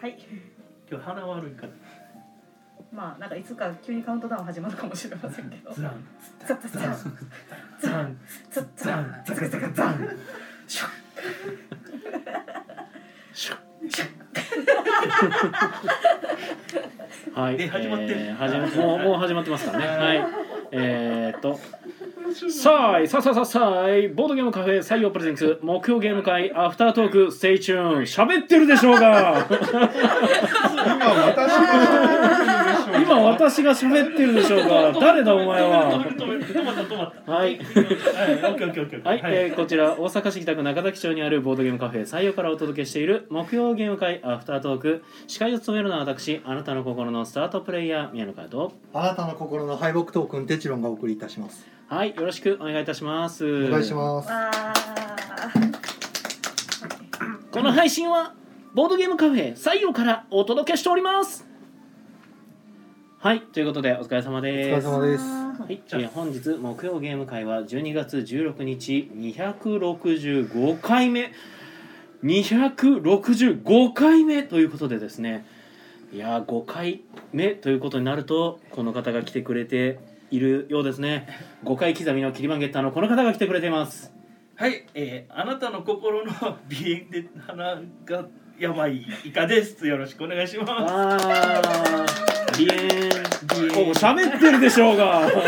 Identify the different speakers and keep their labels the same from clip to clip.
Speaker 1: はい
Speaker 2: 今日鼻悪いから
Speaker 1: まあなんかいつか急にカウントダウン始まるかもしれませんけど
Speaker 2: ザン
Speaker 1: ザッザッザッ
Speaker 2: ザン
Speaker 1: ザッザ
Speaker 2: ザ
Speaker 1: ッ
Speaker 2: ンザクザクザンシュッシュ
Speaker 3: はい。
Speaker 2: で始まってる
Speaker 3: えー始まもうもう始まってますからね。はい。えーっと。さあ、さあさあさあさあ、ボードゲームカフェ採用プレゼンツ、目標ゲーム会、アフタートーク、ステイチューン、喋ってるでしょう が
Speaker 4: 今私が
Speaker 3: 今私が喋ってるでしょうが誰だお前は。
Speaker 2: 止め止まった止 まった
Speaker 3: はい。
Speaker 2: はいオッケーオッケーオッケー
Speaker 3: はい、えーこちら大阪市北区中崎町にあるボードゲームカフェ採用からお届けしている木曜ゲーム会アフタートーク司会を務めるのは私あなたの心のスタートプレイヤー宮野和人
Speaker 4: あなたの心の敗北トークンテチロンがお送りいたします
Speaker 3: はいよろしくお願いいたします
Speaker 4: お願いします
Speaker 1: わ
Speaker 3: すこの配信はボードゲームカフェ採用からお届けしておりますはいということでお疲れ様
Speaker 4: お疲
Speaker 3: で
Speaker 4: れ
Speaker 3: す
Speaker 4: 様です
Speaker 3: はい、えー本日木曜ゲーム会は12月16日265回目265回目ということでですねいやー5回目ということになるとこの方が来てくれているようですね5回刻みのキリマンゲッターのこの方が来てくれています
Speaker 2: はい、えー、あなたの心の鼻炎で鼻がやばいイカですよろしくお願いします
Speaker 3: あーリエ
Speaker 2: 鼻
Speaker 3: ーン
Speaker 2: 炎
Speaker 3: お喋ってるでしょうが
Speaker 2: そういう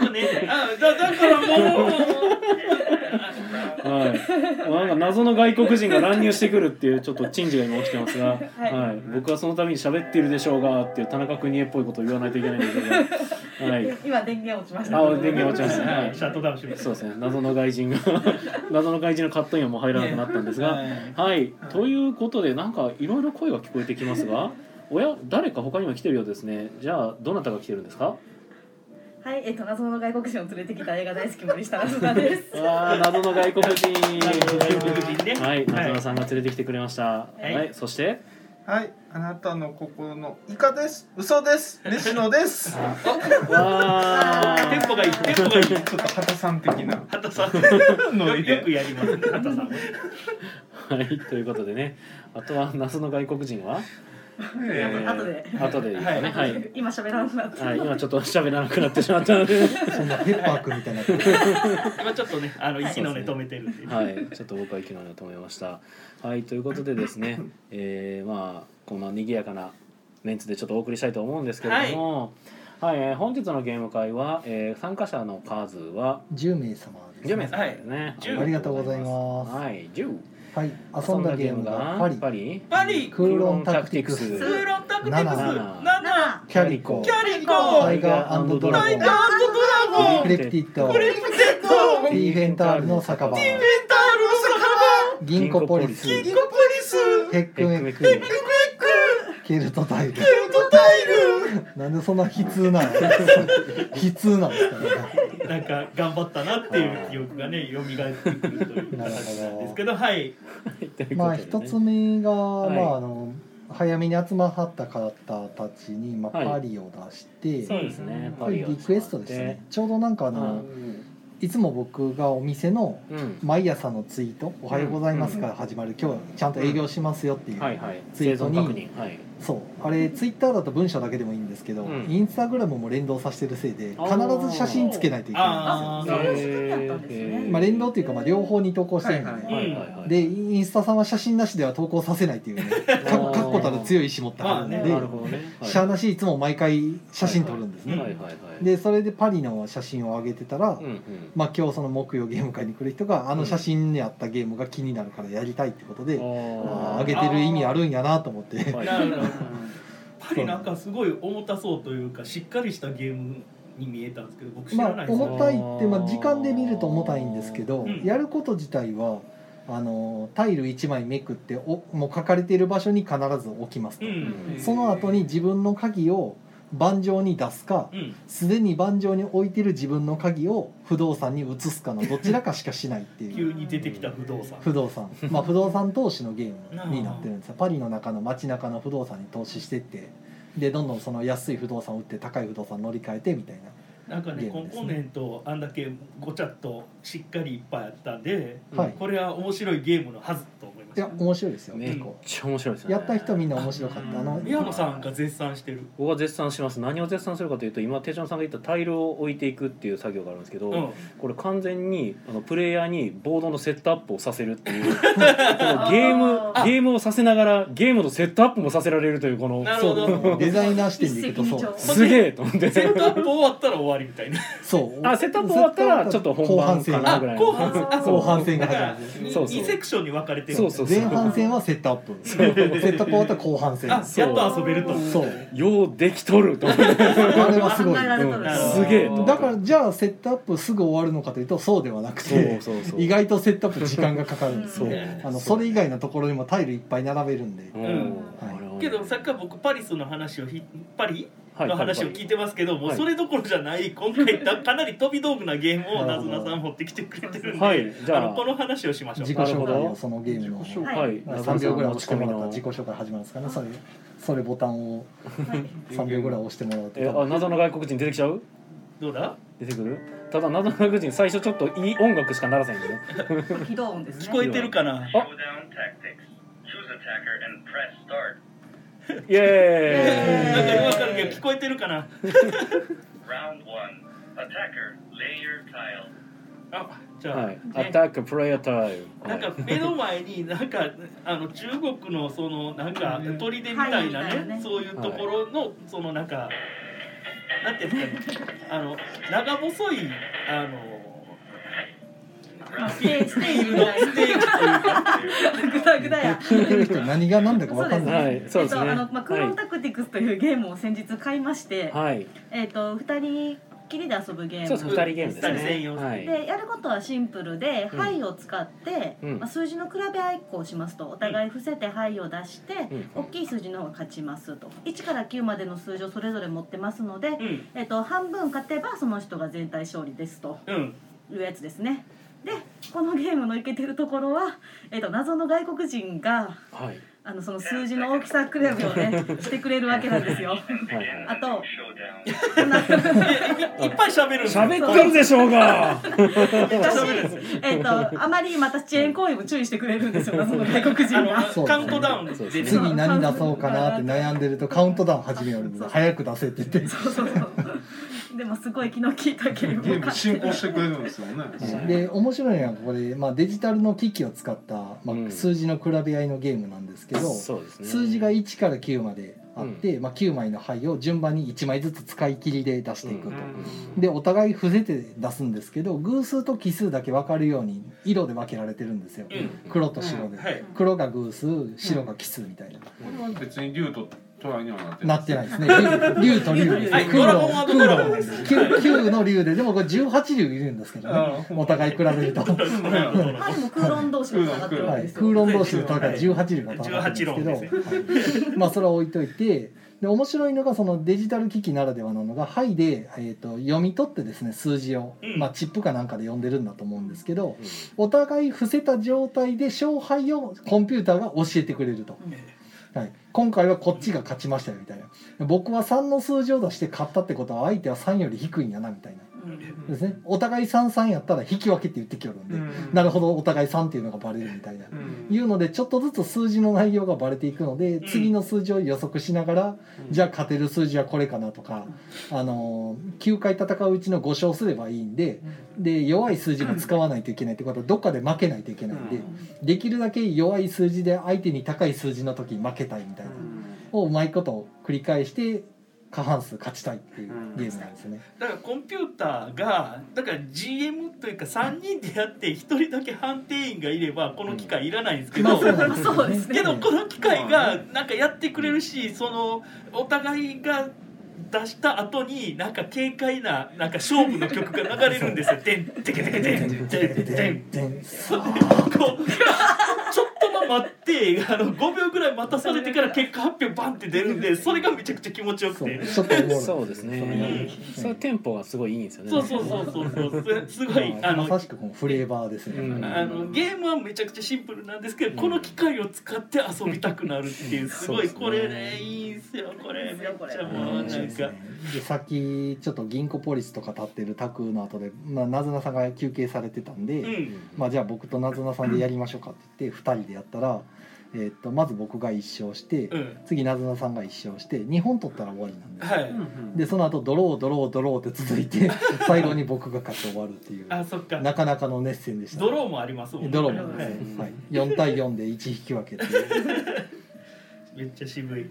Speaker 2: とこねあだだからもう
Speaker 3: はい、なんか謎の外国人が乱入してくるっていうちょっと珍事が今起きてますが、
Speaker 1: はい
Speaker 3: はい、僕はそのために喋ってるでしょうがっていう田中邦衛っぽいことを言わないといけないんですけど、はい、
Speaker 1: ー今電源落ちました
Speaker 3: あ電源落ちましたね
Speaker 2: はいシャットダウンします
Speaker 3: そうですね謎の外人が 謎の外人のカットインはもう入らなくなったんですが、
Speaker 2: ね
Speaker 3: はい、ということでなんかいろいろ声が聞こえてきますが。おや誰か他にも来てるようですねじゃあどなたが来てるんですか
Speaker 1: はいえっと謎の外国人を連れてきた映画大好き森下なずなです
Speaker 3: あー謎の外国人
Speaker 2: 外国人ね
Speaker 3: はい夏野
Speaker 2: ん
Speaker 3: さんが連れてきてくれました、、
Speaker 1: はいい
Speaker 3: そして
Speaker 5: はい、あなたの心のイカです。嘘です。西野です。ちょ
Speaker 3: わ
Speaker 2: テン
Speaker 3: ー
Speaker 2: ポがいいテンポがいい
Speaker 5: っと畑さん的な
Speaker 2: 畑 さん
Speaker 5: ノリ
Speaker 2: よ
Speaker 5: で
Speaker 2: く。やりますね畑さん
Speaker 3: はいということでねあとは謎の外国人は、
Speaker 5: えー
Speaker 1: 後で
Speaker 3: ー後でいいかねはい、はい
Speaker 1: 今喋らなくなった
Speaker 3: 今ちょっと喋らなくなってしまったので、
Speaker 4: そんなペッパーくんみたいになってる
Speaker 2: 今ちょっとねあの息の根
Speaker 3: そうですね
Speaker 2: 止めてるっていう
Speaker 3: はい、ちょっと僕は昨日だと思いましたはいということでですね、えー、まあこの賑やかなメンツでちょっとお送りしたいと思うんですけれどもはい、えー本日のゲーム会は、えー参加者の数は
Speaker 4: 10名様です
Speaker 3: 10名様ですね、
Speaker 2: はい10
Speaker 4: ありがとうございます
Speaker 3: はい10
Speaker 4: はい遊んだゲームがパリ
Speaker 3: パリ
Speaker 2: パリ
Speaker 4: クーロンタクティクス
Speaker 2: ツーロンタクティクス
Speaker 3: 七
Speaker 2: 七
Speaker 4: キャリコ
Speaker 2: キャリコ
Speaker 4: タイガードラ
Speaker 2: ラ
Speaker 4: ゴ
Speaker 2: イ
Speaker 4: ン
Speaker 2: ダードラゴン
Speaker 4: クレプティット
Speaker 2: クリプテッド
Speaker 4: ティーフェンタールの酒 場
Speaker 2: メンタルの魚
Speaker 4: 銀コポリス
Speaker 2: ギコポリス
Speaker 4: ヘック
Speaker 3: テ
Speaker 4: ン
Speaker 3: ッ
Speaker 4: エ
Speaker 3: クメ
Speaker 4: ッ
Speaker 3: ッ
Speaker 4: ク
Speaker 3: ク
Speaker 4: ケルトタイル
Speaker 2: ベルトタイル
Speaker 4: なんでそんな悲痛 なの悲痛なんですかね
Speaker 2: なんか頑張ったなっていう記憶がね蘇ってくるという
Speaker 4: なる
Speaker 2: 形なん
Speaker 4: ほ
Speaker 2: で
Speaker 4: ど
Speaker 2: すけどはい
Speaker 4: まあ一つ目が、
Speaker 3: い
Speaker 4: まああの早めに集まった方たちに、まあ
Speaker 3: はい
Speaker 4: パリを出して、
Speaker 3: そうですね
Speaker 4: これリクエストですね。ちょうどなんかあの、
Speaker 3: う
Speaker 4: いつも僕がお店の
Speaker 3: うん
Speaker 4: 毎朝のツイート「おはようございます」から始まる、今日はちゃんと営業しますよっていう、
Speaker 3: はいはい
Speaker 4: ツイートに
Speaker 3: 認はい
Speaker 4: そうあれツイッターだと文章だけでもいいんですけど、
Speaker 3: うん
Speaker 4: インスタグラムも連動させてるせいで
Speaker 3: あー
Speaker 4: 必ず写真つけないといけないん
Speaker 2: あ
Speaker 4: です
Speaker 2: ー
Speaker 1: そういう仕組みだ
Speaker 4: よ。
Speaker 1: ったんですね
Speaker 3: へー
Speaker 4: まあ、連動っていうか、まあ、両方に投稿してるんでね、
Speaker 5: はいは
Speaker 3: はい
Speaker 5: い
Speaker 3: はいはい
Speaker 4: でインスタさんは写真なしでは投稿させないっていうねか
Speaker 3: あー
Speaker 4: 確固たる強い意志持ったから
Speaker 2: まあ
Speaker 4: ね
Speaker 2: ね
Speaker 4: で、
Speaker 3: なるほどねはい
Speaker 4: シャアなしいつも毎回写真撮るんですね、
Speaker 3: はいはいはい
Speaker 4: でそれでパリの写真を上げてた
Speaker 3: う
Speaker 4: ら、
Speaker 3: んうん
Speaker 4: まあ、今日その木曜ゲーム会に来る人があの写真にあったゲームが気になるからやりたいってことで、あー
Speaker 3: あ
Speaker 4: 上げてる意味あるんやなと思って
Speaker 3: ーはい
Speaker 2: なるほどパリなんかすごい重たそうというかしっかりしたゲームに見えたんですけど僕知
Speaker 4: ま
Speaker 2: らな
Speaker 4: あ
Speaker 2: いです
Speaker 4: 重たいって、まあ、時間で見ると重たいんですけど、
Speaker 2: うん
Speaker 4: やること自体はあのタイル1枚めくっておもう書かれている場所に必ず置きますと。
Speaker 2: うん
Speaker 4: その後に自分の鍵を盤上に出すか
Speaker 2: うん
Speaker 4: すでに盤上に置いてる自分の鍵を不動産に移すかのどちらかしかしないってい
Speaker 2: 急
Speaker 4: う
Speaker 2: に出てきた不動産
Speaker 4: 不動産まあ不動産投資のゲームになってるんですよパリの中の街中の不動産に投資してってでどんどんその安い不動産を売って高い不動産乗り換えてみたいな
Speaker 2: なんかね
Speaker 4: ゲー
Speaker 2: コ
Speaker 4: ム
Speaker 2: ン
Speaker 4: です
Speaker 2: ポ
Speaker 4: ね
Speaker 2: ーネントあんだけごちゃっとしっかりいっぱいあったんで、
Speaker 3: うん
Speaker 4: はい
Speaker 2: これは面白いゲームのはずと思いまま
Speaker 4: い
Speaker 2: した
Speaker 4: や面白いですよ、
Speaker 3: め
Speaker 4: 結
Speaker 3: っ
Speaker 4: 構
Speaker 3: ちゃ面白いですよね
Speaker 4: やった人みんな面白かったあの
Speaker 2: 宮野さんが絶賛してる
Speaker 3: 僕は絶賛します何を絶賛するかというと今手順さんが言ったタイルを置いていくっていう作業があるんですけど、
Speaker 2: うん
Speaker 3: これ完全にあのプレイヤーにボードのセットアップをさせるっ ていうこのゲーム
Speaker 1: あー
Speaker 3: ゲームをさせながらゲームのセットアップもさせられるというこの
Speaker 2: なる
Speaker 4: そ
Speaker 2: ほ
Speaker 4: う
Speaker 2: ど
Speaker 4: デザイナー視点でいくとそう
Speaker 1: 一石二鳥
Speaker 3: すげえと思って
Speaker 2: セットアップ終わったら終わりみたいな
Speaker 4: そう
Speaker 3: あセットアップ終わったらちょっと本番かな
Speaker 4: 後
Speaker 3: ぐらい
Speaker 2: 後
Speaker 3: の
Speaker 2: 半
Speaker 1: あ
Speaker 4: 半後半戦が
Speaker 2: だか
Speaker 4: 始
Speaker 2: ら
Speaker 4: まる
Speaker 3: そうそう
Speaker 2: 2セクションに分かれてる
Speaker 3: そうそうそう
Speaker 4: 前半戦はセットアッ プセットアップ終わったら後半戦
Speaker 2: あ
Speaker 3: そう
Speaker 2: やっと遊べると
Speaker 4: そう
Speaker 3: ようできとると思って
Speaker 4: あれはすごい
Speaker 1: 考えられとる
Speaker 3: うん
Speaker 2: なるほど
Speaker 3: すげえと思って
Speaker 4: だからじゃあセットアップすぐ終わるのかというとそうではなくて
Speaker 3: そうそうそう
Speaker 4: 意外とセットアップ時間がかかるんです
Speaker 3: そう
Speaker 4: ねあのそれ以外のところにもタイルいっぱい並べるんで
Speaker 3: うん
Speaker 4: はい
Speaker 3: あれはね
Speaker 2: けどさっきから僕パリスの話をひパリ
Speaker 3: はい
Speaker 2: の話を聞いてますけど、もう
Speaker 3: はい
Speaker 2: それどころじゃない今回だかなり飛び道具なゲームをなずなさん持ってきてくれてるんで、
Speaker 3: はいじゃあ
Speaker 2: あのこの話をしましょう
Speaker 4: 自己紹
Speaker 3: なる
Speaker 4: 介
Speaker 3: ほ
Speaker 4: を
Speaker 3: ど
Speaker 4: そのゲームの
Speaker 5: 自己紹
Speaker 1: 介
Speaker 3: はい
Speaker 4: 3秒ぐらい押してもらったら
Speaker 3: の
Speaker 4: 自己紹介始まるんですかねそれそれボタンを3秒ぐらい押してもらうと
Speaker 3: えあ謎の外国人出てきちゃう
Speaker 2: どうだ
Speaker 3: 出てくるただ謎の外国人最初ちょっといい音楽しかならせんでね
Speaker 1: 非同音ですね
Speaker 2: 聞こえてるかな
Speaker 6: Showdown tactics. Choose attacker and press start.
Speaker 3: イエ
Speaker 2: なんかよくわかるけど聞こえてるかな
Speaker 6: Round one. Attacker, lay your tile.
Speaker 2: あじゃ
Speaker 3: ーイ
Speaker 2: あ、
Speaker 3: はい
Speaker 2: ね
Speaker 3: アタックプレイヤータイム
Speaker 2: なんか目の前になんかあの中国のそのなんか砦みたいな
Speaker 1: はいみたいな
Speaker 2: ね
Speaker 1: ね
Speaker 2: そういうところのそのなんかなんていうんですかねあの長細いあの
Speaker 1: ステージステージ
Speaker 2: フ
Speaker 1: み
Speaker 2: ィールド
Speaker 1: たい
Speaker 2: ステージというか
Speaker 1: なグダグダや
Speaker 4: 聞いてる人何が何だか分かんない
Speaker 3: はいそうです
Speaker 1: えっと
Speaker 3: ね
Speaker 1: あのまあ、クローンタクティクスというゲームを先日買いまして、
Speaker 3: はい
Speaker 1: えっ、と二人きりで遊ぶゲーム
Speaker 3: そうですね二人ゲームです
Speaker 2: 二人専
Speaker 3: ね
Speaker 2: 用
Speaker 3: はい
Speaker 1: でやることはシンプルで「
Speaker 3: うん
Speaker 1: はい」を使って、
Speaker 3: うん
Speaker 1: まあ、数字の比べ合いっこをしますとお互い伏せて「はい」を出して、
Speaker 3: うん
Speaker 1: 大きい数字の方が勝ちますと1から9までの数字をそれぞれ持ってますので、
Speaker 2: うん
Speaker 1: えっと半分勝てばその人が全体勝利ですと
Speaker 2: うん
Speaker 1: いうやつですね。でこのゲームのいけてるところは、えっと謎の外国人が
Speaker 3: はい
Speaker 1: あのその数字の大きさ比べをねしてくれるわけなん ですよ。
Speaker 3: はい
Speaker 1: あと
Speaker 6: Showdown.
Speaker 1: こんない
Speaker 2: っぱい喋るんですよ
Speaker 3: 喋ってるでしょうが
Speaker 1: だしえっとあまりまた遅延行為も注意してくれるんですよ謎の外国人が
Speaker 2: あ。のカウントダウン
Speaker 3: そう
Speaker 2: で
Speaker 3: で
Speaker 2: ね
Speaker 3: す
Speaker 4: 次何出そうかなって悩んでるとカウントダウン始めよるんで早く出せって言って
Speaker 1: そうそう そう。でもすごい気の利いたゲーム
Speaker 5: ゲー
Speaker 1: を買
Speaker 5: ム
Speaker 1: って
Speaker 5: 進行してくれるんですよね。
Speaker 4: で面白いのはこれ、まあ、デジタルの機器を使った、ま
Speaker 3: うん
Speaker 4: あ、数字の比べ合いのゲームなんですけど、
Speaker 3: そうですね
Speaker 4: 数字が1から9まであって、まあ、9枚の牌を順番に1枚ずつ使い切りで出していくと。
Speaker 3: うん
Speaker 4: でお互い伏せて出すんですけど偶数と奇数だけ分かるように色で分けられてるんですよ、
Speaker 2: うん
Speaker 4: 黒と白で、
Speaker 2: はい
Speaker 4: 黒が偶数白が奇数みたいな、
Speaker 5: これは別に竜とトラにはなって
Speaker 4: なってないですね竜竜と竜です
Speaker 2: は
Speaker 4: ね
Speaker 2: い
Speaker 4: 空
Speaker 2: ドラゴンはドラゴン
Speaker 4: の
Speaker 2: です
Speaker 4: 九九の竜ででもこれ18竜いるんですけどね
Speaker 5: うん
Speaker 4: お互い比べると。
Speaker 1: はいもう空論同士が上がってるわ
Speaker 4: は
Speaker 1: けで
Speaker 4: い、
Speaker 1: す
Speaker 4: 空
Speaker 1: よ。
Speaker 4: 論同士で戦う18流が戦うんですけど、
Speaker 2: 18
Speaker 4: はいまあそれは置いといてで面白いのがそのデジタル機器ならではなのが「はい」で、えー、と読み取ってですね数字を、
Speaker 2: うん
Speaker 4: まあ、チップかなんかで読んでるんだと思うんですけどお互い伏せた状態で勝敗をコンピューターが教えてくれると。はい、今回はこっちが勝ちましたよみたいな僕は3の数字を出して勝ったってことは相手は3より低いんやなみたいな
Speaker 1: うん
Speaker 4: ですねお互い33やったら引き分けって言ってきよるんで、な
Speaker 5: る
Speaker 4: るほどお互い3っていうのがバレるみたいな、いうのでちょっとずつ数字の内容がバレていくの
Speaker 2: ん
Speaker 4: で次の数字を予測しながら、じゃあ勝てる数字はこれかなとか、あのー9回戦ううちの5勝すればいいんでで弱い数字も使わないといけないってことはどっかで負けないといけないんで、
Speaker 5: うん
Speaker 4: できるだけ弱い数字で相手に高い数字の時に負けたいみたいな、をうまいこと繰り返して過半数勝ちたいっていうゲームなんですね。
Speaker 2: だからコンピューターがだから GM というか3人でやって1人だけ判定員がいればこの機械いらないんですけど、
Speaker 4: まあそうなん
Speaker 1: まあそうですね
Speaker 2: けどこの機械がなんかやってくれるしそのお互いが出した後になんか軽快ななんか勝負の曲が流れるんですよ。てんてけてけてんてんてん
Speaker 4: でん
Speaker 2: こうちょっと待ってあの5秒ぐらい待たされてから結果発表バンって出るんでそれがめちゃくちゃ気持ちよく
Speaker 4: そう
Speaker 2: て。
Speaker 4: ちょっとおもろいです
Speaker 3: そうですねそれテンポがすごいいいんですよね
Speaker 2: そうそうそうそうそうすすごい
Speaker 4: まあ
Speaker 2: あの
Speaker 4: まさしくこのフレーバーですね。
Speaker 3: うん
Speaker 2: あのゲームはめちゃくちゃシンプルなんですけど、この機械を使って遊びたくなるっていうすごい
Speaker 3: そうですね
Speaker 2: これねいいんすよこれめっちゃもうなん
Speaker 4: 面白いです
Speaker 2: か
Speaker 4: ね。でさっきちょっと銀行ポリスとか立ってるタクの後で、まあ、なずなさんが休憩されてたんで、
Speaker 2: うん
Speaker 4: まあ、じゃあ僕となずなさんでやりましょうかって言って2人でやっったら、えーっとまず僕が1勝して、
Speaker 2: うん
Speaker 4: 次なずなさんが1勝して2本取ったら終わりなんです、
Speaker 2: はい、
Speaker 4: でその後ドロードロードローって続 いて最後に僕が勝って終わるっていう
Speaker 2: あそっか
Speaker 4: なかなかの熱戦でした
Speaker 2: ドローもありますもんね
Speaker 4: ドローもで
Speaker 2: は
Speaker 4: す
Speaker 2: い
Speaker 4: ね、はい、4対4で1引き分けっていう
Speaker 2: めっちゃ渋いい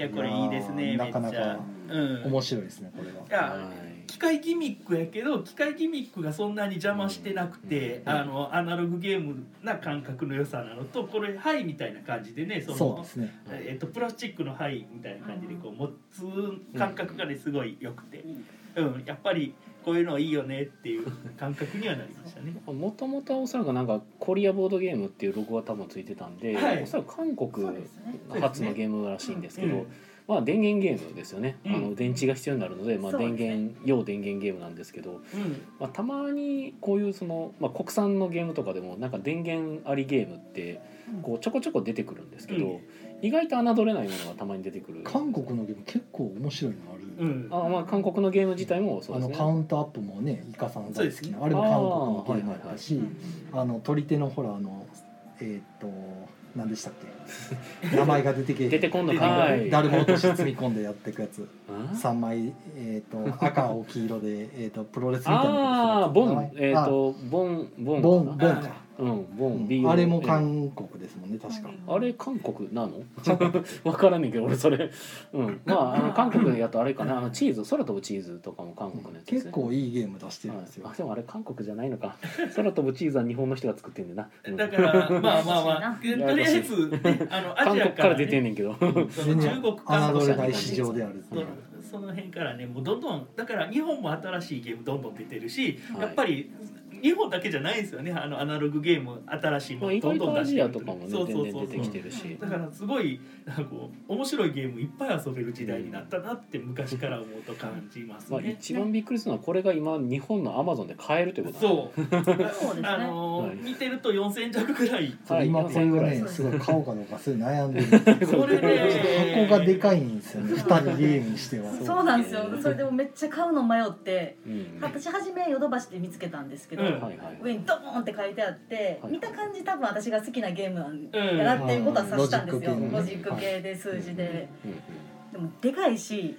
Speaker 2: やこれいいですね
Speaker 4: いや
Speaker 2: めっ
Speaker 4: ー
Speaker 2: ちゃ
Speaker 4: なかなか
Speaker 2: うん。
Speaker 4: 面白いですねこれはい
Speaker 2: や
Speaker 3: はい
Speaker 2: 機械ギミックやけど機械ギミックがそんなに邪魔してなくて、
Speaker 3: うん
Speaker 2: あのアナログゲームな感覚の良さなのとこれ「はい」みたいな感じでねその
Speaker 4: そうですね
Speaker 2: えっと、プラスチックの灰みたいな感じでこう持つ感覚がねすごい良くて、うん、やっぱりこういうのいいよねっていう感覚にはなりましたね。
Speaker 3: もともとおそらくなんかコリアボードゲームっていうロゴが多分ついてたんで、
Speaker 2: はい
Speaker 3: おそらく韓国
Speaker 1: そうですね
Speaker 3: 初のゲームらしいんですけど、
Speaker 2: うん
Speaker 3: まあ電源ゲームですよね、
Speaker 2: うん
Speaker 3: あの電池が必要になるので、まあ、
Speaker 1: そうです
Speaker 3: 電
Speaker 1: ね
Speaker 3: 源、要電源ゲームなんですけど、
Speaker 2: うん、
Speaker 3: まあ、たまにこういうその、まあ、国産のゲームとかでもなんか電源ありゲームって
Speaker 1: うん
Speaker 3: こうちょこちょこ出てくるんですけど、
Speaker 2: うん
Speaker 3: 意外と侮れないものがたまに出てくる
Speaker 4: 韓国のゲーム結構面白いのあ
Speaker 2: う
Speaker 4: る、
Speaker 2: ん、
Speaker 3: あ、まあ、韓国のゲーム自体もそう
Speaker 4: あ
Speaker 3: で
Speaker 4: の
Speaker 3: すね
Speaker 4: カウントアップもねイカさん大好きな、あれも韓国のゲームだったしあ,、の取り手のほらあのえーっと何でしたっけ 名前が出てけえへん
Speaker 3: 出てこんのかい
Speaker 4: ダルボ落とし積み込んでやっていくやつ
Speaker 3: あ
Speaker 4: 3枚、えーっと赤を黄色で、えーっとプロレスみたいな
Speaker 3: あーボンえっ、
Speaker 4: っ
Speaker 3: とボンボン
Speaker 4: ボン
Speaker 3: か
Speaker 4: ボン
Speaker 3: な
Speaker 4: か、
Speaker 3: うんボ
Speaker 4: う
Speaker 3: ン
Speaker 4: ん
Speaker 3: B O N
Speaker 4: あれも韓国ですもんね確か、
Speaker 3: あれ韓国なの わからんねんけど俺それうんまああの韓国やとあれかなあのチーズ空飛ぶチーズとかも韓国のやつです
Speaker 4: 結
Speaker 3: ね
Speaker 4: 構いいゲーム出してるんですよ、
Speaker 3: はいあでもあれ韓国じゃないのか 空飛ぶチーズは日本の人が作ってんだよな、うん
Speaker 2: だからまあま あまあ
Speaker 3: や
Speaker 2: とりあ
Speaker 3: やこしい
Speaker 2: えず、ね、あのア
Speaker 3: 韓
Speaker 2: ジア
Speaker 3: 国
Speaker 2: か,、
Speaker 3: からら
Speaker 2: ね、
Speaker 3: 出てんねんけど
Speaker 2: その中国から
Speaker 4: 侮れない市場であるって
Speaker 2: そ
Speaker 4: い
Speaker 2: う
Speaker 4: う
Speaker 2: その辺からねもうどんどんだから日本も新しいゲームどんどん出てるし、やっぱり日本だけじゃないんですよねあのアナログゲーム新しい
Speaker 3: ま
Speaker 2: も
Speaker 3: あ
Speaker 2: の
Speaker 3: 意
Speaker 2: どん
Speaker 3: 外
Speaker 2: どん
Speaker 3: とア
Speaker 2: 出して
Speaker 3: ジ
Speaker 2: る
Speaker 3: アとかもね
Speaker 2: そう
Speaker 3: 全
Speaker 2: そうそ
Speaker 3: 然
Speaker 2: う
Speaker 3: 出てきてるし
Speaker 2: だからすごいなんかこう面白いゲームいっぱい遊べる時代になったなって昔から思うと感じます
Speaker 3: まあ、
Speaker 2: ね。
Speaker 3: 一番びっくりするのはこれが今日本のアマゾンで買えるということう
Speaker 2: そう
Speaker 1: そうですね
Speaker 2: あのー
Speaker 3: はい
Speaker 2: 見てると4000弱ぐらい
Speaker 4: そう今これ
Speaker 3: ぐ
Speaker 4: が
Speaker 3: らい
Speaker 4: ねすごい買おうかどうかすごい悩んでるんです よ
Speaker 2: これね
Speaker 4: 箱がでかいんですよね2人ゲーム にしては
Speaker 1: そうそうなんですよそれでもめっちゃ買うの迷って
Speaker 3: うんはい
Speaker 1: 私初めヨドバシで見つけたんですけど、
Speaker 2: うん
Speaker 3: はい
Speaker 1: 上にドーンって書いてあって、
Speaker 3: はい
Speaker 1: 見た感じ多分私が好きなゲームなん
Speaker 2: うん
Speaker 1: やなっていうことは察したんですよ、
Speaker 4: うん
Speaker 1: ロジック系で数字で、
Speaker 3: うんうん
Speaker 1: でもでかいし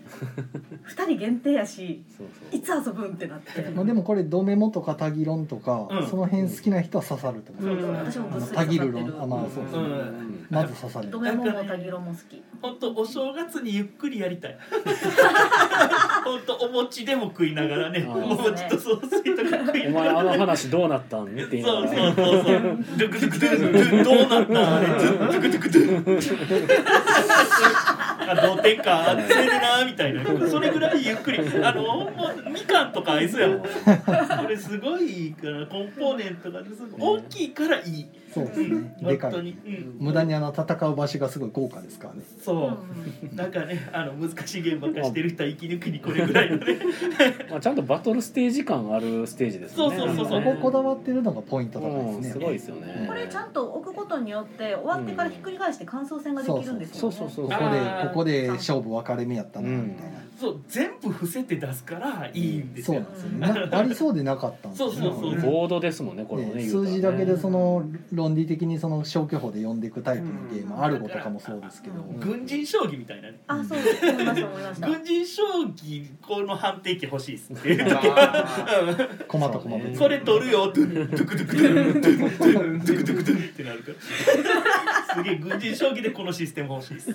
Speaker 1: 2人限定やし
Speaker 3: そうそう
Speaker 1: いつ遊ぶんってなって
Speaker 4: まあ、でもこれドメモとかタギロンとか、
Speaker 2: うん
Speaker 4: その辺好きな人は刺さると思う、
Speaker 2: うん
Speaker 1: 私も
Speaker 4: あ
Speaker 1: ぶっ
Speaker 4: の
Speaker 1: すり
Speaker 4: タギ
Speaker 1: 刺
Speaker 4: ル
Speaker 1: さ
Speaker 4: ロ
Speaker 1: ってる
Speaker 4: ンあまあそうです
Speaker 2: う
Speaker 4: ね、
Speaker 2: ん
Speaker 3: ん
Speaker 4: まず刺さる
Speaker 1: ドメモもタギロも好き
Speaker 2: 本当お正月にゆっくりやりたい本当お餅でも食いながらね
Speaker 3: あ
Speaker 2: お
Speaker 3: ー
Speaker 2: 餅とソースとか食い
Speaker 3: お
Speaker 2: なが
Speaker 3: 前あ
Speaker 2: ら
Speaker 3: の話どうなったんって言いな
Speaker 2: そ
Speaker 3: が
Speaker 2: う
Speaker 3: ら
Speaker 2: そうそうそうドゥクドゥクドゥドゥどうなったあれドゥクドゥクドゥあ同点かせえでなみたいなそれぐらいゆっくりあのもうみかんとか合いそうやもんこれすごいいいからコンポーネントがすごい大きいからいい
Speaker 4: そうですねで
Speaker 2: 本
Speaker 4: か
Speaker 2: 当
Speaker 4: い
Speaker 2: にうん
Speaker 4: 無駄にあの戦う場所がすごい豪華ですからね
Speaker 1: うんう
Speaker 2: そ
Speaker 1: ん
Speaker 2: うなんかねあの難しいゲームばっかりしてる人は生き抜くにこれぐらいのね
Speaker 3: まあ、ちゃんとバトルステージ感あるステージです
Speaker 2: そ
Speaker 3: よ
Speaker 2: う
Speaker 3: ね
Speaker 2: そうそうそう
Speaker 4: こここだわ
Speaker 3: っ
Speaker 4: ってるのがポイント高いですね、
Speaker 3: すごいですよね
Speaker 1: これちゃんと置くことによって終わってからひっくり返して感想戦ができるんです
Speaker 3: そ
Speaker 1: よ
Speaker 3: う
Speaker 1: ね
Speaker 3: そうそう
Speaker 4: こ
Speaker 3: そう
Speaker 4: こで
Speaker 2: あー
Speaker 4: ここで勝負分かれ目やったなみたいな、
Speaker 2: そう全部伏せて出すからいいんです
Speaker 4: そう
Speaker 2: よ
Speaker 4: なんですよねなありそうでなかったんですよね
Speaker 2: そうそうそう
Speaker 4: これね
Speaker 3: ボードですもんねこれもね
Speaker 4: ね
Speaker 3: 言う
Speaker 4: 数
Speaker 3: たらね
Speaker 4: 字だけでその論理的にその消去法で読んでいくタイプのゲーム、あることかもそうですけど、
Speaker 1: うん
Speaker 2: 軍人将棋みたいなね
Speaker 1: あそう思いました思いました
Speaker 2: 軍人将棋この判定機欲しいっす っていう時
Speaker 5: あ
Speaker 4: 駒と駒
Speaker 3: そうね
Speaker 4: で
Speaker 2: それ取るよドゥンドゥクドゥクドゥンドゥンドゥンドゥクドゥクドゥンってなるからすげえ軍人将棋でこのシステム欲しいっす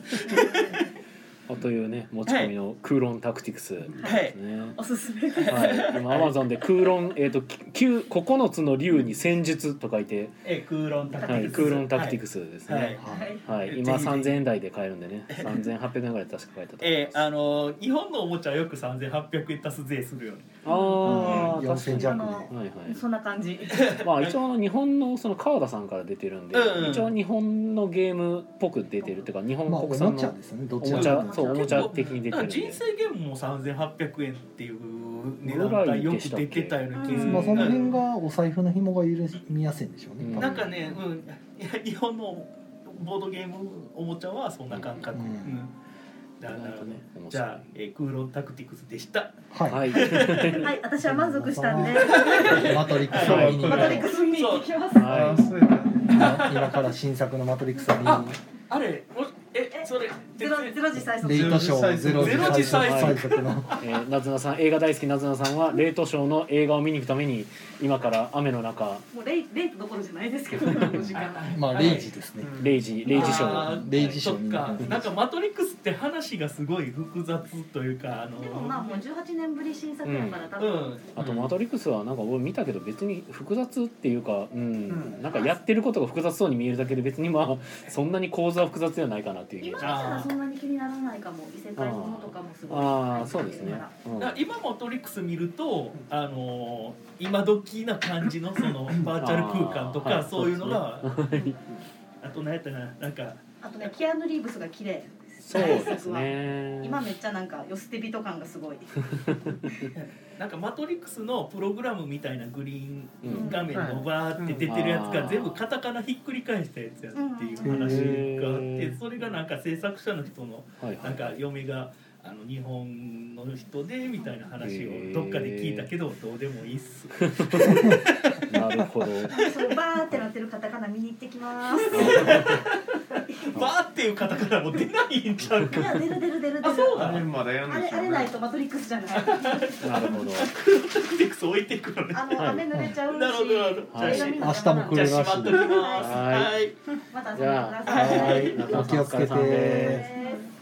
Speaker 3: あというね持ち込みのクーロンタクティクスで
Speaker 2: はい
Speaker 3: すね
Speaker 1: おすすめ
Speaker 3: はい、今アマゾンでクーロン、えっ、と、九、九つの竜に戦術と書いて。
Speaker 2: え空論タクテ
Speaker 3: は
Speaker 2: ィク
Speaker 3: い、
Speaker 2: ス
Speaker 3: クーロンタクティクスです
Speaker 2: は
Speaker 3: ね
Speaker 2: い。
Speaker 4: はい
Speaker 3: はい、今三千円台で買えるんでね、三千八百円ぐらいで確か買えたと思い
Speaker 2: え
Speaker 3: ます。
Speaker 2: ー、あのー日本のおもちゃはよく3800円足す税するよね
Speaker 3: ああ、
Speaker 4: 4千
Speaker 3: 確か
Speaker 4: 弱で
Speaker 3: に。はいはい。
Speaker 1: そんな感じ
Speaker 3: まあ一応あの日本のその川田さんから出てるんで、
Speaker 2: うんうん
Speaker 3: 一応日本のゲームっぽく出てるっていうか日本
Speaker 4: まあお
Speaker 3: 国
Speaker 4: も
Speaker 3: 産
Speaker 4: ちゃ
Speaker 3: の
Speaker 4: ですよねど
Speaker 3: お
Speaker 4: ちら
Speaker 3: もちゃ
Speaker 4: かというと
Speaker 3: そうおもちゃ的に出
Speaker 2: だ
Speaker 3: て
Speaker 2: か
Speaker 3: る
Speaker 2: ら
Speaker 3: ん
Speaker 2: 人
Speaker 3: で。
Speaker 2: 生ゲームも3800円っていう値段がよく出てたような気がする
Speaker 4: まあその辺がお財布の紐が緩みやすいんでしょうね、
Speaker 3: うん
Speaker 4: 多分
Speaker 2: なんかね、うん、いや日本のボードゲームおもちゃはそんな感覚、
Speaker 4: う
Speaker 2: うんん
Speaker 4: う
Speaker 2: なるほどね
Speaker 3: 面白い
Speaker 2: じゃあ、えークーロンタクティクスでした。
Speaker 4: はい、
Speaker 3: はい。
Speaker 1: はい、私は満足したんで、
Speaker 4: マトリックスを見に行こ
Speaker 1: マ
Speaker 4: う
Speaker 1: トリックス見に行きます。
Speaker 5: あ
Speaker 3: は
Speaker 5: ーそうやな
Speaker 4: 今今から新作のマトリックスを見に行こう
Speaker 2: あれ、もしえ、それ、
Speaker 1: ゼロゼロ時最
Speaker 4: レ
Speaker 1: 速。
Speaker 4: イトショーゼロ
Speaker 2: ゼロ時
Speaker 4: 時最
Speaker 2: 最
Speaker 4: 速
Speaker 2: 速
Speaker 4: 最速の
Speaker 3: い。えー、なずなさん、映画大好きなずなさんは、レートショーの映画を見に行くために、今から雨の中、
Speaker 1: もうレイレイトどころじゃないですけど、この時間。
Speaker 4: まあレイジですね、
Speaker 3: レイジ、レイジショ
Speaker 2: あ
Speaker 3: ー。
Speaker 2: ー
Speaker 4: レイジショー
Speaker 2: そっかなんかマトリックスって話がすごい複雑というかあの
Speaker 1: でもまあもう18年ぶり新作やから多分、
Speaker 2: うん
Speaker 3: あと、マトリックスは、なんか俺見たけど、別に複雑っていうか、うん、
Speaker 5: うん
Speaker 3: なんかやってることが複雑そうに見えるだけで、別にまあ、 そんなに構造は複雑ではないかなっていうイメー
Speaker 1: 今
Speaker 3: ジ。
Speaker 1: だったらそんなに気にならないかも異世界ものとかもすごい
Speaker 3: ああ、そうですね。うん
Speaker 2: だから今マトリックス見るとあのー今時な感じのそのバーチャル空間と
Speaker 3: あ
Speaker 2: か
Speaker 3: ー
Speaker 2: そういうのが
Speaker 1: はい
Speaker 2: あと何やったかななんか
Speaker 1: あとねキアヌ・リーブスが綺麗
Speaker 3: そうですね。
Speaker 1: 今めっちゃなんか寄せて人感がす ごい
Speaker 2: なんかマトリックスのプログラムみたいなグリーン
Speaker 3: うん
Speaker 2: 画面のバーって出てるやつが全部カタカナひっくり返したやつやっていう話があっ
Speaker 3: う
Speaker 2: て
Speaker 3: ん
Speaker 2: それがなんか制作者の人の
Speaker 3: はいは
Speaker 2: なんか
Speaker 3: い。
Speaker 2: 嫁があの日本の人でみたいな話をどっかで聞いたけどどうでもいいっ す。
Speaker 3: なるほど。
Speaker 1: そのバーってなってるカタカナ見に行ってき ます
Speaker 2: バーっていう方からも出ないんちゃう
Speaker 1: い
Speaker 2: か。
Speaker 1: や出る出る出る出る
Speaker 2: あそう
Speaker 5: あれまだやん
Speaker 1: あ
Speaker 5: で
Speaker 1: れ
Speaker 5: し
Speaker 1: あ
Speaker 5: ょ
Speaker 1: れ
Speaker 5: う
Speaker 1: ない
Speaker 5: ね
Speaker 1: とマトリックスじゃない
Speaker 3: なるほど。
Speaker 2: タクティクス置いていくのね。
Speaker 1: あの雨濡れちゃうし
Speaker 2: なるほどなるほど
Speaker 1: 映画見るの
Speaker 4: 明日も来
Speaker 2: じゃあ
Speaker 4: る
Speaker 2: し
Speaker 4: らし
Speaker 2: まっ
Speaker 4: い
Speaker 2: ときます。
Speaker 3: は
Speaker 2: はい。
Speaker 1: また遊ん
Speaker 3: じ
Speaker 1: でく
Speaker 3: ゃ
Speaker 1: だ
Speaker 3: あ、
Speaker 1: さい
Speaker 3: はい、中
Speaker 4: お
Speaker 3: 野
Speaker 4: 気
Speaker 3: さん
Speaker 4: を
Speaker 3: お
Speaker 4: つ
Speaker 3: 疲
Speaker 4: け
Speaker 3: れ様で
Speaker 4: て
Speaker 3: す。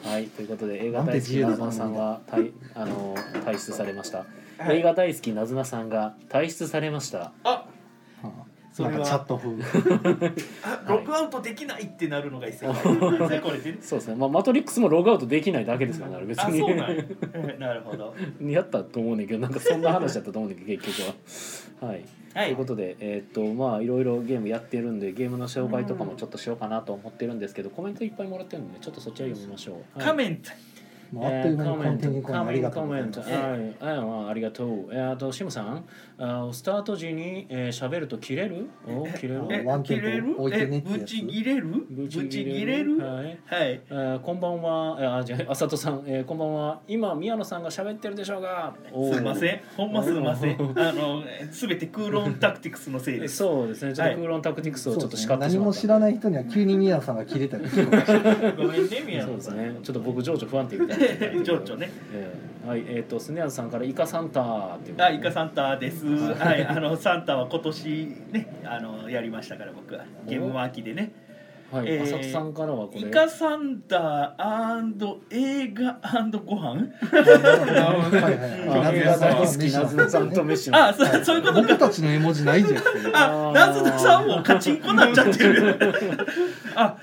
Speaker 3: はい、ということで、映画
Speaker 4: なんて
Speaker 3: 大好
Speaker 4: 自
Speaker 3: き
Speaker 4: 由な
Speaker 3: なずなさんは、たい、あの、退出されました。映画大好きなずなさんが退出されました。
Speaker 2: あ、そ
Speaker 4: な
Speaker 2: れ
Speaker 4: ん
Speaker 2: は
Speaker 4: かチャット風
Speaker 2: あログアウトできないってなるのが一切。これで。
Speaker 3: そうですね、まあ、マトリックスもログアウトできないだけですからね、あれ別
Speaker 2: あ、そう
Speaker 3: に。
Speaker 2: なんや。なるほど。
Speaker 3: やったと思うねんけど、なんかそんな話だったと思うねんけど、結局は。はい。
Speaker 2: は
Speaker 3: とい
Speaker 2: いう
Speaker 3: こ。とで、えーっとまあいろいろゲームやってるんでゲームの紹介とかもちょっとしようかなと思ってるんですけど、コメントいっぱいもらってるんでちょっとそっちら読みましょう。
Speaker 2: 仮
Speaker 3: はい
Speaker 2: 面。
Speaker 4: もうあっという間にコンティニューコインありがとうございます
Speaker 3: コメントはい、はいまあありがとう。えー、あと、シムさん、あースタート時に喋、えー、喋ると切れるお切れる
Speaker 2: え
Speaker 4: ワン、テ
Speaker 2: 切
Speaker 4: ンポ
Speaker 2: れる
Speaker 4: 置い？てね
Speaker 2: え、
Speaker 4: ってやつ
Speaker 2: ぶち切れる？ぶち切れる？は
Speaker 3: はい。
Speaker 2: い。
Speaker 3: えー、こんばんは、えー、あじゃあ、あさとさん、えー、こんばんは。今、宮野さんが喋ってるでしょうが。おー
Speaker 2: すいません。ほんますいません。あのすべてクーロンタクティクスのせいです。
Speaker 3: そうですね、ちょっ
Speaker 2: はい
Speaker 3: とクーロンタクティクス
Speaker 4: そ
Speaker 3: を
Speaker 4: う
Speaker 3: ちょっと叱ってしまった、
Speaker 4: ですね何も知らない人には急に宮野さんが切れたりするかもしれない
Speaker 2: ごめんね、宮
Speaker 3: そう
Speaker 2: 野
Speaker 3: で
Speaker 2: さん。。
Speaker 3: すね、ちょっと僕、情緒不安定みたいな
Speaker 2: 情緒ね。
Speaker 3: えーはい、えっ、と、スネアズさんからイカサンタっていうこと
Speaker 2: あ、
Speaker 3: で
Speaker 2: イカサンタです。はい、あのサンタは今年ね、あのやりましたから僕はゲームマーキーでね。
Speaker 3: はい、
Speaker 2: えー
Speaker 3: 浅草さんからはこれ。
Speaker 2: イカサンタ映画ご飯？
Speaker 4: はいはい
Speaker 3: あ
Speaker 4: は
Speaker 3: ナ
Speaker 4: い
Speaker 3: ズナさん好き、ナズナさんと飯の。
Speaker 2: あ、そそういうこと
Speaker 4: 僕
Speaker 2: か。
Speaker 4: たちの絵文字ないじゃん
Speaker 2: あ、ナズナさんもカチンコなっちゃってる。あ、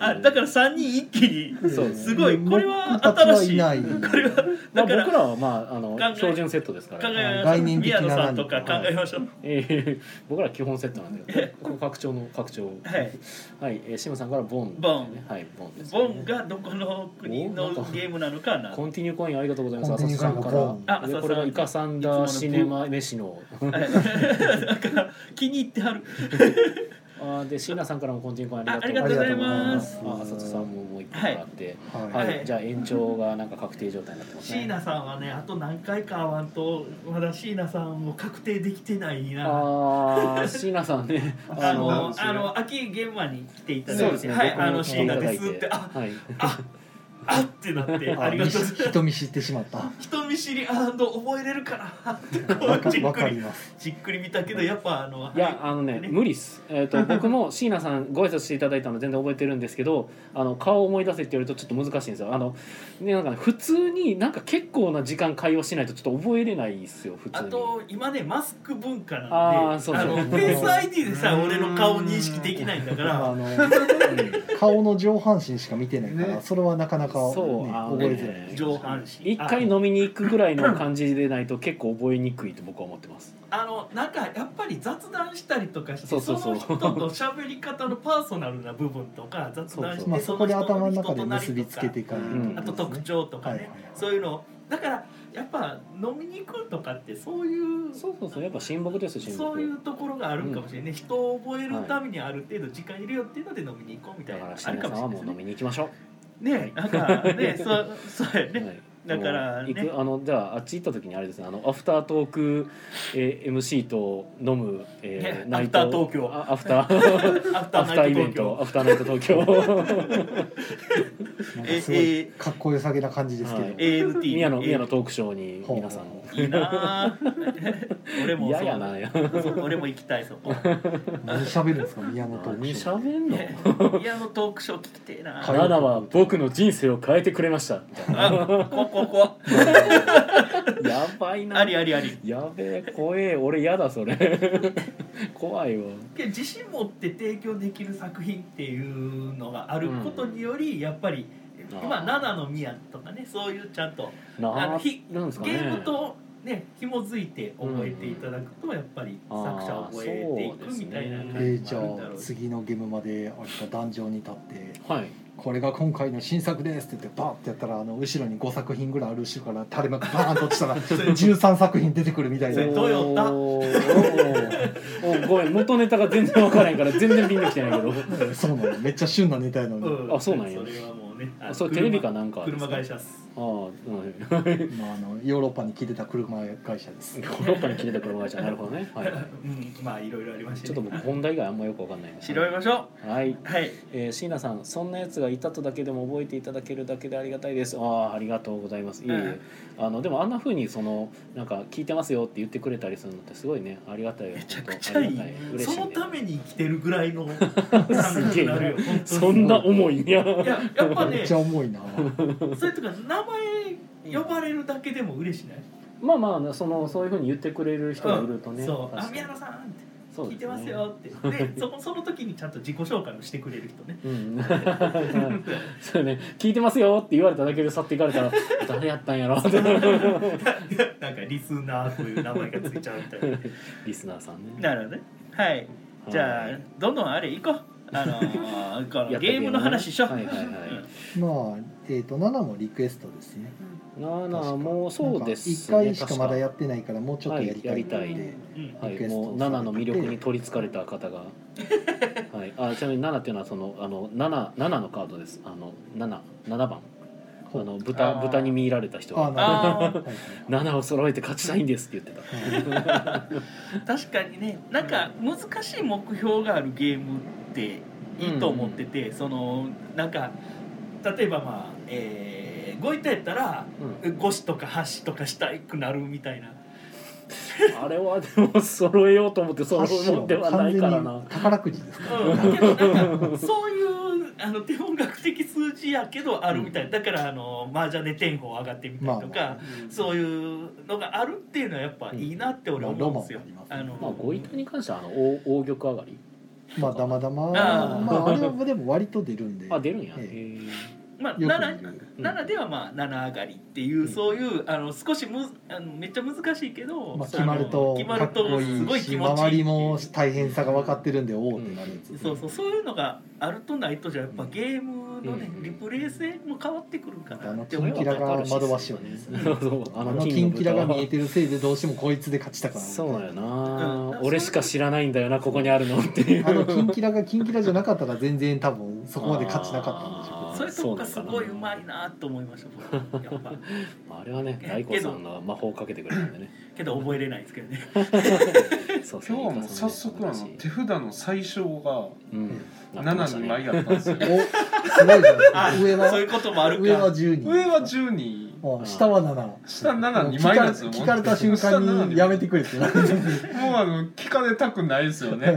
Speaker 2: あだから三人一気に。
Speaker 3: そうです
Speaker 2: すごいこれは
Speaker 4: 僕たち
Speaker 2: 新しい
Speaker 4: いない
Speaker 2: これはだ
Speaker 3: まあ、僕
Speaker 2: から。
Speaker 3: らは、まあ、あ
Speaker 2: 考え
Speaker 3: の、標準セットですか
Speaker 2: 考
Speaker 3: ら。
Speaker 2: えましょう
Speaker 4: 概念的
Speaker 2: 宮
Speaker 4: な
Speaker 2: 野さんとか考
Speaker 4: 何か
Speaker 2: えましょう。
Speaker 3: えー、僕らは基本セットなんで、ここ拡張の拡張。
Speaker 2: はい。
Speaker 3: はい、えー、シムさんからボン、
Speaker 2: ボン
Speaker 3: はい、ボンです、
Speaker 2: ボン。がどこの国のゲームなのかな。
Speaker 3: コンティニューコインありがとうございます。
Speaker 4: コンテ
Speaker 3: 浅
Speaker 4: ィニ
Speaker 3: 草
Speaker 4: ューコ
Speaker 3: さん
Speaker 4: インが
Speaker 3: か
Speaker 4: ボン
Speaker 3: ら。
Speaker 2: あ
Speaker 3: でこれがイカサン
Speaker 2: いつも
Speaker 3: ダ
Speaker 2: の
Speaker 3: シネマ飯の。
Speaker 2: なんか気に入ってはる。
Speaker 3: あで椎名さんからもコンティニューコインあり
Speaker 4: あ
Speaker 3: が
Speaker 4: り
Speaker 3: と
Speaker 4: が
Speaker 3: う
Speaker 4: とう
Speaker 3: ござ
Speaker 4: ござ
Speaker 3: い
Speaker 4: い
Speaker 3: ま
Speaker 4: ますす。
Speaker 3: ああさとさんももう一個あって、は、
Speaker 4: はい
Speaker 2: い
Speaker 3: じゃあ延長がなんか確定状態になってます
Speaker 2: 椎
Speaker 3: ね。
Speaker 2: 名さんはねあと何回か会わんとまだ椎名さんも確定できてないな。
Speaker 3: ああ椎名さんね、
Speaker 2: あ
Speaker 3: あ
Speaker 2: の
Speaker 3: の
Speaker 2: あの秋現場に来ていただ
Speaker 3: そう
Speaker 2: い
Speaker 3: です
Speaker 2: て、
Speaker 3: ね、
Speaker 2: はい
Speaker 3: 僕も
Speaker 2: あの
Speaker 3: 来
Speaker 2: 椎
Speaker 3: てい
Speaker 2: 名
Speaker 3: ただ
Speaker 2: で
Speaker 3: い
Speaker 2: すっててあ
Speaker 3: はい、
Speaker 2: ああって なってありがとうございます。
Speaker 4: 人見知ってしまった
Speaker 2: 人見知りあの覚えれるかなってこ
Speaker 4: わ
Speaker 2: う
Speaker 4: か
Speaker 2: じっ
Speaker 4: わ
Speaker 2: く
Speaker 4: かり
Speaker 2: り
Speaker 4: ます
Speaker 2: じっくり見たけどやっぱあの
Speaker 3: いやあのね無理っす。えっ、と僕も椎名さんご挨拶していただいたの全然覚えてるんですけど、あの顔を思い出せって言われるとちょっと難しいんですよ。あのねなんかね普通になんか結構な時間会話しないとちょっと覚えれないっすよ普通
Speaker 2: あ
Speaker 3: に。
Speaker 2: と今ねマスク文化なんで
Speaker 3: あ
Speaker 2: あ
Speaker 3: ーそうそう
Speaker 2: のフェイス ID でさ
Speaker 5: うん
Speaker 2: 俺の顔認識できないんだか
Speaker 4: あ
Speaker 2: ら
Speaker 4: の顔の上半身しか見てないから
Speaker 5: ね
Speaker 4: それはなかなかね
Speaker 3: そうあの
Speaker 4: 覚
Speaker 3: ね
Speaker 4: えづらい
Speaker 2: 上半身
Speaker 3: 一回飲みに行くぐらいの感じでないと結構覚えにくいと僕は思ってます。
Speaker 2: あのなんかやっぱり雑談したりとかして
Speaker 3: そ
Speaker 2: そう
Speaker 3: そうそう
Speaker 2: の人と喋り方のパーソナルな部分とか雑談して
Speaker 4: まあそこで
Speaker 2: の人
Speaker 4: 頭の中
Speaker 2: 人
Speaker 4: で
Speaker 2: となり
Speaker 4: 結
Speaker 2: と
Speaker 4: び
Speaker 2: か
Speaker 4: つけていかない
Speaker 3: うん
Speaker 2: あと特徴とかね、
Speaker 4: はいはいはい
Speaker 2: そういうのだからやっぱ飲みに行くとかってそういう
Speaker 3: そうそうそうやっぱ親睦ですよ親睦。
Speaker 2: そういうところがあるかもしれない、人を覚えるためにある程度時間いるよっていうので飲みに行こうみた
Speaker 3: だ
Speaker 2: い
Speaker 3: か
Speaker 2: な、
Speaker 3: ら
Speaker 2: あ
Speaker 3: 椎
Speaker 2: る
Speaker 3: 名さ
Speaker 2: か
Speaker 3: んは
Speaker 2: もしれな
Speaker 3: もう飲
Speaker 2: い
Speaker 3: みに行きましょう。
Speaker 2: ねなんかねそそうやね、
Speaker 3: はい
Speaker 2: だからね
Speaker 3: もう行くあのじゃああっち行った時にあれですねあのアフタートーク、えー、MC と飲む、
Speaker 2: ね
Speaker 3: えー、ナイト
Speaker 2: アフター東京
Speaker 3: あアフター
Speaker 2: アフター
Speaker 3: アフタ
Speaker 2: ナ
Speaker 3: ー
Speaker 2: イ
Speaker 3: イ
Speaker 2: ト
Speaker 3: ベン
Speaker 2: 東京
Speaker 3: トアフターナイト東京
Speaker 4: なん
Speaker 2: え
Speaker 4: かすごい
Speaker 2: え
Speaker 4: かっこよさげな感じですけど、
Speaker 3: はい
Speaker 2: ANT
Speaker 3: 宮野宮野トークショーに皆さん
Speaker 2: いいなあ 俺も
Speaker 3: 嫌
Speaker 2: そう
Speaker 3: やなよ
Speaker 2: そう俺も行きたいそこ
Speaker 4: 何喋るんですか宮野トーク
Speaker 3: 何
Speaker 4: ショ
Speaker 3: 喋
Speaker 4: ー
Speaker 3: んの
Speaker 2: 宮野トークショー聞きてえな
Speaker 4: はい
Speaker 3: 7は僕の人生を変えてくれましたみたい
Speaker 2: あこここ
Speaker 3: なやばいな
Speaker 2: ありありあり
Speaker 3: やべえ怖え俺やだそれ怖いわ
Speaker 2: けど自信持って提供できる作品っていうのがあることにより、やっぱり
Speaker 3: あー
Speaker 2: まあ「七の宮」とかねそういうちゃんとあ
Speaker 3: な
Speaker 2: の
Speaker 3: ん
Speaker 2: ひ
Speaker 3: なんですか
Speaker 2: ゲ
Speaker 3: ね
Speaker 2: ームとね紐づいて覚えていただくとやっぱり
Speaker 3: うん
Speaker 2: 作者を覚えてい
Speaker 3: あーそうで
Speaker 2: く
Speaker 3: すね
Speaker 2: みたいな感
Speaker 4: えー
Speaker 2: じ
Speaker 4: じ
Speaker 2: もあるん
Speaker 4: ゃ
Speaker 2: だろ
Speaker 4: あ
Speaker 2: うし、
Speaker 4: 次のゲームまであれか壇上に立って
Speaker 3: はい
Speaker 4: 「これが今回の新作です」って言ってバーってやったらあの後ろに5作品ぐらいある後ろから垂れ幕バーンと落ちた ら13作品出てくるみたい
Speaker 2: それ
Speaker 4: な。
Speaker 2: どうよった
Speaker 3: おーおーごめん元ネタが全然分からへんから全然ピンときてないけど
Speaker 4: そうなのめっちゃ旬なネタやのに、
Speaker 2: うん
Speaker 3: あそうなんや
Speaker 2: それはもうねあ
Speaker 3: あそれテレビかなんかです
Speaker 2: 車
Speaker 3: か
Speaker 2: 車会社っす
Speaker 3: ああうん
Speaker 4: まあ、あのヨーロッパに切れた車会社です
Speaker 3: ヨーロッパに切れた車会社なるほどね、はいはい、
Speaker 2: うんまあいろいろありまして、
Speaker 3: ちょっと僕本題以外あんまよく分かんないんで
Speaker 2: 調べましょ
Speaker 3: はい、
Speaker 2: うはい
Speaker 3: えー、椎名さんそんなやつがいたとだけでも覚えていただけるだけでありがたいですああありがとうございますいえいえ、
Speaker 2: うん
Speaker 3: あのでもあんな風にそのなんか聞いてますよって言ってくれたりするのってすごいねありがたいよ
Speaker 2: めちゃくちゃいい
Speaker 3: 本当ありがた嬉しい、
Speaker 2: そ
Speaker 3: ね、
Speaker 2: のために生きてるぐらいの感
Speaker 3: すげ
Speaker 2: じ
Speaker 3: え
Speaker 2: にな
Speaker 3: な
Speaker 2: るよ本当に
Speaker 3: そんな重いんや
Speaker 2: いややっぱ
Speaker 4: め
Speaker 2: ね
Speaker 4: っちゃ重いな
Speaker 2: それとか名前呼ばれるだけでも嬉しない、
Speaker 3: まあまあそのそういう風に言ってくれる人がいるとね、
Speaker 2: そう「あ
Speaker 3: 確かに
Speaker 2: 宮野さん」って
Speaker 3: そう
Speaker 2: 聞いて
Speaker 3: でね
Speaker 2: ますよってでそのその時にちゃんと自己紹介もしてくれる人ね
Speaker 3: うん そうね聞いてますよって言われただけで去っていかれたら誰やったんやろって
Speaker 2: なんかリスナーという名前がついちゃうみたい
Speaker 3: リスナーさんね
Speaker 2: ななるほどねはいじゃあどんどんあれ行こうあの ーこ
Speaker 3: や
Speaker 2: の
Speaker 3: った
Speaker 2: ゲームの話しよう、
Speaker 3: はいはいはい
Speaker 2: うん
Speaker 4: まあえっ、と7もリクエストですね
Speaker 3: なあなあもうそうですね
Speaker 4: 1回しかまだや
Speaker 3: っ
Speaker 4: ってないからもうちょっとやりたいって、
Speaker 3: はいやり
Speaker 1: たい
Speaker 2: うん
Speaker 3: は
Speaker 4: リ
Speaker 3: い
Speaker 4: クエスト
Speaker 3: もう7の魅力に取りつかれた 方がはいあちなみに7っていうのはそのあの 7, 7のカードですあの77番あ
Speaker 4: ほう
Speaker 3: の豚
Speaker 2: あー
Speaker 3: 豚に見入られた人
Speaker 4: あ
Speaker 3: が
Speaker 4: なる
Speaker 2: あ
Speaker 4: ほどはい
Speaker 3: 7を揃えて勝ちたいんですって言ってた
Speaker 4: はいはい
Speaker 2: 確かにねなんか難しい目標があるゲームっていいと思ってて、そのなんか例えばまあ、えー、ごいたやったら
Speaker 3: う
Speaker 2: 5子とか8子とかしたくなるみたいな
Speaker 3: あれはでも揃えようと思って揃うもんではないからな
Speaker 4: 完全に宝くじですか
Speaker 2: うん、けどなんかそういうあの天文学的数字やけどあるみたいだからあの麻雀で天砲上がってみたりとか、
Speaker 4: まあ
Speaker 2: そういうのがあるっていうのはやっぱいいなって俺は思うんですよ。
Speaker 4: まあ
Speaker 2: あ
Speaker 4: ロマン
Speaker 2: の
Speaker 3: まあ、ご遺体に関してはあの大大玉上がり
Speaker 4: まあだまだま
Speaker 2: あー
Speaker 4: まああれはでも割と出るんで
Speaker 3: あ出るんや、
Speaker 4: ええ
Speaker 3: へ
Speaker 2: まあ
Speaker 4: よく
Speaker 2: 7
Speaker 4: 見る
Speaker 3: うん
Speaker 2: 7ではまあ7上がりっていう、
Speaker 3: うん
Speaker 2: そういうあの少しむあのめっちゃ難しいけど、
Speaker 4: まあ、
Speaker 2: あの
Speaker 4: 決まると
Speaker 2: 決ま
Speaker 4: か
Speaker 2: る
Speaker 4: っ
Speaker 2: と
Speaker 4: こ
Speaker 2: す
Speaker 4: い
Speaker 2: ご
Speaker 4: い
Speaker 2: い気
Speaker 4: し
Speaker 2: 持ちいいって
Speaker 4: 周り
Speaker 2: いう
Speaker 4: も大変さが分かってるんでおおってなるやつ、
Speaker 2: そうそうそういうのがあるとないとじゃやっぱゲームのね、
Speaker 3: うん
Speaker 2: リプレイ性も変わってくるか
Speaker 4: あ
Speaker 2: ら
Speaker 4: の
Speaker 2: って
Speaker 4: キ
Speaker 2: 思
Speaker 4: ン
Speaker 2: う
Speaker 4: キラが惑わしよね
Speaker 3: そうあ
Speaker 4: あ
Speaker 3: の
Speaker 4: の
Speaker 3: 金
Speaker 4: 金
Speaker 3: キ
Speaker 4: キ
Speaker 3: ラ
Speaker 4: ラ
Speaker 3: が
Speaker 4: が
Speaker 3: 見
Speaker 4: 見
Speaker 3: え
Speaker 4: えてるせいでどうしてもこいつで勝ちたから
Speaker 3: そうなんや
Speaker 2: うん
Speaker 3: な俺しか知らないんだよなここにあるのっていう
Speaker 4: あの金キラが金キラじゃなかったら全然多分そこまで勝ちなかったんでし
Speaker 3: あ
Speaker 4: ょ
Speaker 2: そう
Speaker 3: ー
Speaker 2: いうとこがす
Speaker 3: そうなんかな
Speaker 2: ごいうまいなと思いました僕やっぱ
Speaker 3: あれはね大悟さんが魔法をかけてくれたんでね
Speaker 2: けど覚えれないですけどね
Speaker 3: そうそう
Speaker 5: 今日はもう早速あの手札の最小が
Speaker 3: うん
Speaker 5: 7に枚やった んですよ
Speaker 4: うおすごいじゃ
Speaker 2: あ
Speaker 4: ない上
Speaker 2: そういう
Speaker 4: は
Speaker 2: こともあるか
Speaker 4: 上は10人
Speaker 5: 上は12
Speaker 4: うん下は7
Speaker 5: 下72
Speaker 4: 聞
Speaker 5: 枚
Speaker 4: か
Speaker 5: なん
Speaker 4: れ
Speaker 5: ですよ
Speaker 4: 聞かれた瞬
Speaker 5: 下
Speaker 4: 間にやめてくれって
Speaker 5: 72もうあの聞かれたくないですよね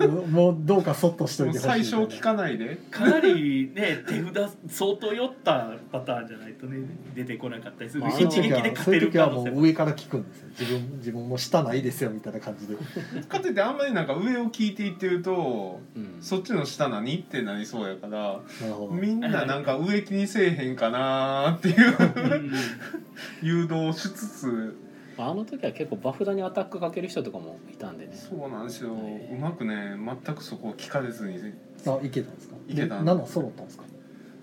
Speaker 5: も
Speaker 4: もうどうかそっとし
Speaker 5: う
Speaker 4: とい
Speaker 5: もう
Speaker 4: てほしい
Speaker 5: 最小聞かないで
Speaker 2: かなりね手札相当酔ったパターンじゃないとね出てこなかったりする
Speaker 3: まあ
Speaker 2: 一撃で勝
Speaker 4: そうい
Speaker 2: て
Speaker 4: う
Speaker 2: る
Speaker 4: 時
Speaker 2: 可
Speaker 4: は
Speaker 2: 能
Speaker 4: も
Speaker 2: 性
Speaker 4: う
Speaker 2: も
Speaker 4: 上から聞くんですよ自分自分も下ないですよみたいな感じで
Speaker 5: かといってあんまりなんか上を聞いていってると
Speaker 3: うん
Speaker 5: そっちの下何ってなりそうやから
Speaker 4: なるほど
Speaker 5: みんななんか上気にせえへんかなーっていう 誘導しつつ
Speaker 3: あの時は結構バフダにアタックかける人とかもいたんでね
Speaker 5: そうなんですようまくね全くそこを聞かれずに
Speaker 4: あ、いけたんですか。
Speaker 5: いけた
Speaker 4: で七揃ったんですか。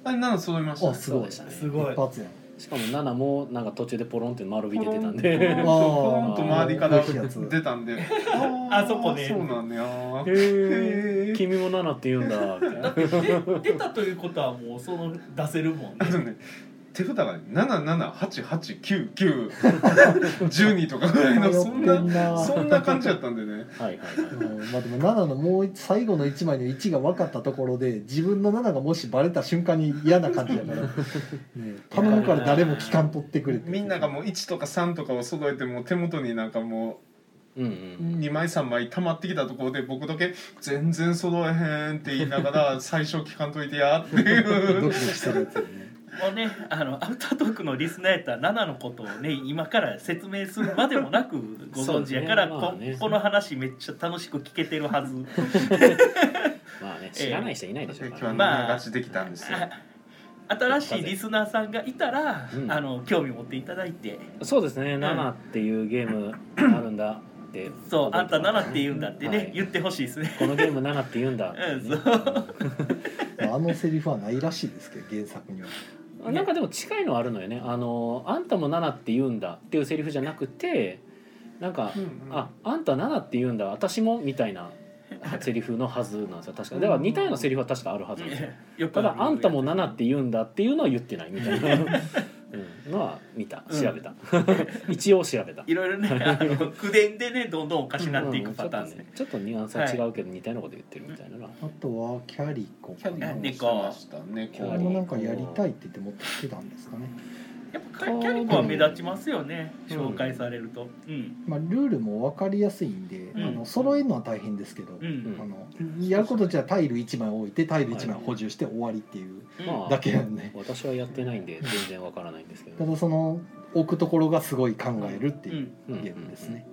Speaker 5: あれ7揃いました
Speaker 4: あ、すご
Speaker 3: そうで
Speaker 4: い。一
Speaker 3: したね
Speaker 2: すごい
Speaker 4: 発や。
Speaker 3: しかも7もなんか途中でポロンって丸引いててたん
Speaker 5: ポロン
Speaker 3: で
Speaker 5: ポ
Speaker 4: あ
Speaker 5: ロンと周りから
Speaker 4: 大きいやつ
Speaker 5: 出たんで
Speaker 2: あそこね
Speaker 5: そうなんだよ
Speaker 3: へえ君も7って言うんだみたい
Speaker 2: だっ
Speaker 3: な
Speaker 2: てで出たということはもうその出せるもんね
Speaker 5: あとね手札がね77889912とかぐらいのそん
Speaker 4: 迷って
Speaker 5: なん
Speaker 4: な
Speaker 5: そんな感じだったんでね
Speaker 3: はいはいはい
Speaker 4: うんまあでも7のもう一最後の1枚の1が分かったところで自分の7がもしバレた瞬間に嫌な感じだから、ね、頼むから誰も期間取ってくれって
Speaker 5: みんながもう1とか3とかを揃えてもう手元になんかも
Speaker 3: うんう
Speaker 5: うん2枚3枚溜まってきたところで僕だけ「全然揃えへん」って言いなが ら最初聞かんといてやっていう
Speaker 4: ドキドキしてるやつよね
Speaker 2: もうねあのアウタートークのリスナーやったらナナのことをね今から説明するまでもなくご存知やから、
Speaker 3: そうねまあ
Speaker 2: こ
Speaker 3: ね
Speaker 2: この話めっちゃ楽しく聞けてるは ず
Speaker 3: まあね知らない人いないでしょう
Speaker 5: 今
Speaker 3: か
Speaker 5: 日
Speaker 3: ら
Speaker 5: は
Speaker 3: ね
Speaker 5: 長勝ちできたんですよ、
Speaker 2: 新しいリスナーさんがいたら、
Speaker 3: うん
Speaker 2: あの興味持っていただいて
Speaker 3: そうですね「7」っていうゲームあるんだって
Speaker 2: そうあんた7って言うんだってね、
Speaker 3: はい
Speaker 2: 言ってほしいですね
Speaker 3: このゲーム7って言うんだって ね
Speaker 2: うん
Speaker 4: まああのセリフはないらしいですけど原作には
Speaker 3: うんなんかでも近いのはあるのよね「あのあんたも7って言うんだ」っていうセリフじゃなくてなんか
Speaker 5: うん
Speaker 3: 「
Speaker 5: うん
Speaker 3: ああんた7って言うんだ私も」みたいなセリフのはずなんですよ確かだから似たようなセリフは確かあるはずなんですよ
Speaker 2: よく
Speaker 3: た
Speaker 2: ある
Speaker 3: だ「あんたも7って言うんだ」っていうのは言ってないみたいなうんのは見た調 べた一応調べた
Speaker 2: いろいろねあの口伝でねどんどんおかしなっていくパターンですね、
Speaker 3: うんちょっとねちょっとニュアンスは違うけど似たようなこと言ってるみたいなのは
Speaker 4: あとはキャリコ
Speaker 5: キャリーも
Speaker 2: ね
Speaker 5: してましたね
Speaker 3: キ
Speaker 4: こ
Speaker 3: ャ
Speaker 4: れ
Speaker 3: リ
Speaker 4: も
Speaker 3: ー
Speaker 4: なんかやりたいって言って持ってきてたんですかね、
Speaker 2: やっぱキャキャリコは目立ちますよね、
Speaker 3: うん
Speaker 2: 紹介されるとうん
Speaker 4: まあ、ルールも分かりやすいんで、
Speaker 2: ん
Speaker 4: あの揃えるのは大変ですけど、
Speaker 2: うん、うん
Speaker 4: あのやることじゃタイル1枚置いてタイル1枚補充して終わりっていう
Speaker 3: まあ
Speaker 4: だけなんで
Speaker 3: 私はやってないんで全然わからないんですけ
Speaker 4: た
Speaker 3: ど
Speaker 4: だその置くところがすごい考えるって
Speaker 2: う
Speaker 4: いうんゲームですね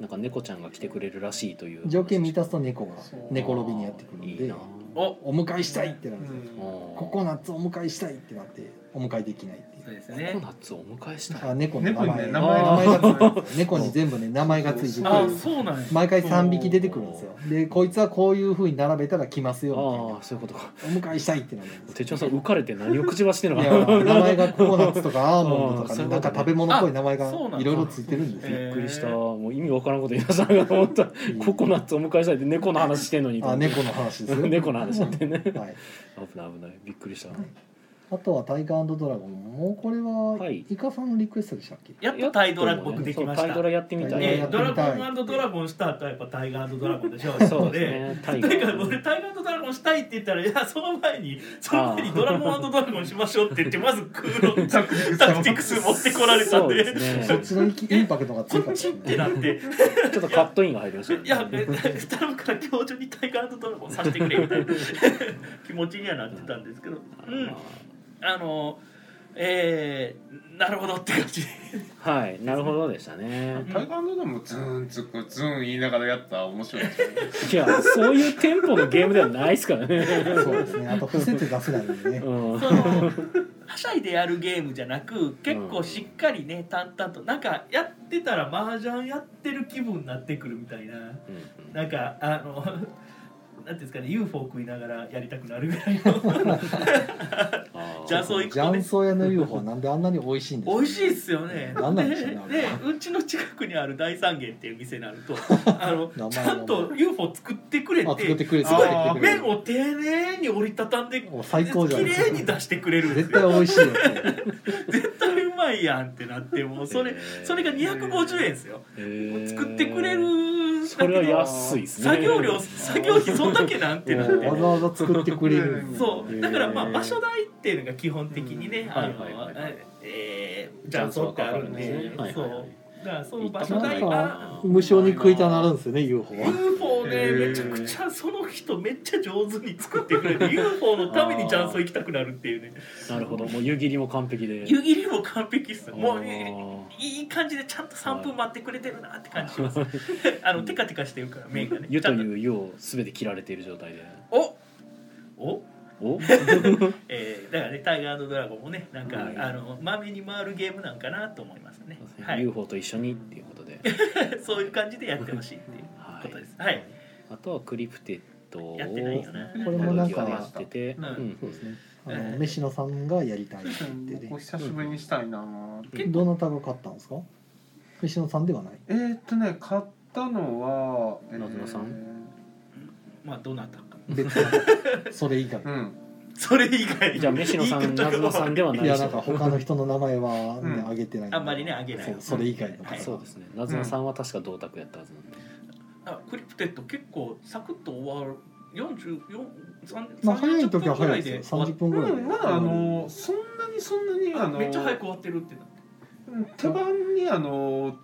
Speaker 3: なんか猫ちゃんが来てくれるらしいという
Speaker 4: 条件満たすと猫が
Speaker 5: そう
Speaker 4: 寝転びにやってくるん
Speaker 3: いい
Speaker 4: で
Speaker 3: な
Speaker 2: お
Speaker 4: お迎えしたいってなるんですよコ
Speaker 3: こ
Speaker 4: コナッツお迎えしたいってなってお迎えできないってい
Speaker 2: そう
Speaker 4: う
Speaker 2: です
Speaker 3: ココ
Speaker 2: ね
Speaker 3: ナッツをお迎えしたい
Speaker 4: あ猫の名前,、
Speaker 5: 猫にね
Speaker 4: 名
Speaker 5: 名
Speaker 4: 前
Speaker 5: 前
Speaker 3: が
Speaker 4: がついてるんですよ猫に全部ね名前がついて
Speaker 2: あ
Speaker 4: て
Speaker 2: そうなんや
Speaker 4: 毎回3匹出てくるんですよでこいつはこういうふうに並べたら来ます
Speaker 3: ああ
Speaker 4: よ
Speaker 3: そういうことか
Speaker 4: みたいなお迎えしたいってなるんですよ
Speaker 3: 手帳さん浮かれて何を口走ってんの
Speaker 4: い
Speaker 3: か
Speaker 4: や
Speaker 3: な
Speaker 4: 名前がココナッツとかアーモンドと
Speaker 3: あーそういうこ
Speaker 4: かね
Speaker 3: とね
Speaker 4: なんか食べ物っぽい名前
Speaker 2: あ
Speaker 4: が
Speaker 2: そうなんだ
Speaker 4: いろいろついてるんですよ
Speaker 2: へ
Speaker 3: びっくりした
Speaker 2: えー
Speaker 3: もう意味わからんこと言いました かと思ったココナッツお迎えしたいって猫の話してんのに
Speaker 4: あ猫の話ですよ
Speaker 3: 猫の話だってね
Speaker 4: はい、
Speaker 3: 危ない危ないびっくりした
Speaker 4: あとは「タイガードラゴン」もうこれは、
Speaker 3: はい
Speaker 4: イカさんのリクエストでしたっけ
Speaker 2: やっとタイドラ僕でき
Speaker 3: そう
Speaker 2: まし
Speaker 3: タイ
Speaker 2: た
Speaker 3: ドラやってみたい
Speaker 2: ええ
Speaker 4: やっ
Speaker 2: ド
Speaker 4: て
Speaker 2: ラ
Speaker 4: みたい
Speaker 2: ゴンドラゴンした後はやっぱタイガードラゴンでしょ
Speaker 3: そうですねタイガ
Speaker 2: だ
Speaker 3: ー
Speaker 2: から俺タイガードラゴンしたいって言ったらいやその前にその前にドラゴンドラゴンしましょうって言ってまずクーロンタクティクス持ってこられたん
Speaker 3: そう
Speaker 2: で
Speaker 3: ですね
Speaker 4: そっちのインパクトが
Speaker 2: こ
Speaker 4: 強か
Speaker 2: っ
Speaker 4: った
Speaker 2: ち
Speaker 4: よ
Speaker 2: ってなっ
Speaker 4: ね
Speaker 2: て
Speaker 3: ちょっとカットインが入りましたね
Speaker 2: いやえ頼むから今日中にタイガードラゴンさせてくれみたいな 気持ちにはなってたんですけどうんあのえー、なるほどって感じ
Speaker 3: はいなるほどでしたね
Speaker 5: タイガードラムズーンつくズーン言いながらやったら面白いですよね
Speaker 3: いやそういうテンポのゲームではないですからね
Speaker 4: そうですねあと伏せて出せないんでね
Speaker 3: うん
Speaker 2: そのはしゃいでやるゲームじゃなく結構しっかりね淡々となんかやってたら麻雀やってる気分になってくるみたいななんかあのなんていうんですかね UFO 食いながらやりたくなるぐらい のじゃあそういくと
Speaker 4: 雀
Speaker 2: ね
Speaker 4: 荘屋の UFO はなんであんなに美味しいんですか
Speaker 2: 美味しいっすよね。
Speaker 4: なんなんでしょうねあれ
Speaker 2: でうちの近くにある大三元っていう店にな るとあ
Speaker 4: 名前
Speaker 2: の
Speaker 4: も
Speaker 2: ちゃんと UFO 作ってくれ
Speaker 4: あ作って
Speaker 2: て
Speaker 4: くれて
Speaker 5: すごい
Speaker 4: 作ってくれ
Speaker 2: 麺を丁寧に折りたたんで
Speaker 4: お最高じゃな
Speaker 2: 綺
Speaker 4: いですか
Speaker 2: 麗に出してくれるんです
Speaker 4: 絶
Speaker 2: よ
Speaker 4: 対美味しいよって
Speaker 2: 絶対うまいやんってなってもうそれそれが250円ですよ作ってくれる
Speaker 3: それは安いですね
Speaker 2: 作業量作業費そんだけなんてなって
Speaker 4: わざわざ作ってくれるんだ
Speaker 2: そうだからま
Speaker 3: へ
Speaker 2: あ
Speaker 3: ー
Speaker 2: 場所代っていうのが基本的にねあ
Speaker 3: はいはい
Speaker 2: の
Speaker 3: はいはい
Speaker 2: えーじゃあそうってあるん
Speaker 5: じゃあそ
Speaker 2: で
Speaker 3: かかるん
Speaker 5: う
Speaker 3: ですね
Speaker 2: そ
Speaker 3: はいはいうはい
Speaker 2: だからその場所代
Speaker 4: 行った
Speaker 2: が
Speaker 4: な無性に食いたなるんですよね UFO は
Speaker 2: UFO
Speaker 5: へ
Speaker 2: ね
Speaker 5: ー
Speaker 2: めちゃくちゃその人めっちゃ上手に作ってくれて UFO のためにジャンソー行きたくなるっていうね
Speaker 3: なるほどもう湯切りも完璧で
Speaker 2: 湯切りも完璧っすもうね
Speaker 3: あ
Speaker 2: いい感じでちゃんと3分待ってくれてるなって感じします。あのテカテカしてるから麺が
Speaker 3: ー
Speaker 2: ね。
Speaker 3: 湯
Speaker 2: ち
Speaker 3: と
Speaker 2: ゃんと
Speaker 3: いう湯を全て切られている状態で
Speaker 2: おお
Speaker 3: お
Speaker 2: えー、だからね「タイガードラゴン」もねなんか、
Speaker 3: うん
Speaker 2: あのまめに回るゲームなんかなと思いますね。はい
Speaker 3: UFO と一緒にっていうことで
Speaker 2: そういう感じでやってほしいっていうことです。はい、
Speaker 3: あとはクリプテッドを
Speaker 2: やってないよな。
Speaker 4: これもなんか
Speaker 3: やってて
Speaker 2: うん
Speaker 4: そうですねあの飯野さんがやりたいって言ってね
Speaker 5: 僕久しぶりにしたいな
Speaker 4: どなたが買ったんですか飯野さんではない
Speaker 5: えー、っとね買ったのはえー
Speaker 3: 夏野さ
Speaker 2: まあどなたか
Speaker 4: 別にそれ以外
Speaker 5: うん
Speaker 2: それ以外に
Speaker 3: じゃあ飯野さん謎野さんではない人
Speaker 4: いやなんか他の人の名前はね
Speaker 5: うん
Speaker 4: あげてない
Speaker 2: あんまりねあげない
Speaker 4: そうそれ以外の
Speaker 2: はい
Speaker 3: そうですね謎野さんは確か銅鐸やったはずなんで、
Speaker 2: あクリプテッド結構サクッと終わる44
Speaker 4: まあ早い時は早いですよ
Speaker 2: 終
Speaker 4: 30分ぐらい
Speaker 5: うん、
Speaker 4: で
Speaker 5: まああのそんなにそんなにあ
Speaker 2: わっ
Speaker 5: の
Speaker 2: めっちゃ早く終わってるってなって
Speaker 5: うん手番にあの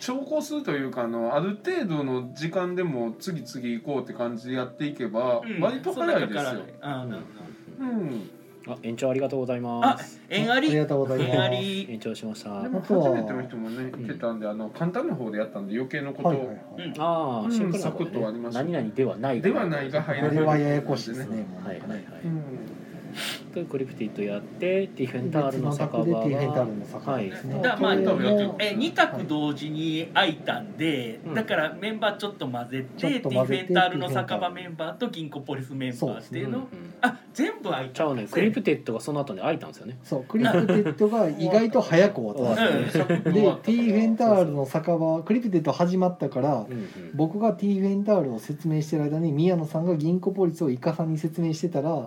Speaker 5: 調校するというかあのある程度の時間でも次々行こうって感じでやっていけば、
Speaker 2: うん
Speaker 5: 割と早いです
Speaker 2: そんなかか
Speaker 5: よ
Speaker 2: らないあーなるほど
Speaker 5: うん
Speaker 3: あ延長ありがとうございます
Speaker 2: 縁あ
Speaker 4: あり
Speaker 2: り
Speaker 4: がとうございます
Speaker 2: 縁あり
Speaker 3: 延長しました
Speaker 5: で
Speaker 3: あ
Speaker 5: も
Speaker 4: あとは
Speaker 5: 初めての人もね行けたんで、あの簡単な方でやったんで余計のこと、
Speaker 4: はいはいはい
Speaker 2: うん
Speaker 3: あ
Speaker 5: うん
Speaker 3: シンプルな
Speaker 5: サクッとありました
Speaker 3: 何々ではない
Speaker 5: ではないが入
Speaker 4: あ
Speaker 5: る
Speaker 4: れはややこしいですね。
Speaker 3: はいはいはい、
Speaker 5: うん
Speaker 3: とクリプティとやってティフェンタールの
Speaker 4: 別の
Speaker 3: 酒
Speaker 4: 卓
Speaker 3: 場
Speaker 4: でテ
Speaker 3: は
Speaker 4: ィーフェンタールの酒場
Speaker 3: はい
Speaker 4: ですね。
Speaker 2: だからまあ
Speaker 4: これも
Speaker 2: え2択同時に空いたんで、
Speaker 3: うん
Speaker 2: だからメンバーちょっと混ぜ
Speaker 4: ちょ
Speaker 2: て
Speaker 4: っと
Speaker 2: ティ
Speaker 4: 混
Speaker 2: フ
Speaker 4: ぜ
Speaker 2: ェ
Speaker 4: て
Speaker 2: ンタールの酒場メンバーと銀行ポリスメンバーっていうの
Speaker 3: うんうん
Speaker 2: あ全部空い
Speaker 3: ちゃ
Speaker 2: た
Speaker 3: うねクリプテッドがその後に開いたんですよね
Speaker 4: そうクリプテッドが意外と早く終わったんです
Speaker 5: サクッと
Speaker 4: よ。
Speaker 5: 終
Speaker 4: で
Speaker 5: わった
Speaker 4: ティーフェンタールの酒場クリプテッド始まったから
Speaker 3: うんうん
Speaker 4: 僕がティーフェンタールを説明してる間に宮野さんが銀行ポリスをイカさんに説明してたら
Speaker 3: うん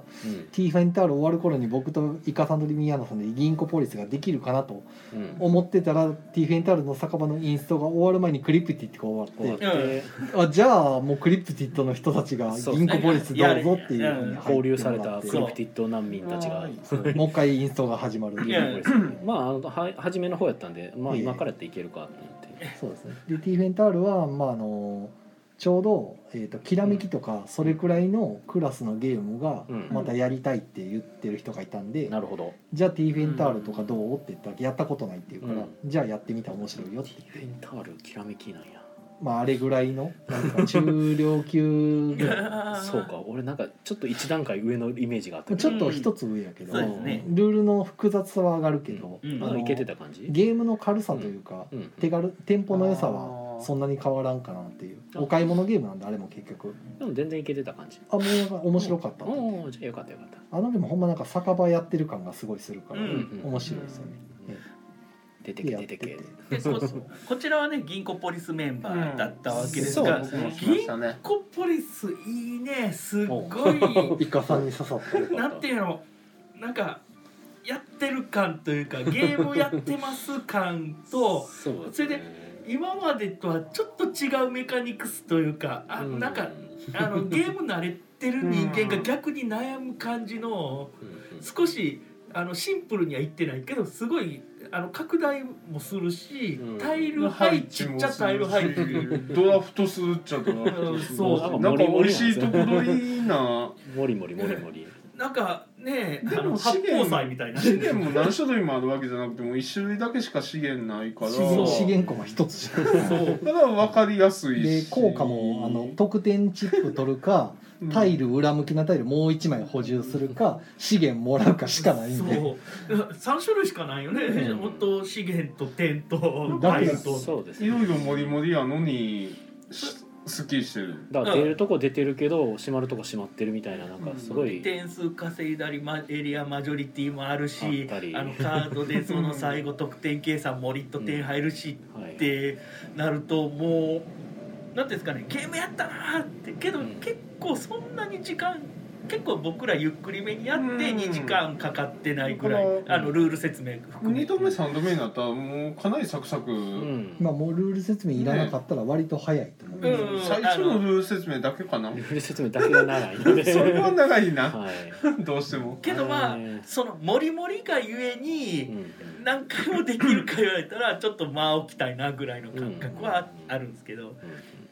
Speaker 4: ティーフェンタール終わる頃に僕とイカさんと宮野さんで銀行ポリスができるかなと
Speaker 3: うん
Speaker 4: 思ってたらティーフェンタールの酒場のインストが終わる前にクリプティッドが
Speaker 3: 終
Speaker 4: 終わ
Speaker 3: わ
Speaker 4: っ
Speaker 3: ってて、
Speaker 4: あじゃあもうクリプティッドの人たちが銀行ポリスどうぞっていうふうに入ってもらって
Speaker 3: 放流されたクリプティッド難民たちが
Speaker 4: もう一回インストが始まる
Speaker 2: いや
Speaker 3: まああのは初めの方やったんでまあ
Speaker 4: いえいえ
Speaker 3: 今からやっていけるかって言って
Speaker 4: そうですねでティーフェンタールは、まあ、あのちょうど、えー、ときらめきとかそれくらいのクラスのゲームが
Speaker 3: うん
Speaker 4: またやりたいって言ってる人がいたんで、
Speaker 3: なるほど
Speaker 4: じゃあティーフェンタールとかどうって言ったらやったことないっていうから、
Speaker 3: うん
Speaker 4: じゃあやってみたら面白いよって
Speaker 3: ティフェンタールきらめきなんや
Speaker 4: まああれぐらいのなんか中量級ぐらい
Speaker 3: そうか俺なんかちょっと一段階上のイメージがあったけ
Speaker 4: ち
Speaker 3: ど
Speaker 4: ょっと一つ上やけ ど、
Speaker 2: そうですね
Speaker 4: ルールの複雑さは上がるけど、
Speaker 2: うんうん
Speaker 3: まあいけてた感じ
Speaker 4: ゲームの軽さというか、
Speaker 3: うん
Speaker 4: 手軽テンポの良さ
Speaker 5: あー
Speaker 4: はそんなに変わらんかなっていうお買い物ゲームなんであれも結局
Speaker 3: でも全然いけてた感じ
Speaker 4: あもうなんか面白かったって
Speaker 3: おおじゃあよかったよかった
Speaker 4: あのでもほんまなんか酒場やってる感がすごいするから、
Speaker 2: うん
Speaker 4: 面白いですよね、
Speaker 3: 出て
Speaker 4: で
Speaker 3: け
Speaker 4: やっ
Speaker 3: 出てけ
Speaker 2: でここちらはね銀行ポリスメンバーだったわけですが、
Speaker 5: うん
Speaker 2: 銀
Speaker 5: そう僕もしましたね
Speaker 2: 行ポリスいいねすっごい
Speaker 4: てイカさんに刺さった
Speaker 3: よか
Speaker 2: なん
Speaker 3: った
Speaker 2: ていうのなんかやってる感というかゲームやってます感と
Speaker 3: そう
Speaker 2: それで今までとはちょっと違うメカニクスというかあ
Speaker 3: うん
Speaker 2: なんかあのゲーム慣れてる人間が逆に悩む感じの
Speaker 3: うんうん
Speaker 2: 少しあのシンプルにはいってないけどすごいあの拡大もするし、
Speaker 3: うん
Speaker 2: タイル配置ちっちゃタイル配置
Speaker 5: ドラフトするっちゃドラフトす る
Speaker 2: そう
Speaker 5: しなんか美味しいとこ取りな
Speaker 3: もりもりもりもり
Speaker 2: なんかね
Speaker 5: で
Speaker 2: あの
Speaker 5: も
Speaker 2: 八
Speaker 5: 資
Speaker 2: 宝
Speaker 5: 源
Speaker 2: 菜みたいな
Speaker 5: 資源も何種類もあるわけじゃなくても1種類だけしか資源ないから
Speaker 4: 資
Speaker 2: そう
Speaker 4: 源資源庫が一つしか
Speaker 2: そう
Speaker 5: だから分かりやすい
Speaker 4: で
Speaker 5: し
Speaker 4: 効果もあの得点チップ取るか
Speaker 5: うん
Speaker 4: タイル裏向きなタイルもう一枚補充するか資源もらうかしかないんで
Speaker 2: そう三種類しかないよね、
Speaker 3: うん
Speaker 2: 本当資源と点と
Speaker 4: だ
Speaker 2: タ
Speaker 4: け
Speaker 2: イ
Speaker 4: ど
Speaker 2: ルと
Speaker 3: そうです
Speaker 5: いろ
Speaker 3: ね
Speaker 5: いろもりもりやのにしすっきりしてる
Speaker 3: だから出るとこ出てるけど閉まるとこ閉まってるみたいななんかすごい
Speaker 2: 点数稼いだりまエリアマジョリティもあるし
Speaker 3: あったり
Speaker 2: あのカードでその最後得点計算もりっと点入るし
Speaker 3: はい
Speaker 2: ってなるともうなんていうんですかねゲームやったなーってけど、
Speaker 3: うん
Speaker 2: 結構そんなに時間結構僕らゆっくりめにやって
Speaker 5: うん
Speaker 2: 2時間かかってないぐらい、
Speaker 5: うん
Speaker 2: あのルール説明含め
Speaker 5: 2度目3度目になったらもうかなりサクサク、
Speaker 3: うん
Speaker 4: まあもうルール説明いらなかったら割と早いと思います、
Speaker 2: うん
Speaker 5: 最初のルール説明だけかな
Speaker 3: ルール説明だけが長いの で
Speaker 5: それは長いな
Speaker 3: はい
Speaker 5: どうしても
Speaker 2: けどまあ
Speaker 3: うん
Speaker 2: そのモリモリがゆえ
Speaker 3: う
Speaker 2: に
Speaker 3: ん
Speaker 2: 何回もできるか言われた らちょっと間を置きたいなぐらいの感覚はあるんですけど。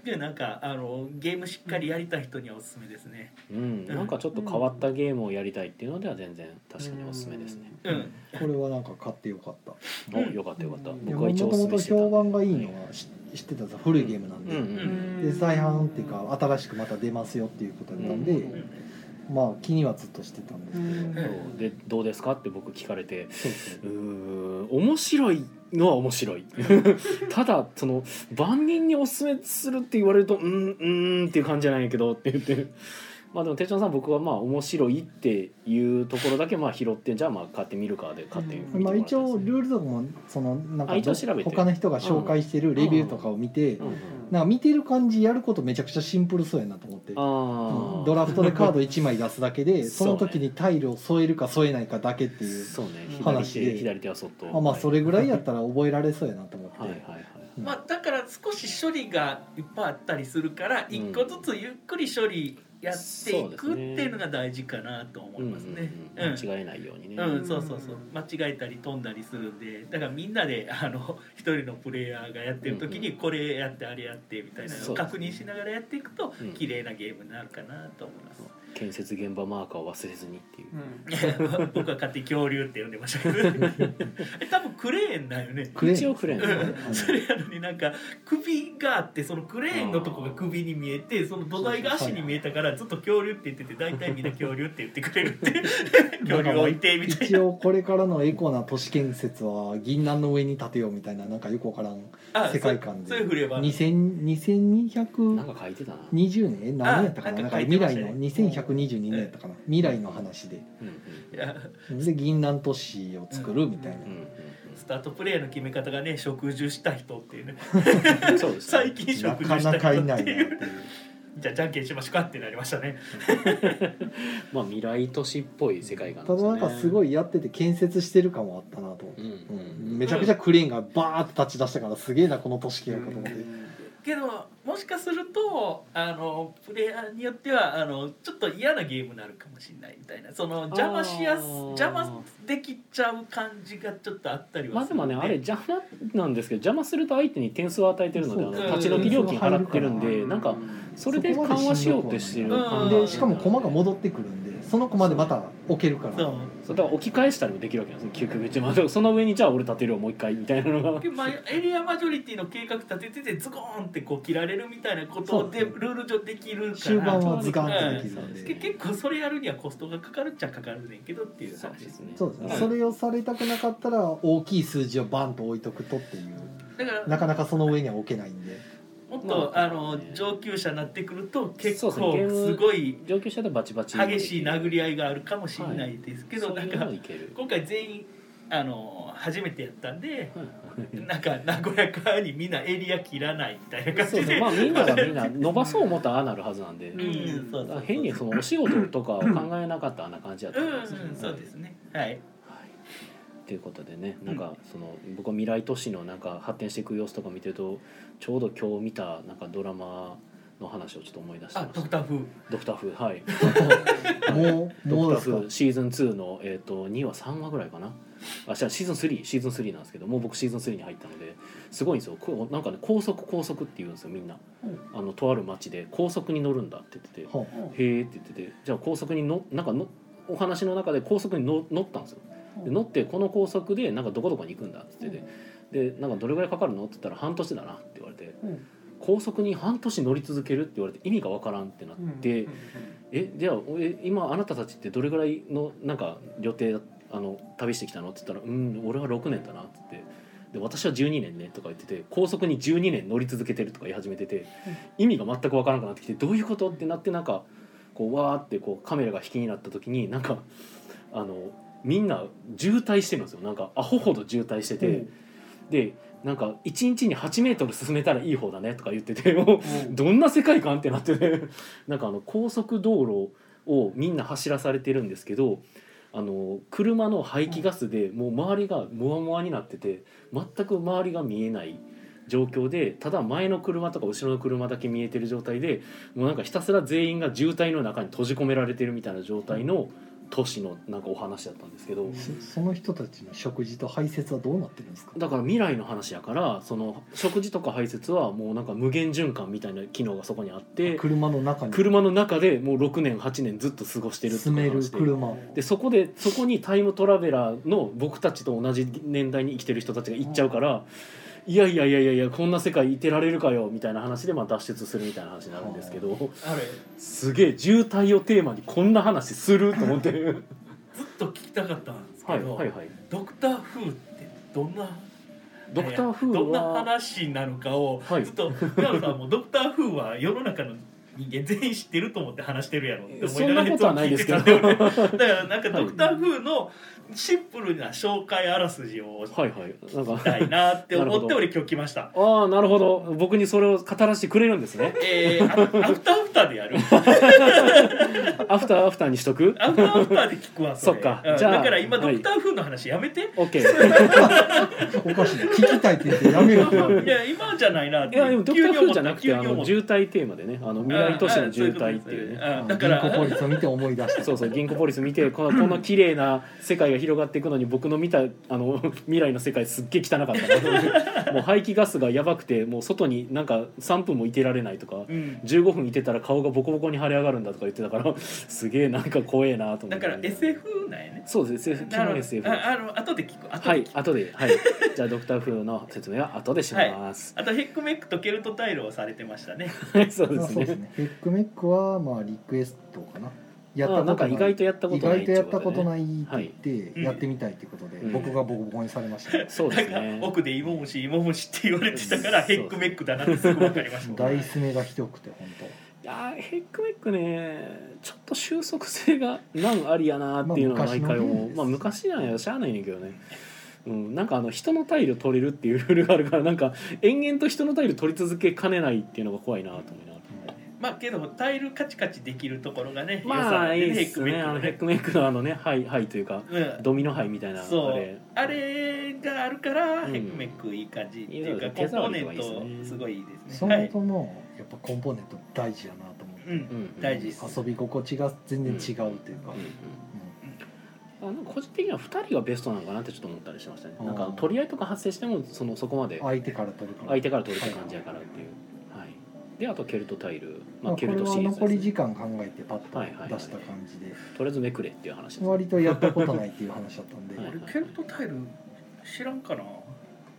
Speaker 2: でなんかあのゲームしっかりやりたい人にはおすすめですね。
Speaker 3: うんなんかちょっと変わったゲームをやりたいっていうのでは全然確かにおすすめですね
Speaker 2: うん。
Speaker 4: これはなんか買ってよかった
Speaker 3: およかったよかった
Speaker 4: いや
Speaker 3: 僕
Speaker 4: も
Speaker 3: は一
Speaker 4: と
Speaker 3: 応おす
Speaker 4: も
Speaker 3: すめ
Speaker 4: と
Speaker 3: してた
Speaker 4: 評判がいいのは知知ってたんですよ古いゲームなん
Speaker 3: うんう
Speaker 4: で、
Speaker 3: ん
Speaker 4: で再販っていうか新しくまた出ますよっていうことだったんで、まあ気にはずっとしてたんですけど、
Speaker 3: そうでどうですかって僕聞かれて
Speaker 4: そうそう
Speaker 3: うーん面白いのは面 白いただその万人におすすめするって言われるとうんうーんっていう感じじゃないけどって言ってまあでも手帳さん僕はまあ面白いっていうところだけまあ拾ってじゃあまあ買ってみるかで買ってみても
Speaker 4: ま
Speaker 3: ら
Speaker 4: あ、
Speaker 3: ったんです
Speaker 4: 一
Speaker 3: ね
Speaker 4: 応ルールとかもそのなんか
Speaker 3: あ一応調べて
Speaker 4: 他の人が紹介してるレビューとかを見て、
Speaker 3: うんうん
Speaker 4: なんか見てる感じやることめちゃくちゃシンプルそうやなと思って、
Speaker 3: ああ
Speaker 4: ドラフトでカード1枚出すだけ で
Speaker 3: そ
Speaker 4: そ
Speaker 3: ね
Speaker 4: うの時にタイルを添えるか添えないかだけっていう
Speaker 3: そうね左
Speaker 4: 話
Speaker 3: 手
Speaker 4: で
Speaker 3: 左手はそっと
Speaker 4: あまあそれぐらいやっ
Speaker 3: った
Speaker 4: ら覚えられそうやなと思って、
Speaker 3: はいはいはい
Speaker 4: うん
Speaker 2: まあ、だから少し処理がいっぱいあったりするから
Speaker 3: うん
Speaker 2: 一個ずつゆっくり処理やってい
Speaker 3: そ
Speaker 2: く
Speaker 3: うです
Speaker 2: って
Speaker 3: ね
Speaker 2: いうのが大事かなと思いますね。
Speaker 3: うんうんうん間違えないようにね、
Speaker 2: うん、そうそうそう間違えたり飛んだりするんでだからみんなで あの一人のプレイヤーがやってる時
Speaker 3: うん
Speaker 2: にこれやってあれやってみたいなの
Speaker 3: そ
Speaker 2: を
Speaker 3: うですね
Speaker 2: 確認しながらやっていくと
Speaker 3: うん
Speaker 2: 綺麗なゲームになるかなと思います。
Speaker 3: 建設現場マーカーを忘れずにっていう、
Speaker 2: 僕は勝手に恐竜って呼んでましたけ どえ多分クレーンだよね。
Speaker 4: クレーン
Speaker 3: 一応クレーンだね、
Speaker 4: うん
Speaker 2: それ やのになんか首があってそのクレーンのとこが首に見えてその土台が足に見えたからずっと恐竜って言ってて大体みんな恐竜って言ってくれるって 恐竜置いてみたい
Speaker 4: 一応これからのエコな都市建設は銀杏の上に建てようみたいななんかよくわからん
Speaker 2: なあ
Speaker 4: 世界観
Speaker 2: そ
Speaker 4: で
Speaker 2: ういうフレーバー
Speaker 4: 2000 2200
Speaker 3: なんか書いてたな、
Speaker 4: 20年え何年やったかな
Speaker 2: あな
Speaker 4: なん
Speaker 2: か
Speaker 4: んか
Speaker 2: 書いて
Speaker 4: 未
Speaker 2: ました
Speaker 4: 来
Speaker 2: ね
Speaker 4: の2122年やったかな未来の話で
Speaker 3: うんうん
Speaker 2: いや
Speaker 4: で銀杏都市を作るみたいな
Speaker 3: うん
Speaker 2: スタートプレイの決め方がね植樹した人っていうね
Speaker 3: うんうん、そうですね
Speaker 2: 最近植
Speaker 4: な
Speaker 2: 樹
Speaker 4: か
Speaker 2: した
Speaker 4: なか
Speaker 2: 人
Speaker 4: いな
Speaker 2: って
Speaker 4: いなっ
Speaker 2: いう
Speaker 4: ていう
Speaker 2: じゃあじゃんけんしましょうかってなりましたね
Speaker 3: まあ未来都市っぽい世界観
Speaker 4: ただなんかすご
Speaker 3: い、
Speaker 4: いやってて建設してる感はあったなと思って
Speaker 3: うんう
Speaker 4: うんんめちゃくちゃクレーンがバーッと立ち出したからすげえなこの都市系やかと思って
Speaker 2: けどもしかするとあのプレイヤーによってはあのちょっと嫌なゲームになるかもしれないみたいなその邪魔しやす
Speaker 3: あー
Speaker 2: 邪魔できちゃう感じがちょっとあったり
Speaker 3: まあ
Speaker 2: は
Speaker 3: です
Speaker 2: る
Speaker 3: も
Speaker 2: ん
Speaker 3: ねあれ邪魔なんですけど邪魔すると相手に点数を与えてるのであ
Speaker 4: そう
Speaker 3: の立ち退き料金払ってるんでなんかそれで緩和しようってしてる感じ
Speaker 2: うん
Speaker 4: でしかも駒が戻ってくるんでその駒でまた置けるか
Speaker 2: そ
Speaker 4: ら
Speaker 2: う
Speaker 3: そうだから置き返したりもできるわけなんですよ究極一番でもその上にじゃあ俺立てるよもう一回みたいなのが
Speaker 2: でまあエリアマジョリティの計画立てててズコーンってこう切られるみたいなことで
Speaker 4: そ
Speaker 2: ル
Speaker 4: う
Speaker 2: ール上できるから
Speaker 4: 終盤はズカンとできるん
Speaker 2: け
Speaker 4: で
Speaker 2: 結構それやるにはコストがかかるっちゃかかるねんけどっていう話ですね
Speaker 3: ね
Speaker 4: そうですね
Speaker 2: うん
Speaker 4: それをされたくなかったら大きい数字をバンと置いとくとっていう
Speaker 2: だから
Speaker 4: なかなかその上には置けないんで
Speaker 2: もっと、
Speaker 3: まあ
Speaker 2: あの上級者になってくると結
Speaker 3: そう
Speaker 2: 構
Speaker 3: ですねゲー
Speaker 2: す
Speaker 3: ム
Speaker 2: ごい
Speaker 3: 上級者でバチバチ
Speaker 2: 激しい殴
Speaker 3: り
Speaker 2: り合いがあるかもしれないですけど、
Speaker 3: そう
Speaker 2: ないん
Speaker 3: うのも
Speaker 2: か
Speaker 3: いける
Speaker 2: 今回全員あの初めてやったんで
Speaker 3: はい
Speaker 2: なんか和やかにみんなエリア切らないみたいな感じ
Speaker 3: そ
Speaker 2: で
Speaker 3: うそうまあみんながみんな伸ばそう思ったらああなるはずなんで
Speaker 2: うんそうそうそう
Speaker 3: 変にそのお仕事とかを考えなかったあんな感じだった
Speaker 2: うんん、
Speaker 3: です
Speaker 2: うん、そうですねはい
Speaker 3: ということでねなんかその僕は未来都市のなんか発展していく様子とか見てるとちょうど今日見たなんかドラマの話をちょっと思い出して
Speaker 2: あ
Speaker 3: ま
Speaker 2: ド
Speaker 3: し
Speaker 2: ク
Speaker 3: た
Speaker 2: ター風
Speaker 3: ドクターフーはい
Speaker 4: も う
Speaker 3: ドク
Speaker 4: もうで
Speaker 3: タ
Speaker 4: すか
Speaker 3: ーフシーズン2の、えー、と2話3話ぐらいかなあじゃあシーズン3シーズン3なんですけどもう僕シーズン3に入ったのですごいんですよこうなんかね高速高速って言うんですよみんな、
Speaker 2: うん
Speaker 3: あのとある町で高速に乗るんだって言って
Speaker 4: は
Speaker 3: て「へえ」って言っててじゃあ高速にのなんかのお話の中で高速にの乗ったんですよで乗ってこの高速でなんかどこどこに行くんだって言ってて、でなんかどれぐらいかかるのって言ったら半年だなって言われて、
Speaker 5: うん
Speaker 3: 高速に半年乗り続けるって言われて意味がわからんってなって、えじゃあえ今あなたたちってどれぐらいのなんか予定あの旅してきたのって言ったら「うん俺は6年だな」って言って。で私は12年ねとか言ってて高速に12年乗り続けてるとか言い始めてて意味が全くわからなくなってきてどういうことってなってなんかこうわーってこうカメラが引きになった時になんかあのみんな渋滞してるんですよなんかアホほど渋滞してて、でなんか1日に8メートル進めたらいい方だねとか言っててもうどんな世界観ってなってねなんかあの高速道路をみんな走らされてるんですけどあの車の排気ガスでもう周りがモワモワになってて全く周りが見えない状況でただ前の車とか後ろの車だけ見えてる状態でもうなんかひたすら全員が渋滞の中に閉じ込められてるみたいな状態の都市のなんかお話だったんですけど。
Speaker 4: そその人たちの食事と排泄はどうなってるんですか
Speaker 3: だから未来の話やからその食事とか排泄はもうなんか無限循環みたいな機能がそこにあって
Speaker 4: 車の中に
Speaker 3: 車の中でもう6年8年ずっと過ごしてるって
Speaker 4: 住める
Speaker 3: 話で
Speaker 4: 車
Speaker 3: でそこでそこにタイムトラベラーの僕たちと同じ年代に生きてる人たちが行っちゃうから。いやいやいやいやいやこんな世界いてられるかよみたいな話でまあ脱出するみたいな話になるんですけど
Speaker 2: あれ
Speaker 3: すげえ渋滞をテーマにこんな話すると思って
Speaker 2: ずっと聞きたかったんです
Speaker 3: は
Speaker 2: け
Speaker 3: い
Speaker 2: ど、
Speaker 3: はいはい
Speaker 2: ドクター風ってどんな
Speaker 3: ドクターフー
Speaker 2: どんな
Speaker 3: は
Speaker 2: 話なのかを、
Speaker 3: はい
Speaker 2: ずっと宮野さんもドクター風は世の中の人間全員知ってると思って話してるやろって思
Speaker 3: そ
Speaker 2: い
Speaker 3: ん
Speaker 2: な
Speaker 3: な
Speaker 2: がら
Speaker 3: こ
Speaker 2: いつ
Speaker 3: とは
Speaker 2: も
Speaker 3: な
Speaker 2: 聞
Speaker 3: い
Speaker 2: い
Speaker 3: で
Speaker 2: て
Speaker 3: すけ
Speaker 2: た
Speaker 3: ど
Speaker 2: んだよねだからなんかドクター風のシンプルな紹介あらすじをし
Speaker 3: はいはいなん
Speaker 2: たい
Speaker 3: か
Speaker 2: なって
Speaker 3: なる
Speaker 2: 思
Speaker 3: ほ
Speaker 2: っ
Speaker 3: ど
Speaker 2: て俺今日来ました。
Speaker 3: ああなるほど僕にそれを語らせてくれるんです ね
Speaker 2: えー、あアフターアフターでやる
Speaker 3: アフターアフターにしとく
Speaker 2: アフターアフターで聞くわそれ
Speaker 3: そっか
Speaker 2: うん
Speaker 3: じゃあ
Speaker 2: だから今ド
Speaker 3: はい
Speaker 2: クター風の話やめて、
Speaker 3: OK
Speaker 4: おかしいな聞きたいって言ってやめる
Speaker 2: い、や今じゃないなっ
Speaker 3: い
Speaker 2: て
Speaker 3: やでもドクターフーじゃなくて
Speaker 2: 急に
Speaker 3: あ
Speaker 2: 思った
Speaker 3: の渋滞テーマでねあの未来都市の渋滞っていうね
Speaker 2: ああ
Speaker 4: あ
Speaker 2: だから
Speaker 4: 銀行効率を見て思い出した
Speaker 3: そうそう銀行ポリス見てこのこの綺麗な世界が広がっていくのに僕の見たあの未来の世界すっげえ汚かったな もう排気ガスがやばくてもう外になんか3分もいてられないとか
Speaker 2: うん
Speaker 3: 15分いてたら顔がボコボコに腫れ上がるんだとか言ってたからすげえなんか怖えなと思
Speaker 2: だ
Speaker 3: って
Speaker 2: から SF なんやね
Speaker 3: そうです SF 基
Speaker 2: なるほ
Speaker 3: 本
Speaker 2: ど
Speaker 3: SF
Speaker 2: ああの後で聞く後
Speaker 3: は
Speaker 2: で
Speaker 3: い
Speaker 2: 聞く
Speaker 3: 後ではいじゃあドクターフーの説明は後でします、
Speaker 2: あとヘックメックとケルトタイルをされてましたね
Speaker 3: はい、 そうで
Speaker 4: あ
Speaker 3: す
Speaker 4: そうです
Speaker 3: ね
Speaker 4: ねヘックメックはまあリクエストかなや
Speaker 3: あなんか意外とやったこ
Speaker 4: 意
Speaker 3: とない
Speaker 4: 外とやったこと
Speaker 3: い
Speaker 4: ないって言っ
Speaker 2: は
Speaker 4: て
Speaker 2: い
Speaker 4: やってみたいってことで、
Speaker 3: うん
Speaker 4: 僕がボコボコにされました、
Speaker 3: そうで
Speaker 2: なん
Speaker 3: す
Speaker 2: か
Speaker 3: ね
Speaker 2: 奥でイモムシイモムシって言われてたから
Speaker 3: そ
Speaker 2: ヘ
Speaker 3: う
Speaker 2: ックメックだなってすぐ分かりま した
Speaker 4: ダイス目がひどくて本
Speaker 3: いやーヘックメックねちょっと収束性が難ありやなっていうのは毎回思うま
Speaker 4: ま
Speaker 3: あ
Speaker 4: あ
Speaker 3: 昔なんやしゃあないねんけどねうん、なんかあの人のタイル取れるっていうルールがあるからなんか延々と人のタイル取り続けかねないっていうのが怖いなと思いながら
Speaker 2: まあけどタイルカチカチできるところがね
Speaker 3: まあい
Speaker 2: 良
Speaker 3: い
Speaker 2: さ
Speaker 3: で
Speaker 2: ヘッ
Speaker 3: す
Speaker 2: クメ
Speaker 3: ねあのヘ
Speaker 2: ッ
Speaker 3: ッ
Speaker 2: ク
Speaker 3: クメックのあのね灰灰というか
Speaker 2: のね
Speaker 3: ドミノ灰みたいな
Speaker 2: うん
Speaker 3: あ
Speaker 2: そう
Speaker 3: れ
Speaker 2: あれがあるから
Speaker 3: うん
Speaker 2: ヘックメックいい感じっていう
Speaker 3: い
Speaker 2: か
Speaker 3: い
Speaker 2: コン
Speaker 3: です
Speaker 2: ポ
Speaker 3: ね
Speaker 2: ーネ
Speaker 3: 手触りとかいいです
Speaker 2: ン
Speaker 3: ね
Speaker 2: トすごいいいで
Speaker 4: 当
Speaker 2: す
Speaker 4: そ
Speaker 2: ねは
Speaker 4: の
Speaker 2: い
Speaker 4: とのやっぱコンポーネント大事やなと思っ
Speaker 2: う
Speaker 4: て、
Speaker 3: うんん
Speaker 2: 大事です
Speaker 4: 遊び心地が全然違うというか、
Speaker 3: う
Speaker 4: うんん
Speaker 3: うんあの個人的には2人がベストなのかなってちょっと思ったりしましたねなんか
Speaker 4: あー
Speaker 3: 取り合いとか発生してもそのそこまで
Speaker 4: 相手から取るから
Speaker 3: 相手から取れた感じやからっていう、はいであとケルトタイル、まあ、ケ
Speaker 4: まあ
Speaker 3: ル
Speaker 4: これ
Speaker 3: トシ
Speaker 4: は
Speaker 3: リーズで
Speaker 4: 残り
Speaker 3: す、
Speaker 4: 時
Speaker 3: ね、
Speaker 4: 間考えてパッ
Speaker 3: はいはいはい
Speaker 4: と出した感じで、
Speaker 3: とりあえずめくれっていう話です、ね、
Speaker 4: 割とやったことないっていう話だったんで、
Speaker 3: はい
Speaker 2: 俺ケルトタイル知らんかな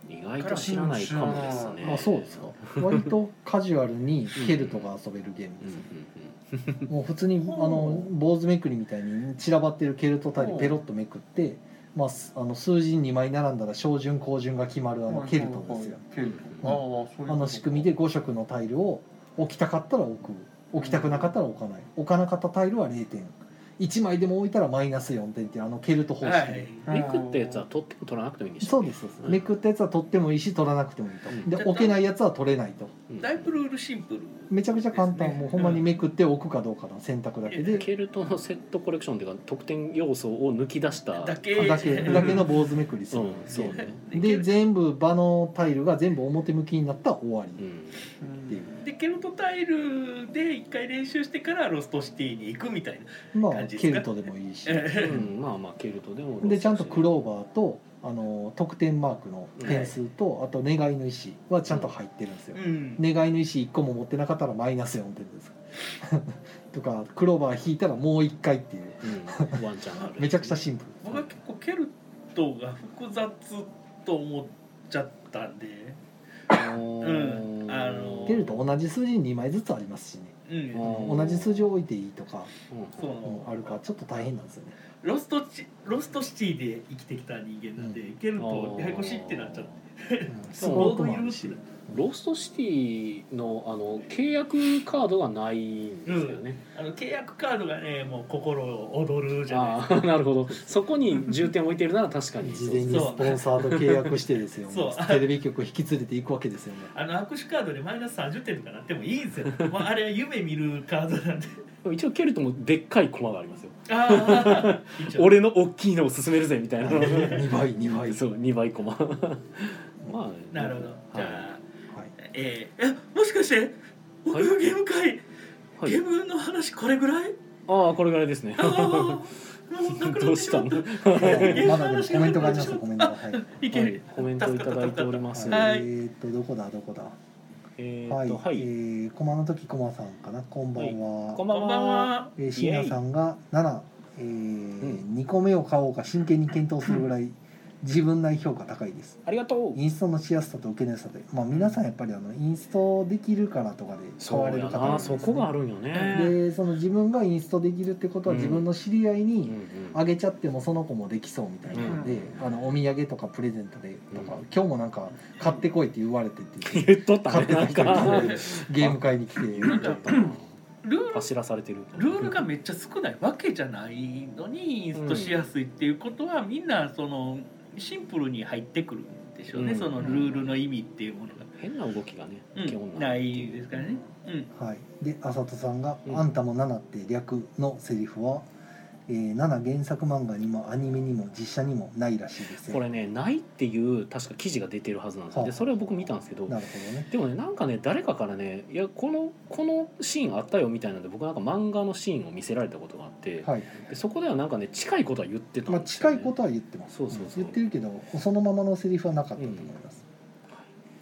Speaker 3: 意外と知らないかもですね
Speaker 4: あそうですか割とカジュアルにケルトが遊べるゲーム
Speaker 3: うん
Speaker 4: で
Speaker 3: うん
Speaker 4: す、
Speaker 3: う
Speaker 4: もう普通にあの坊主めくりみたいに散らばってるケルトタイルペロッとめくって、まあ、すあの数字に2枚並んだら小順高順が決まるあのケルトですよ
Speaker 5: ケルトああそういうこと
Speaker 4: あの仕組みで5色のタイルを置きたかったら置く置きたくなかったら置かない置かなかったタイルは0点1枚でも置いたらマイナス4点っていうあのケルト方式で、
Speaker 2: はい
Speaker 3: んめくったやつは取っても取らなくてもいいんでしょ
Speaker 4: そうですそうです、めくったやつは取ってもいいし取らなくてもいいと、
Speaker 3: うん
Speaker 4: で置けないやつは取れないと
Speaker 3: うん
Speaker 2: だいぶルールシンプル
Speaker 4: めちゃくちゃ簡
Speaker 2: です
Speaker 4: 単、
Speaker 2: ね
Speaker 4: もうほんまにめくって置くかどうかの選択だけで、
Speaker 3: ケルトのセットコレクションっていうか得点要素を抜き出した
Speaker 2: だけ
Speaker 4: だけだけの坊主めくりす
Speaker 3: う
Speaker 4: る、
Speaker 3: んそうね
Speaker 4: で全部場のタイルが全部表向きになったら終わ
Speaker 3: う
Speaker 4: り
Speaker 3: ん
Speaker 4: っていう、
Speaker 2: でケルトタイルで一回練習してからロストシティに行くみたいな
Speaker 4: まあ
Speaker 2: 感じです
Speaker 4: ケ
Speaker 2: か
Speaker 4: ルトでもいいし
Speaker 3: うん、まあまあケルトでも
Speaker 4: でちゃんとクローバーとあの得点マークの点数と、あと願いの石はちゃんと入ってるんですよ、
Speaker 2: うん
Speaker 4: 願いの石1個も持ってなかったらマイナス4点です とかクローバー引いたらもう1回っていう
Speaker 3: うん、ワンチャンある
Speaker 4: めちゃくちゃシンプル
Speaker 2: 僕は結構ケルトが複雑と思っちゃったんで、うんあの
Speaker 4: ケルト同じ数字2枚ずつありますしね
Speaker 2: うん、
Speaker 3: うん
Speaker 4: 同じ数字を置いていいとか、
Speaker 2: そ
Speaker 4: うんあ
Speaker 2: の
Speaker 4: るからちょっと大変なんですよね
Speaker 2: ロストチロストシティで生きてきた人間なんで、
Speaker 4: う
Speaker 2: ケルトややこしいってなっちゃって
Speaker 4: ス
Speaker 3: うん
Speaker 4: モ
Speaker 2: ボ
Speaker 4: ー
Speaker 2: ー
Speaker 4: ク
Speaker 2: ドい
Speaker 4: もあ
Speaker 2: る
Speaker 4: る
Speaker 2: し
Speaker 4: し
Speaker 3: ローストシティのあの契約カードがないんですよね。
Speaker 2: あの契約カードがねもう心を踊るじゃないで
Speaker 3: ああ なるほど。そこに重点を置いてるなら確かに。
Speaker 4: 事前に
Speaker 2: そう
Speaker 4: スポンサーと契約してですよ
Speaker 2: そう
Speaker 4: テレビ局引き連れていくわけですよね
Speaker 2: すかあの握手カードでマイナス30点とかなってもいいんですよ、まあ、あれは夢見るカードなんで
Speaker 3: 一応ケルトもでっかい駒がありますよ。
Speaker 2: ああ
Speaker 3: 俺の大きいのを勧めるぜみたいな。
Speaker 4: 2倍2倍
Speaker 3: そう二倍駒。まあ
Speaker 2: なるほど、じゃあ
Speaker 4: はい
Speaker 2: えー、えもしかして僕のゲーム会、
Speaker 3: はい
Speaker 2: ゲームの話これぐらい
Speaker 3: ああこれぐらいですね
Speaker 2: あ。あもうなく
Speaker 3: ど
Speaker 2: なって
Speaker 3: うし
Speaker 2: したまっ
Speaker 3: の
Speaker 2: た。
Speaker 4: まだでもコメントがありますよコメントがはい、
Speaker 2: いける、
Speaker 3: コメントいただいております。
Speaker 2: はい
Speaker 4: えーっとどこだどこだ
Speaker 3: えー
Speaker 4: は
Speaker 3: っ
Speaker 4: い、
Speaker 3: とはい
Speaker 4: え。ー、駒の時駒さんかなこんばんは、
Speaker 3: こんば
Speaker 2: こ
Speaker 3: ん
Speaker 2: んばん
Speaker 3: は。
Speaker 2: は
Speaker 4: えー、椎名さんが7、えー
Speaker 3: ん
Speaker 4: 2個目を買おうか真剣に検討するぐらい自分内評価高いです
Speaker 3: ありがとう。
Speaker 4: インストのしやすさと受けの良さで、まあ、皆さんやっぱりあのインストできるからとかで買
Speaker 3: そ
Speaker 4: わ
Speaker 3: う
Speaker 4: れる
Speaker 3: や
Speaker 4: 方が多い
Speaker 3: な。
Speaker 4: ですね
Speaker 3: そこがあるんよね。
Speaker 4: でその自分がインストできるってことは
Speaker 3: うん
Speaker 4: 自分の知り合い
Speaker 3: うんう
Speaker 4: に
Speaker 3: ん
Speaker 4: あげちゃってもその子もできそうみたいなので、
Speaker 3: うん
Speaker 4: あのお土産とかプレゼントでとか、
Speaker 3: うん
Speaker 4: 今日もなんか 買ってこいって言われてって言って
Speaker 3: 言っとった
Speaker 4: 買っ
Speaker 3: ね
Speaker 4: て
Speaker 3: なん
Speaker 4: た人
Speaker 3: か
Speaker 4: に。ゲーム会に来て
Speaker 3: 言っとったな
Speaker 2: ルール
Speaker 3: 走らされてる
Speaker 2: ルールがめっちゃ少ないわけじゃないのにインストしやすいっていうことは、みんなそのシンプルに入ってくるんでしょうね、
Speaker 3: うん
Speaker 2: そのルールの意味っていうものが、
Speaker 3: 変な動きがね、
Speaker 2: うん
Speaker 3: 基本
Speaker 2: な
Speaker 3: って
Speaker 2: いうですからね。うん
Speaker 4: はい、で浅戸さんが「
Speaker 3: うん
Speaker 4: あんたも7って略」のセリフは、えー、7原作漫画にもアニメにも実写にもないらしいですよ
Speaker 3: これねないっていう確か記事が出てるはずなんですよ
Speaker 4: はあ
Speaker 3: でそれを僕見たんですけど
Speaker 4: なるほどね
Speaker 3: でもねなんかね誰かからねいやこのこのシーンあったよみたいなので僕なんか漫画のシーンを見せられたことがあって、
Speaker 4: はい、
Speaker 3: でそこではなんかね近いことは言ってたん
Speaker 4: まあ、
Speaker 3: ですよ
Speaker 4: 近
Speaker 3: ね
Speaker 4: いことは言ってます
Speaker 3: そうそうそうん
Speaker 4: 言ってるけどそのままのセリフはなかったと思います、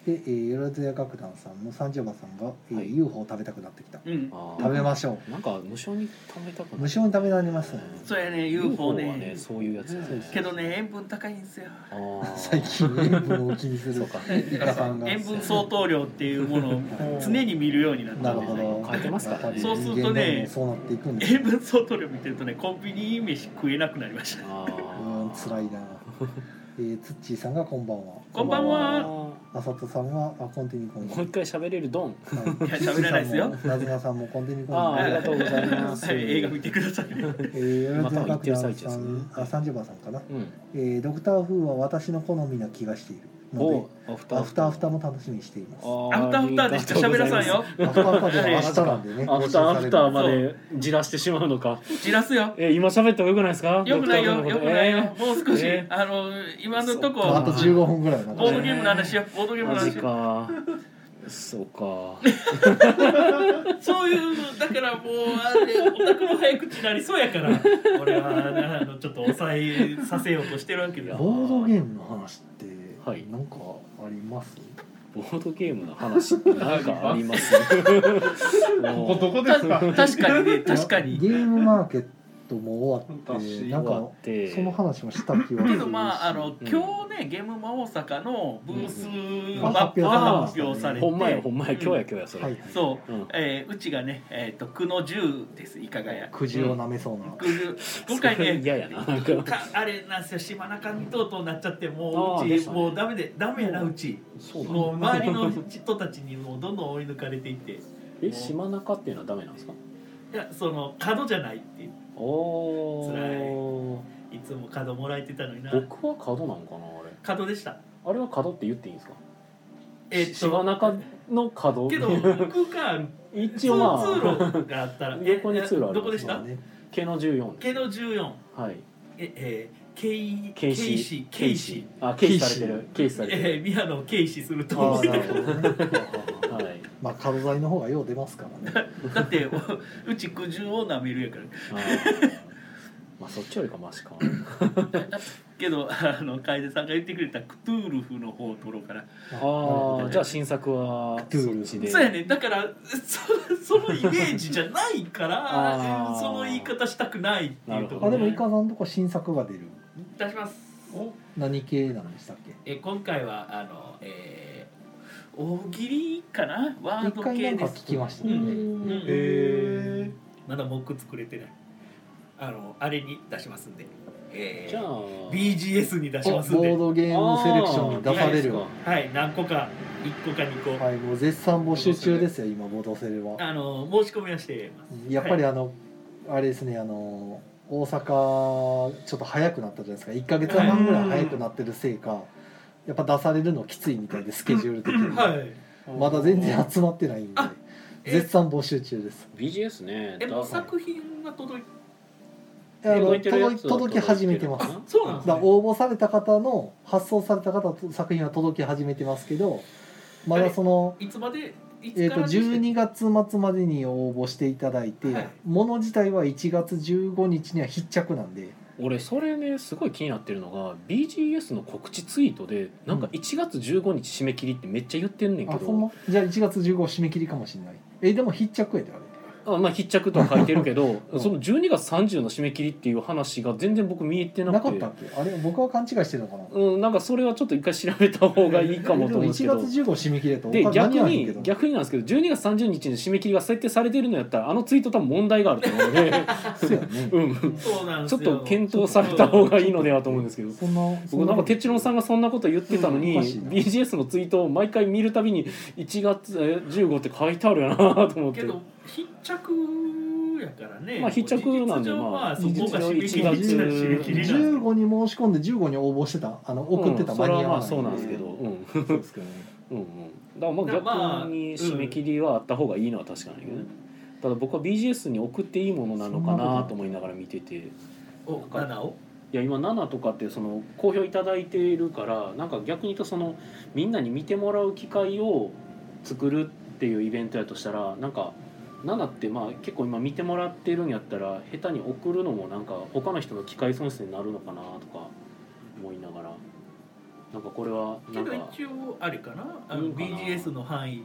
Speaker 4: で、えー、よろずや楽団さんの三条馬さんが、えー
Speaker 3: はい
Speaker 4: UFO 食べたくなってきた
Speaker 2: うん
Speaker 3: あー
Speaker 4: 食べましょ
Speaker 3: なんか無償に食べたくな
Speaker 4: 無償に食べられますね
Speaker 2: そうやね UFO ね
Speaker 3: はねそういうやつ、
Speaker 4: そうそう
Speaker 2: けどね塩分高いんですよ
Speaker 3: あー
Speaker 4: う最近塩分を気にする
Speaker 3: そうか
Speaker 4: イカさんが
Speaker 2: 塩分相当量っていうものを常に見るようになった
Speaker 4: なんる
Speaker 2: で
Speaker 4: ほ
Speaker 2: すね
Speaker 4: ど
Speaker 3: 書いてますからね
Speaker 2: そうするとね
Speaker 4: 人間そうなっていくんです
Speaker 2: 塩分相当量見てるとねコンビニ飯食えなくなりました
Speaker 3: あ
Speaker 4: うん
Speaker 3: ー
Speaker 4: 辛いなえー、つっちーさんがこんばんは
Speaker 2: こんばんは
Speaker 4: あさとさんはあコンティニコン
Speaker 3: もう一回喋れるドン
Speaker 4: はい
Speaker 2: いや喋らないですよ
Speaker 4: なずなさんもコンティニコン
Speaker 3: あーありが
Speaker 4: え
Speaker 3: とうございます
Speaker 2: はい映画見てください
Speaker 4: ー、よろずや
Speaker 3: また言って
Speaker 4: 楽
Speaker 3: る
Speaker 4: 団
Speaker 3: 最中で
Speaker 4: さ
Speaker 3: すね
Speaker 4: ん、あ、三十番さんかな。
Speaker 3: うん
Speaker 4: えー、ドクターフーは私の好みな気がしているの
Speaker 3: おアフ
Speaker 4: で、アフターアフターも楽しみにしています。
Speaker 3: ー
Speaker 2: アフターアフターでしか喋らさんよ
Speaker 4: アフターアフターでも明日なんでね。
Speaker 3: アフターアフター
Speaker 4: 更新さ
Speaker 3: までじらしてしまうのか
Speaker 2: じらすよ
Speaker 3: え今喋った方がよくないですか
Speaker 2: よくないよ
Speaker 3: ドク
Speaker 2: よく
Speaker 3: ター君のこと
Speaker 2: ないよ、
Speaker 3: え
Speaker 2: もう少し、
Speaker 3: え
Speaker 2: あの今のとこ
Speaker 4: れるまああと15分ぐらいなん
Speaker 2: ボード
Speaker 4: で。
Speaker 2: ゲームの話よボードゲー
Speaker 3: ー
Speaker 2: ムの
Speaker 3: マ
Speaker 2: 話よ
Speaker 3: ジかそうか
Speaker 2: そういうだからもうあれオタクの早口になりそうやから俺はあのちょっと抑えさせようとしてるわけだ
Speaker 4: ボードゲームの話って
Speaker 3: はい
Speaker 4: なんかあります？
Speaker 3: ボードゲームの話ってなんかあります
Speaker 5: ここ
Speaker 3: もう
Speaker 5: どこで すか
Speaker 2: 確かにね 確かに
Speaker 4: ゲームマーケットも終わって、
Speaker 5: 私
Speaker 4: なん
Speaker 3: 終わ
Speaker 4: か
Speaker 3: って
Speaker 4: その話もした気はするし。
Speaker 2: けどまああの
Speaker 3: うん
Speaker 2: 今日ねゲームマ大阪のブース
Speaker 4: ん
Speaker 2: マップが発表されて
Speaker 3: ほんまやほんまや今日や
Speaker 2: うん
Speaker 3: 今日やそれ、
Speaker 4: はい。
Speaker 2: そうう、
Speaker 3: ん
Speaker 2: えーうちがねえっ、と久野十ですいかが や
Speaker 4: くじを舐めそうな。
Speaker 2: くじ今回
Speaker 3: それ
Speaker 2: ね
Speaker 3: 嫌やななんか
Speaker 2: かあれなんですよ島中三島とになっちゃって
Speaker 3: あ
Speaker 2: もう
Speaker 3: ー
Speaker 2: うち、
Speaker 3: ですね
Speaker 2: もうダメでダメやなうち
Speaker 3: そうなの
Speaker 2: もう周りの人たちにもうどんどん追い抜かれていってい
Speaker 3: え島中っていうのはダメなんですか
Speaker 2: やその角じゃないっていう
Speaker 3: おお
Speaker 2: いつも角もらえてたのにな
Speaker 3: 僕は角なんかなあれ
Speaker 2: 角でした
Speaker 3: あれは角って言っていいんですか
Speaker 2: えっ
Speaker 3: 島
Speaker 2: と
Speaker 3: 中の角
Speaker 2: けど空間ある
Speaker 3: 一
Speaker 2: 通
Speaker 3: 応ま
Speaker 2: 通
Speaker 3: あ
Speaker 2: 路があった ら
Speaker 3: どこに通路ある
Speaker 2: えどこでし
Speaker 3: ま
Speaker 2: た
Speaker 3: あ毛の14
Speaker 2: 毛の14
Speaker 3: はい
Speaker 2: ええー、ケイ
Speaker 3: 軽視
Speaker 2: 視軽視
Speaker 3: あ軽視されてる軽視されて
Speaker 2: えー、
Speaker 3: る
Speaker 2: 宮野を軽視すると
Speaker 4: あ
Speaker 2: 思
Speaker 4: あ
Speaker 2: っ
Speaker 4: な
Speaker 2: て
Speaker 4: るほどね。
Speaker 3: はい
Speaker 4: まあ角材の方がよう出ますからね。
Speaker 2: だっておうち苦渋をなめるやから
Speaker 3: あーまあそっちよりかマシ か
Speaker 2: けどあの楓さんが言ってくれたクトゥールフの方を取ろうから、
Speaker 3: ああじゃあ新作は
Speaker 4: クトゥー
Speaker 3: そっ
Speaker 4: ル
Speaker 3: ちで
Speaker 2: そうやねだからそそのイメージじゃないか
Speaker 3: あー
Speaker 2: らその言い方したくないっていうとこ
Speaker 4: あ
Speaker 2: ろ
Speaker 4: で
Speaker 2: ね
Speaker 4: もイカさんのとこ新作が出る。
Speaker 2: 出します
Speaker 4: 何系なんでしたっけ？
Speaker 2: え今回はあの、えー、大喜利かなワー
Speaker 4: 一
Speaker 2: ド
Speaker 4: 回な
Speaker 2: 系
Speaker 4: んか
Speaker 2: です
Speaker 4: 聞きました
Speaker 2: う
Speaker 4: ね。
Speaker 2: んうん
Speaker 5: えー
Speaker 2: まだ文句作れてないあのあれに出しますんで、えー、
Speaker 3: じゃあ
Speaker 2: BGS に出し
Speaker 4: ボ
Speaker 2: ますんで
Speaker 4: ードゲームセレクションに出されるわ。
Speaker 2: はい何個か一個か二個、
Speaker 4: はい、もう絶賛募集中ですよ、今ボードセレは。
Speaker 2: あの申し込みはしてます
Speaker 4: やっぱりあの、あれですね、あの。大阪ちょっと早くなったじゃないですか1か月半ぐらい早くなってるせいかやっぱ出されるのきついみたいでスケジュール的に
Speaker 2: はい
Speaker 4: まだ全然集まってないんで
Speaker 2: あえ
Speaker 4: 絶賛募集中です
Speaker 3: BGS ね
Speaker 2: えもう
Speaker 3: だ
Speaker 2: 作品が届い
Speaker 4: あの
Speaker 3: 届いてるや
Speaker 4: 届
Speaker 3: つ
Speaker 4: き
Speaker 3: は
Speaker 4: 届き始めてます
Speaker 3: 届いるかな
Speaker 2: そうなんで
Speaker 4: だ
Speaker 2: す
Speaker 4: から応募された方の発送された方の作品は届き始めてますけどまだその、
Speaker 2: いつまでい
Speaker 4: え
Speaker 2: つ
Speaker 4: ー、
Speaker 2: か
Speaker 4: と
Speaker 2: らでしたっけ
Speaker 4: 12月末までに応募していただいて、
Speaker 2: はい
Speaker 4: もの自体は1月15日には必着なんで
Speaker 3: 俺それねすごい気になってるのが BGS の告知ツイートでなんか
Speaker 4: うん
Speaker 3: 1月15日締め切りってめっちゃ言ってんねんけ
Speaker 4: あ
Speaker 3: ど、
Speaker 4: そんなじゃあ1月15締め切りかもしれないえーでも必着やであれ
Speaker 3: あまあ筆着とは書いてるけど、
Speaker 4: うん
Speaker 3: その12月30の締め切りっていう話が全然僕見えてな
Speaker 4: な
Speaker 3: く
Speaker 4: か
Speaker 3: て
Speaker 4: ったっけあれ僕は勘違いしてるのかな、
Speaker 3: うん、なんかそれはちょっと一回調べた方がいいかもと
Speaker 4: えーでも
Speaker 3: 思うん
Speaker 4: 1
Speaker 3: です
Speaker 4: 月
Speaker 3: けど。
Speaker 4: 15締め切りやと
Speaker 3: で
Speaker 4: 他
Speaker 3: 逆
Speaker 4: 間に合わへんけ
Speaker 3: に
Speaker 4: ど
Speaker 3: 逆になんですけど12月30日の締め切りが設定されてるのやったらあのツイート多分問題があると思うの で、
Speaker 4: そうやね
Speaker 3: うん、
Speaker 2: そうなんで
Speaker 3: ちょっ
Speaker 2: すよ
Speaker 3: と検討された方がいいのではと思うんですけど
Speaker 4: そんなそ
Speaker 3: 僕なんか哲郎さんがそんなこと言ってたのに、
Speaker 4: うんおかしいな
Speaker 3: BGS のツイートを毎回見るたびに1月えー15って書いてあるよなと思って
Speaker 2: けど必着着やからね。
Speaker 3: まあ必着なん
Speaker 2: 事
Speaker 3: で
Speaker 2: 実上
Speaker 3: まあ
Speaker 2: そこが締め切り
Speaker 3: 事
Speaker 2: っ
Speaker 3: 実
Speaker 2: ち
Speaker 3: 上
Speaker 2: ゃ 締め切りなんです
Speaker 4: 15に申し込んで15に応募してたあの送ってた
Speaker 3: うんそ
Speaker 4: 間
Speaker 3: れ
Speaker 4: に
Speaker 3: は
Speaker 4: 合
Speaker 3: ま
Speaker 4: わ
Speaker 3: あ
Speaker 4: ない、
Speaker 3: そうなんですけど、うん、うん
Speaker 7: そうですけどね
Speaker 3: うんだからまあ
Speaker 2: だからまあ
Speaker 3: 逆に締め切りはあった方がいいのは確かなんだけどね、ただ僕は BGS に送っていいものなのかなと思いながら見ててい
Speaker 2: お7を
Speaker 3: や今7とかってその好評いただいているからなんか逆に言うとそのみんなに見てもらう機会を作るっていうイベントやとしたらなんか7ってまあ結構今見てもらってるんやったら下手に送るのもなんか他の人の機会損失になるのかなとか思いながらなんかこれは
Speaker 2: け
Speaker 3: なん
Speaker 2: ど
Speaker 3: か。
Speaker 2: 一応あれかなあ
Speaker 3: い
Speaker 2: の
Speaker 3: いかな
Speaker 2: BGS の範囲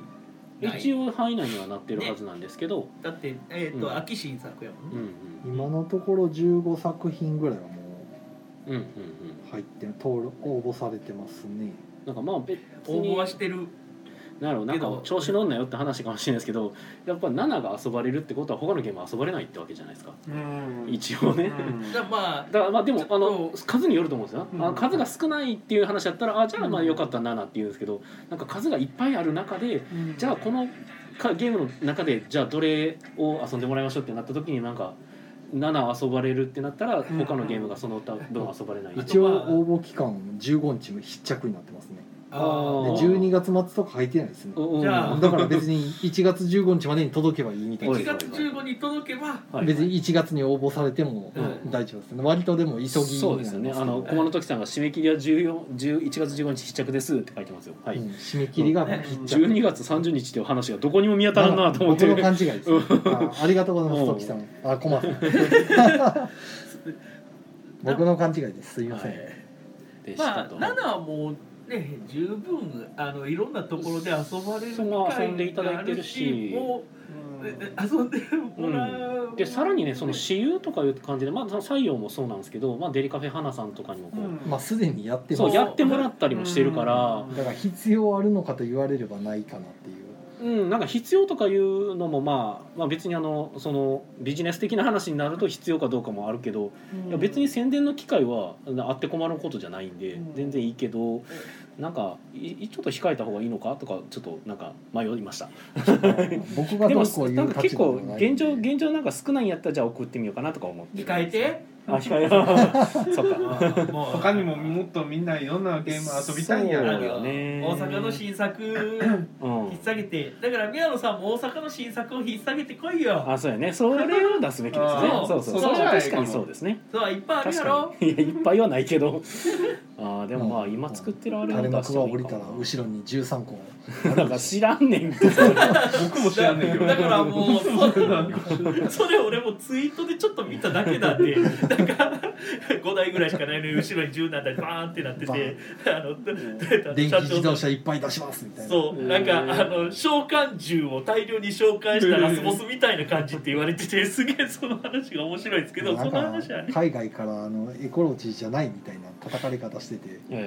Speaker 2: 内
Speaker 3: 一応範囲内にはなってるはずなんですけど、
Speaker 2: だってえっ、と、
Speaker 3: うん
Speaker 2: 秋新作やもん
Speaker 3: うんう
Speaker 2: ね、
Speaker 3: ん
Speaker 4: 今のところ15作品ぐらいはも
Speaker 3: うんうんうん
Speaker 4: う入って登録応募されてますね
Speaker 3: なんかまあ別
Speaker 2: 応募
Speaker 3: に
Speaker 2: はしてる
Speaker 3: なるほどなん
Speaker 2: け
Speaker 3: か
Speaker 2: ど
Speaker 3: 調子乗んなよって話かもしれないですけどやっぱ7が遊ばれるってことは他のゲームは遊ばれないってわけじゃないですか
Speaker 5: うん
Speaker 3: 一応ね、
Speaker 5: うん
Speaker 2: だからまあ
Speaker 3: だからまあでも
Speaker 2: ちょっと
Speaker 3: あの数によると思うんですよ、
Speaker 5: うん
Speaker 3: あの数が少ないっていう話だったらあじゃあまあ
Speaker 5: うん
Speaker 3: よかった7って言うんですけどなんか数がいっぱいある中で
Speaker 5: うん
Speaker 3: じゃあこのかゲームの中でじゃあどれを遊んでもらいましょうってなった時になんか7遊ばれるってなったら
Speaker 5: ん
Speaker 3: 他のゲームがその他分遊ばれない
Speaker 2: あと
Speaker 4: 一応
Speaker 2: まあ
Speaker 4: 応募期間15日も必着になってますね
Speaker 2: あ
Speaker 3: あ
Speaker 4: で
Speaker 3: ー
Speaker 2: ー
Speaker 4: 12月末とか入ってないですね
Speaker 3: うん
Speaker 2: じゃあ
Speaker 4: だから別に1月15日までに届けばいいみたい
Speaker 3: お
Speaker 2: 1
Speaker 3: い
Speaker 4: な
Speaker 2: 月15に届けば
Speaker 3: はい
Speaker 4: 別に1月に応募されても
Speaker 2: うん
Speaker 4: 大丈夫ですね割とでも急ぎになりますけど
Speaker 3: そうですよねあの駒の時さんが締め切りは14 11月15日必着ですって書いてますよは
Speaker 4: う
Speaker 3: い
Speaker 4: ん締め切りが必着
Speaker 3: 12月30日っていう話がどこにも見当たらんなと思って
Speaker 4: 僕の勘違いです、あありがとうございます
Speaker 3: うん
Speaker 4: 時さんあコマさん 僕の勘違いですすいません、
Speaker 3: でし
Speaker 2: ま
Speaker 3: た
Speaker 2: あ
Speaker 3: と、
Speaker 2: 7はもうね十分あのいろんなところで遊ばれる
Speaker 3: そ
Speaker 2: 機
Speaker 3: うまあ遊んでい
Speaker 2: 会
Speaker 3: ただ
Speaker 2: があ
Speaker 3: いてる
Speaker 2: る
Speaker 3: し
Speaker 2: しもうええ遊んでもらう、
Speaker 3: でさらにねその私有とかいう感じでまあその採用もそうなんですけど、まあ、デリカフェ花さんとかにもこう、
Speaker 5: うん
Speaker 4: まあすでにやってます
Speaker 3: そうや
Speaker 4: だ
Speaker 3: ってもらったりもしてるから
Speaker 5: うん
Speaker 4: から必要あるのかと言われればないかなっていう
Speaker 3: うん、なんか必要とかいうのも、まあ、まあ別にあのそのビジネス的な話になると必要かどうかもあるけど、いや別に宣伝の機会はあって困ることじゃないんで、
Speaker 5: うん
Speaker 3: 全然いいけどなんかいちょっと控えた方がいいのかとかちょっとなんか迷いました
Speaker 4: 僕 が
Speaker 3: で
Speaker 4: ど
Speaker 3: も
Speaker 4: うこう
Speaker 3: な
Speaker 4: 言
Speaker 3: ん
Speaker 4: う
Speaker 3: か
Speaker 4: 立
Speaker 3: 結
Speaker 4: 場
Speaker 3: 構
Speaker 4: ではない
Speaker 3: 現状現状なんか少ないんやったらじゃあ送ってみようかなとか思って
Speaker 2: 控えて
Speaker 3: あ控え ようそっか
Speaker 2: もう
Speaker 5: 他にももっとみんないろんなゲーム遊びたいんや
Speaker 2: あ
Speaker 3: そう
Speaker 5: ろ
Speaker 2: の
Speaker 3: だよね
Speaker 2: 大阪の新作
Speaker 3: うん
Speaker 2: 引っ提げてだから宮野さんも大阪の新作を引っ提げてこいよ
Speaker 3: あそうやねそれを出すべきですね
Speaker 2: あー
Speaker 3: そうそう
Speaker 5: そう
Speaker 3: それは
Speaker 5: そう
Speaker 3: 確かにそうですね
Speaker 2: そういっぱいある
Speaker 3: 確
Speaker 2: や
Speaker 3: か
Speaker 2: ろ
Speaker 3: にいやいっぱいはない けどあーでもまあ
Speaker 4: うん
Speaker 3: 今作ってるあれ
Speaker 4: 垂れ
Speaker 3: 出して
Speaker 4: 幕が
Speaker 3: もい
Speaker 4: 降
Speaker 3: い
Speaker 4: り
Speaker 3: か
Speaker 4: たら後ろに13個
Speaker 3: ななんか知らんねん けど
Speaker 5: 僕も知らんねんけど
Speaker 2: だからもうそ それ俺もツイートでちょっと見ただけなんでなんか5台ぐらいしかないのに後ろに17台バーンってなって
Speaker 4: バ
Speaker 2: てあのど
Speaker 4: 電気自動
Speaker 2: 社
Speaker 4: 車いっぱい出しますみたいな
Speaker 2: そうなんかあの召喚獣を大量に召喚したラスボスみたいな感じって言われて てすげえその話が面白いですけどそ
Speaker 4: なん
Speaker 2: の
Speaker 4: か
Speaker 2: 話はね
Speaker 4: 海外からあのエコロジーじゃないみたいな叩かれ方してて、いや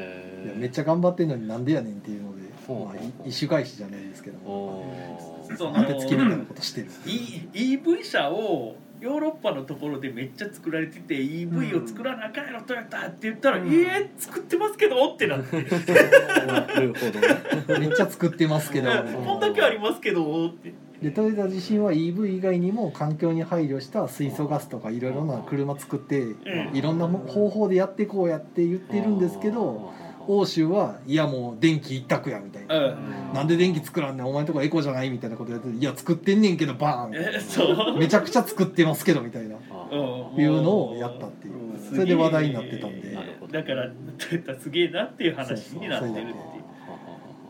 Speaker 4: め
Speaker 3: え
Speaker 4: っちゃ頑張ってんのになんでやねんっていうので、
Speaker 3: ほうほう
Speaker 4: まあ、い一種返しじゃないですけど
Speaker 3: ー
Speaker 4: も
Speaker 3: おー
Speaker 2: そ
Speaker 4: 当てつけみたいなことしてる
Speaker 2: E- EV 車をヨーロッパのところでめっちゃ作られてて EV を作らなあかんやろトヨタって言ったら「
Speaker 5: うん
Speaker 2: いえ作ってますけど」ってなって
Speaker 3: なるほどね
Speaker 4: めっちゃ作ってます
Speaker 2: 「
Speaker 4: けど
Speaker 2: こんだけありますけど」って
Speaker 4: でトヨタ自身は EV 以外にも環境に配慮した水素ガスとかいろいろな車作って
Speaker 2: うん
Speaker 4: いろんなも方法でやってこうやって言ってるんですけど欧州はいやもう電気一択やみたいな。なんで電気作らんねんお前んとこエコじゃないみたいなことやってていや作ってんねんけどバーンみたい
Speaker 2: え
Speaker 4: な
Speaker 2: そう
Speaker 4: めちゃくちゃ作ってますけど みたいな
Speaker 2: うん
Speaker 4: いうのをやったっていう
Speaker 2: すげえ
Speaker 4: それで話題になってたんで
Speaker 3: なるほど
Speaker 2: だからトヨタすげえなっていう話になってるっていう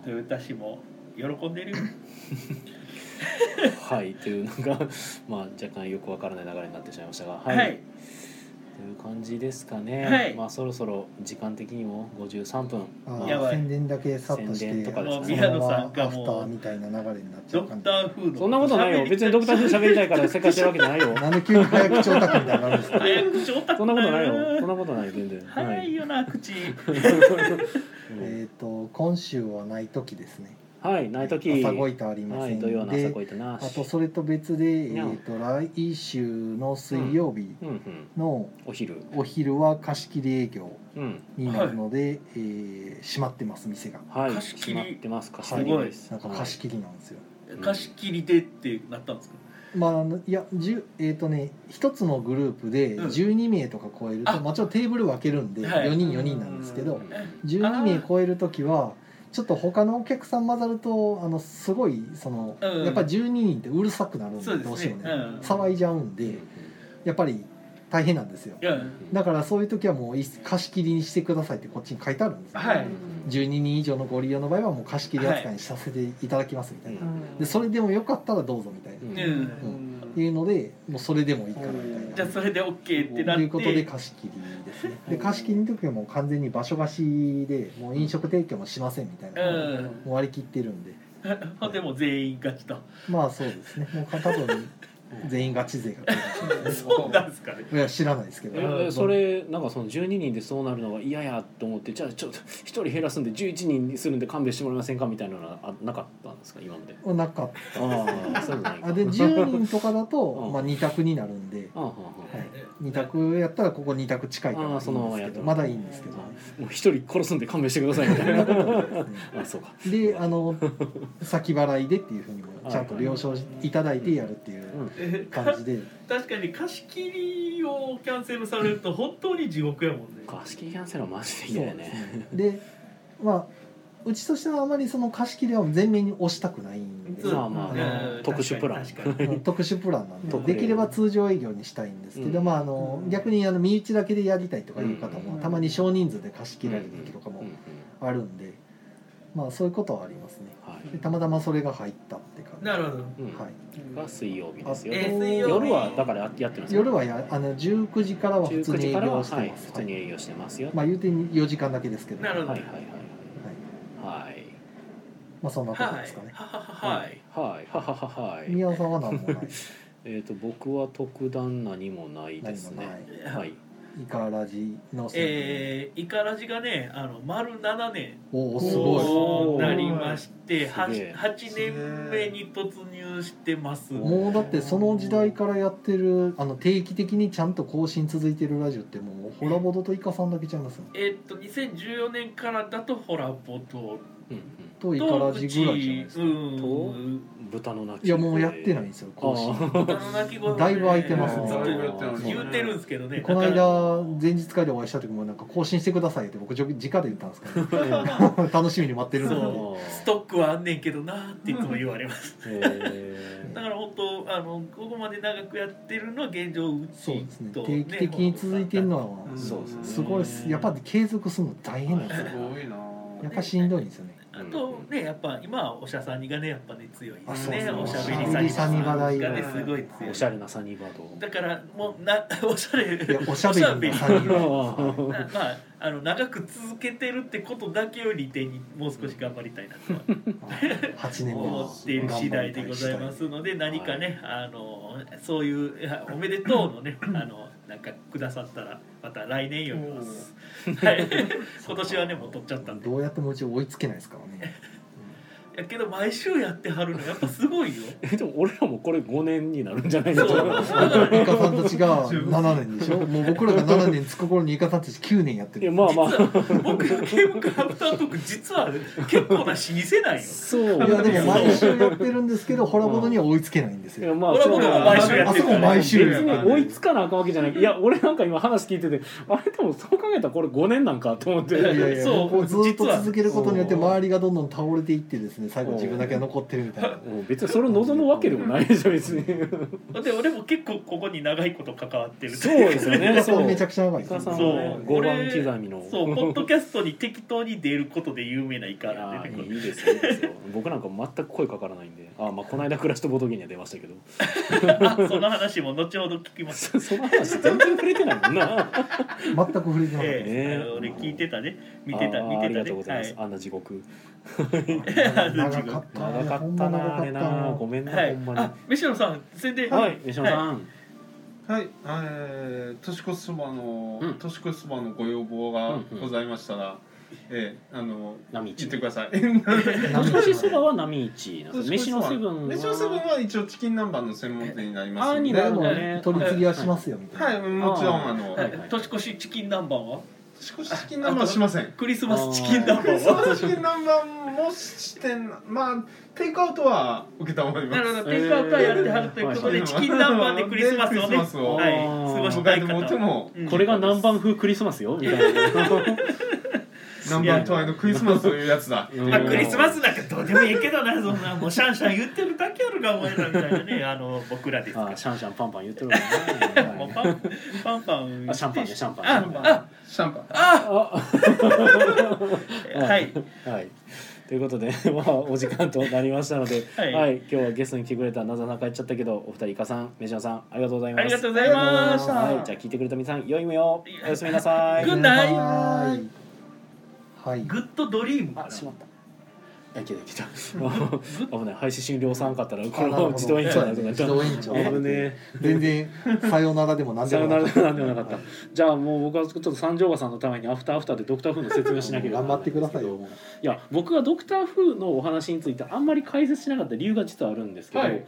Speaker 2: トヨタ氏も喜んでるよ
Speaker 3: はいというなんかまあ若干よくわからない流れになってしまいましたがは、
Speaker 2: はいい、
Speaker 3: という感じですかね、
Speaker 2: はい
Speaker 3: まあそろそろ時間的にも53分
Speaker 4: あ
Speaker 3: まあ
Speaker 4: ー
Speaker 2: やばい
Speaker 4: 宣伝だけさっとし
Speaker 3: 宣伝
Speaker 4: て
Speaker 3: と
Speaker 4: そ
Speaker 3: か
Speaker 4: の
Speaker 3: ですね
Speaker 2: 宮野さんが
Speaker 4: アフタ
Speaker 2: もう
Speaker 4: ーみたいな流れになっちゃ
Speaker 2: ド
Speaker 4: う
Speaker 2: ク
Speaker 4: 感
Speaker 2: タ
Speaker 4: じ
Speaker 2: ーフード
Speaker 3: そんなことないよ別にドクターフー喋りたいからせっかしてるわけじ ゃないよ
Speaker 4: なんで急に早口オタクみたいになるんですか
Speaker 2: 早口オタ
Speaker 3: そ
Speaker 2: ク
Speaker 3: んなことな
Speaker 2: だ
Speaker 3: いよそんなことないよ全然
Speaker 2: 早いよな口
Speaker 3: うん
Speaker 4: えっと今週はない時ですね
Speaker 3: はいないとき
Speaker 4: 朝ごいとありま
Speaker 3: は
Speaker 4: せ
Speaker 3: い
Speaker 4: ん
Speaker 3: 土曜の朝
Speaker 4: で
Speaker 3: こいとな
Speaker 4: あとそれと別で、え
Speaker 3: にゃん
Speaker 4: ー、と来週の水曜日
Speaker 3: うんうん
Speaker 4: の
Speaker 3: お昼
Speaker 4: お昼は貸し切り営業
Speaker 3: うん
Speaker 4: になるので、えー閉まってます店が
Speaker 3: はい
Speaker 2: 貸し切
Speaker 3: 決
Speaker 2: り
Speaker 3: まってます貸し
Speaker 4: はい
Speaker 3: 切りです
Speaker 4: なんか貸し切りなんですよ、
Speaker 2: 貸し切りでってなったんですか
Speaker 4: まあいや10えっ、とね一つのグループで
Speaker 2: うん
Speaker 4: 12名とか超えると、
Speaker 2: あ
Speaker 4: もちろんテーブル分けるんで
Speaker 2: はい
Speaker 4: 4人4人なんですけど、
Speaker 3: うん
Speaker 4: 12名超える時はちょっと他のお客さん混ざるとあのすごいその、
Speaker 2: うん
Speaker 4: やっぱ12人ってうるさくなるんで
Speaker 2: そうですね
Speaker 4: どうしてもね、
Speaker 2: うん
Speaker 4: 騒いじゃうんでやっぱり大変なんですよ
Speaker 2: うん
Speaker 4: だからそういう時はもうい貸し切りにしてくださいってこっちに書いてあるんですよ、
Speaker 5: はい
Speaker 4: 12人以上のご利用の場合はもう貸し切り扱いにさせていただきますみたいな、でそれでもよかったらどうぞみたいな、
Speaker 2: う
Speaker 3: うんうん
Speaker 2: ん
Speaker 4: いうのでもうそれでもいいからみたいな。
Speaker 2: じゃあそれで OK ってなっ
Speaker 4: と
Speaker 2: て
Speaker 4: いうことで貸し切りですね。で貸し切りの時はもう完全に場所貸しでもう飲食提供もしませんみたいな、も
Speaker 2: う
Speaker 4: う割り切ってるんで
Speaker 2: んほんでもう全員勝ちと
Speaker 4: まあそうですねもう多分全員ガチ勢が来るかもしれない
Speaker 2: そうなんですかね
Speaker 4: いや知らないですけど、
Speaker 3: えそれなんかその12人でそうなるのが嫌やと思ってじゃあちょっと1人減らすんで11人にするんで勘弁してもらえませんかみたいなのはあなかったんですか今まで
Speaker 4: なかっ
Speaker 3: ああそういうのない
Speaker 4: た
Speaker 3: か
Speaker 4: あで10人とかだ と、
Speaker 3: うん
Speaker 4: まあ2択になるんで、
Speaker 3: あああああ
Speaker 4: はい、2択やったらここ2択近いからいいん
Speaker 3: あーそのまま
Speaker 4: で
Speaker 3: やっ
Speaker 4: すけ
Speaker 3: た
Speaker 4: ど
Speaker 3: ら
Speaker 4: まだいいん ですけど、
Speaker 3: あもう1人殺すんで勘弁してくださいみたいな あそうか
Speaker 4: であの先払いでっていうふうにもちゃんと了承いただいてやるっていう
Speaker 3: うん
Speaker 2: え
Speaker 4: 感じで
Speaker 2: 確かに貸し切りをキャンセルされると本当に地獄やもんね
Speaker 3: 貸し切りキャンセルはマジで嫌やね
Speaker 4: でまあうちとしてはあまりその貸し切りは全面に押したくないんで
Speaker 2: そう
Speaker 3: まあまあ
Speaker 2: うん
Speaker 3: うん特殊プラン
Speaker 2: 確かに確か
Speaker 4: うん特殊プランなんで
Speaker 3: 特例
Speaker 4: できれば通常営業にしたいんですけど、
Speaker 3: うん
Speaker 4: まあ、あの逆にあの身内だけでやりたいとかいう方も、
Speaker 1: うん
Speaker 4: たまに少人数で貸し切られたりとか
Speaker 3: うん
Speaker 4: も
Speaker 3: うん
Speaker 4: あるんで、まあ、そういうことはありますね
Speaker 3: はい
Speaker 4: でたまたまそれが入ったって感
Speaker 2: に
Speaker 4: じ、
Speaker 2: なるほど
Speaker 3: うん
Speaker 4: はい、
Speaker 3: が水曜日ですよ
Speaker 2: え
Speaker 4: あ
Speaker 2: ー
Speaker 4: と
Speaker 2: 水曜日
Speaker 3: 夜はだからやってますよ
Speaker 4: 夜はやあの19時からは普通
Speaker 3: 19
Speaker 4: に営
Speaker 3: 時からは
Speaker 4: 業してます、
Speaker 3: はい普通に営業してますよ
Speaker 4: まあ、言うて4時間だけですけど
Speaker 2: なるほど
Speaker 3: はいはいはいはい
Speaker 4: まあ、そんなこと
Speaker 2: は
Speaker 4: で
Speaker 2: い
Speaker 4: すかね、
Speaker 2: ははい
Speaker 3: はいははははい
Speaker 4: 宮尾さんは何もない
Speaker 3: えー、と僕は特段何もないですね。
Speaker 2: 何も
Speaker 3: は。
Speaker 2: ない
Speaker 4: イカラジの宣伝、
Speaker 2: えー、イカラジがねあの丸7年
Speaker 4: おおすごい
Speaker 2: そ
Speaker 3: お
Speaker 2: う
Speaker 3: ー
Speaker 2: なりまして
Speaker 3: すげえ
Speaker 2: 8, 年目に突入してます
Speaker 4: もうだってその時代からやってるあの定期的にちゃんと更新続いてるラジオってもうホラボドとイカさんだけちゃいますよ
Speaker 2: えっと2014年からだとホラボト
Speaker 3: うん
Speaker 4: とイカ
Speaker 2: と
Speaker 4: ラ
Speaker 2: う
Speaker 4: ジ
Speaker 2: ち
Speaker 4: ぐらいじゃないですか
Speaker 2: うん
Speaker 3: うん、豚の鳴き声。
Speaker 4: いやもうやってないんですよ
Speaker 3: あ
Speaker 4: 更新
Speaker 3: あ。
Speaker 2: 豚の鳴き声もね
Speaker 4: だいぶ空いてます
Speaker 5: ね
Speaker 2: ずっと言うてるんですけどね
Speaker 4: この
Speaker 2: なかなか
Speaker 4: 間前日会でお会いした時もなんか更新してくださいって僕直で言ったんですけど 楽しみに待ってるんで
Speaker 2: そストックはあんねんけどなーっていつも言われます
Speaker 3: え
Speaker 2: だから本当あのここまで長くやってるのは現状うちと、
Speaker 4: そうですね定期的に続いてるの
Speaker 5: う
Speaker 4: は
Speaker 5: ん
Speaker 3: そうですね
Speaker 4: すごいっすやっぱ継続するの大変なんです
Speaker 5: す
Speaker 4: よ
Speaker 5: ごいな
Speaker 4: やっぱしんどいんですよね
Speaker 2: あとねやっぱ今はおしゃさんにがねやっぱね強いで
Speaker 4: あ
Speaker 2: す
Speaker 4: そう
Speaker 2: ね
Speaker 4: そう
Speaker 2: おしゃべ
Speaker 4: おしゃべ
Speaker 2: り
Speaker 4: り
Speaker 2: さ
Speaker 4: さ
Speaker 2: ん
Speaker 4: んに
Speaker 2: が
Speaker 4: 話題
Speaker 2: ね
Speaker 4: が
Speaker 2: すごい強い
Speaker 3: ー、おしゃれなサニーバード。
Speaker 2: だからもうな おしゃれ
Speaker 4: いやおしゃべりの際に
Speaker 2: ま
Speaker 4: は
Speaker 2: ああの長く続けてるってことだけを利点にもう少し頑張りたいなとは
Speaker 4: 8年
Speaker 2: 思っている次第でございますので何かねあのそういういやおめでとうのねあのなんかくださったらまた来年よります。はい、今年はねもう取っちゃったんで
Speaker 4: どうやってもうち追いつけないですからね
Speaker 2: やけど毎週やってはるのやっぱすごいよ。
Speaker 3: えでも俺らもこれ五年になるんじゃない
Speaker 2: そ
Speaker 3: の
Speaker 2: うだから
Speaker 4: イ
Speaker 2: ね
Speaker 4: カさんた ちが7年でしょもう僕らが7年つく頃にイカさんたち9年やって
Speaker 3: いや
Speaker 4: る
Speaker 3: まあまあ。
Speaker 2: 僕のゲームクラフタートーク実は結構な老舗なんよ。
Speaker 3: そう。
Speaker 4: いやでも 毎
Speaker 3: そう。
Speaker 4: 週やってるんですけどホラボドには追いつけないんです
Speaker 3: いや
Speaker 4: よ
Speaker 3: まあ、
Speaker 2: 俺は僕も毎週やってるからね
Speaker 4: あそこ毎週
Speaker 3: 別に追いつかなあかんわけじゃないいや俺なんか今話聞いててあれでもそう考えたらこれ五年なんかと思っ
Speaker 4: いやい
Speaker 3: て
Speaker 4: やいや
Speaker 2: そう
Speaker 4: こうずっと
Speaker 2: 実は
Speaker 4: 続けることによって周りがどんどん倒れていってですね最後自分だけが残ってるみたいな
Speaker 3: もう別にそれを望むわけでもないでしょ別に
Speaker 2: で俺も結構ここに長いこと関わってる
Speaker 3: そうですよ
Speaker 4: イ
Speaker 3: ね
Speaker 4: カさ
Speaker 3: そ
Speaker 4: ん
Speaker 3: う
Speaker 4: めちゃくちゃ長い
Speaker 3: イ
Speaker 4: です
Speaker 3: カさん
Speaker 4: ね
Speaker 3: は
Speaker 2: そう
Speaker 3: ね五番
Speaker 2: 俺
Speaker 3: 刻みの
Speaker 2: そうポッドキャストに適当に出ることで有名ない
Speaker 3: い
Speaker 2: か
Speaker 3: や
Speaker 2: らね
Speaker 3: ーいいですよいいですよ僕なんか全く声かからないんであまあこの間クラシとボトゲには出ましたけど
Speaker 2: あ その話も後ほど聞きます
Speaker 3: そその話全然触れてないもんな
Speaker 4: 全く触れてなかっ
Speaker 2: ええ
Speaker 3: ね
Speaker 2: あの俺聞いてたね見てた
Speaker 3: あー
Speaker 2: 見
Speaker 3: あ
Speaker 2: て
Speaker 3: り
Speaker 2: た
Speaker 3: がとうご
Speaker 2: ね
Speaker 3: ざい
Speaker 2: は
Speaker 3: ます、
Speaker 2: い
Speaker 3: あんな地獄
Speaker 4: た長かった
Speaker 3: 長か
Speaker 4: ほ
Speaker 3: っ
Speaker 4: ん
Speaker 3: た
Speaker 4: ま
Speaker 3: なあれ
Speaker 4: 長か
Speaker 3: な
Speaker 4: っ
Speaker 3: ごめんな、
Speaker 2: はい
Speaker 3: ほんまに
Speaker 2: あ飯野さん宣伝
Speaker 3: はい飯野さん、
Speaker 5: はい、えー、年越しそばの、
Speaker 3: うん
Speaker 5: 年越しそばのご要望がございましたら、えー、あの
Speaker 3: 波一
Speaker 5: 言ってください。
Speaker 4: た
Speaker 3: 年越し そばは波一なんです飯のセブンは
Speaker 5: 飯のセブンは一応チキン南蛮の専門店になります
Speaker 3: あー
Speaker 5: の
Speaker 3: に
Speaker 5: で、
Speaker 3: な
Speaker 4: で
Speaker 3: る
Speaker 4: も
Speaker 3: のね
Speaker 4: 取り次ぎはしますよみたいな
Speaker 5: はい、もちろん
Speaker 3: あー
Speaker 5: あの、
Speaker 2: は
Speaker 3: はい
Speaker 2: い、年越しチキン南蛮は
Speaker 5: 祝式ナンバーしません
Speaker 2: クリスマスチキンナン
Speaker 5: ク
Speaker 2: バ
Speaker 5: リスマ
Speaker 2: ー
Speaker 5: ス式ナンバーもしてんまあテイクアウトは受けたまりま
Speaker 2: なるほ
Speaker 5: す
Speaker 2: ど、テイクアウトはやってはるということ
Speaker 5: え
Speaker 2: で、
Speaker 5: ー
Speaker 2: チキン南蛮でクリスマスをね、
Speaker 5: でクリスマスを
Speaker 2: はい、過ごした
Speaker 5: 迎え
Speaker 2: い
Speaker 5: て
Speaker 2: 方
Speaker 5: もらって
Speaker 2: は。
Speaker 5: も
Speaker 2: うん
Speaker 3: これが南蛮風クリスマスよみたいな
Speaker 5: ナンバートワイのクリスマスというやつだ
Speaker 3: うん
Speaker 2: まあ、クリスマスなんかどうでもいいけどな、そんな、もうシャンシャン言ってるだけやるか、お前らみたいなね、あの、僕らですか
Speaker 3: あ
Speaker 2: ら。
Speaker 3: シャンシャンパンパン言ってるからね
Speaker 2: もうパンパンパン
Speaker 3: あシャンパンねシャンパン
Speaker 2: ああ
Speaker 5: シャンパン
Speaker 2: はい
Speaker 3: はい、ということで、 まあ、お時間となりましたので、
Speaker 2: はい
Speaker 3: 今日はゲストに来てくれたなざなか言っちゃったけどお二人イカさんメジャーさんありがとうございます
Speaker 2: ありがとうございました
Speaker 3: はい、じゃあ聞いてくれた皆さん良い夢をおやすみなさい
Speaker 2: グッナイ
Speaker 4: はいはい
Speaker 2: グッドドリームか
Speaker 3: あ
Speaker 2: な
Speaker 3: しまったあいけたいけた 危ない廃止診療さんかったらこ
Speaker 4: あなる
Speaker 3: の
Speaker 4: ほど
Speaker 3: 自動延長になるとか
Speaker 4: 自動延長
Speaker 3: 危ね
Speaker 4: 全然さよならでも
Speaker 3: え
Speaker 4: 何で
Speaker 3: さ
Speaker 4: も
Speaker 3: よな
Speaker 4: な
Speaker 3: ら
Speaker 4: い
Speaker 3: なんでもなかったじゃあもう僕はちょっと三条河さんのためにアフターアフターでドクターフーの説明をしなければ
Speaker 4: 頑
Speaker 3: ならな
Speaker 4: 張っ
Speaker 3: い
Speaker 4: て
Speaker 3: ん
Speaker 4: く
Speaker 3: で
Speaker 4: だ
Speaker 3: すけ
Speaker 4: さい
Speaker 3: ど
Speaker 4: よもう
Speaker 3: いや僕がドクター風のお話についてあんまり解説しなかった理由が実はあるんですけど、
Speaker 5: はい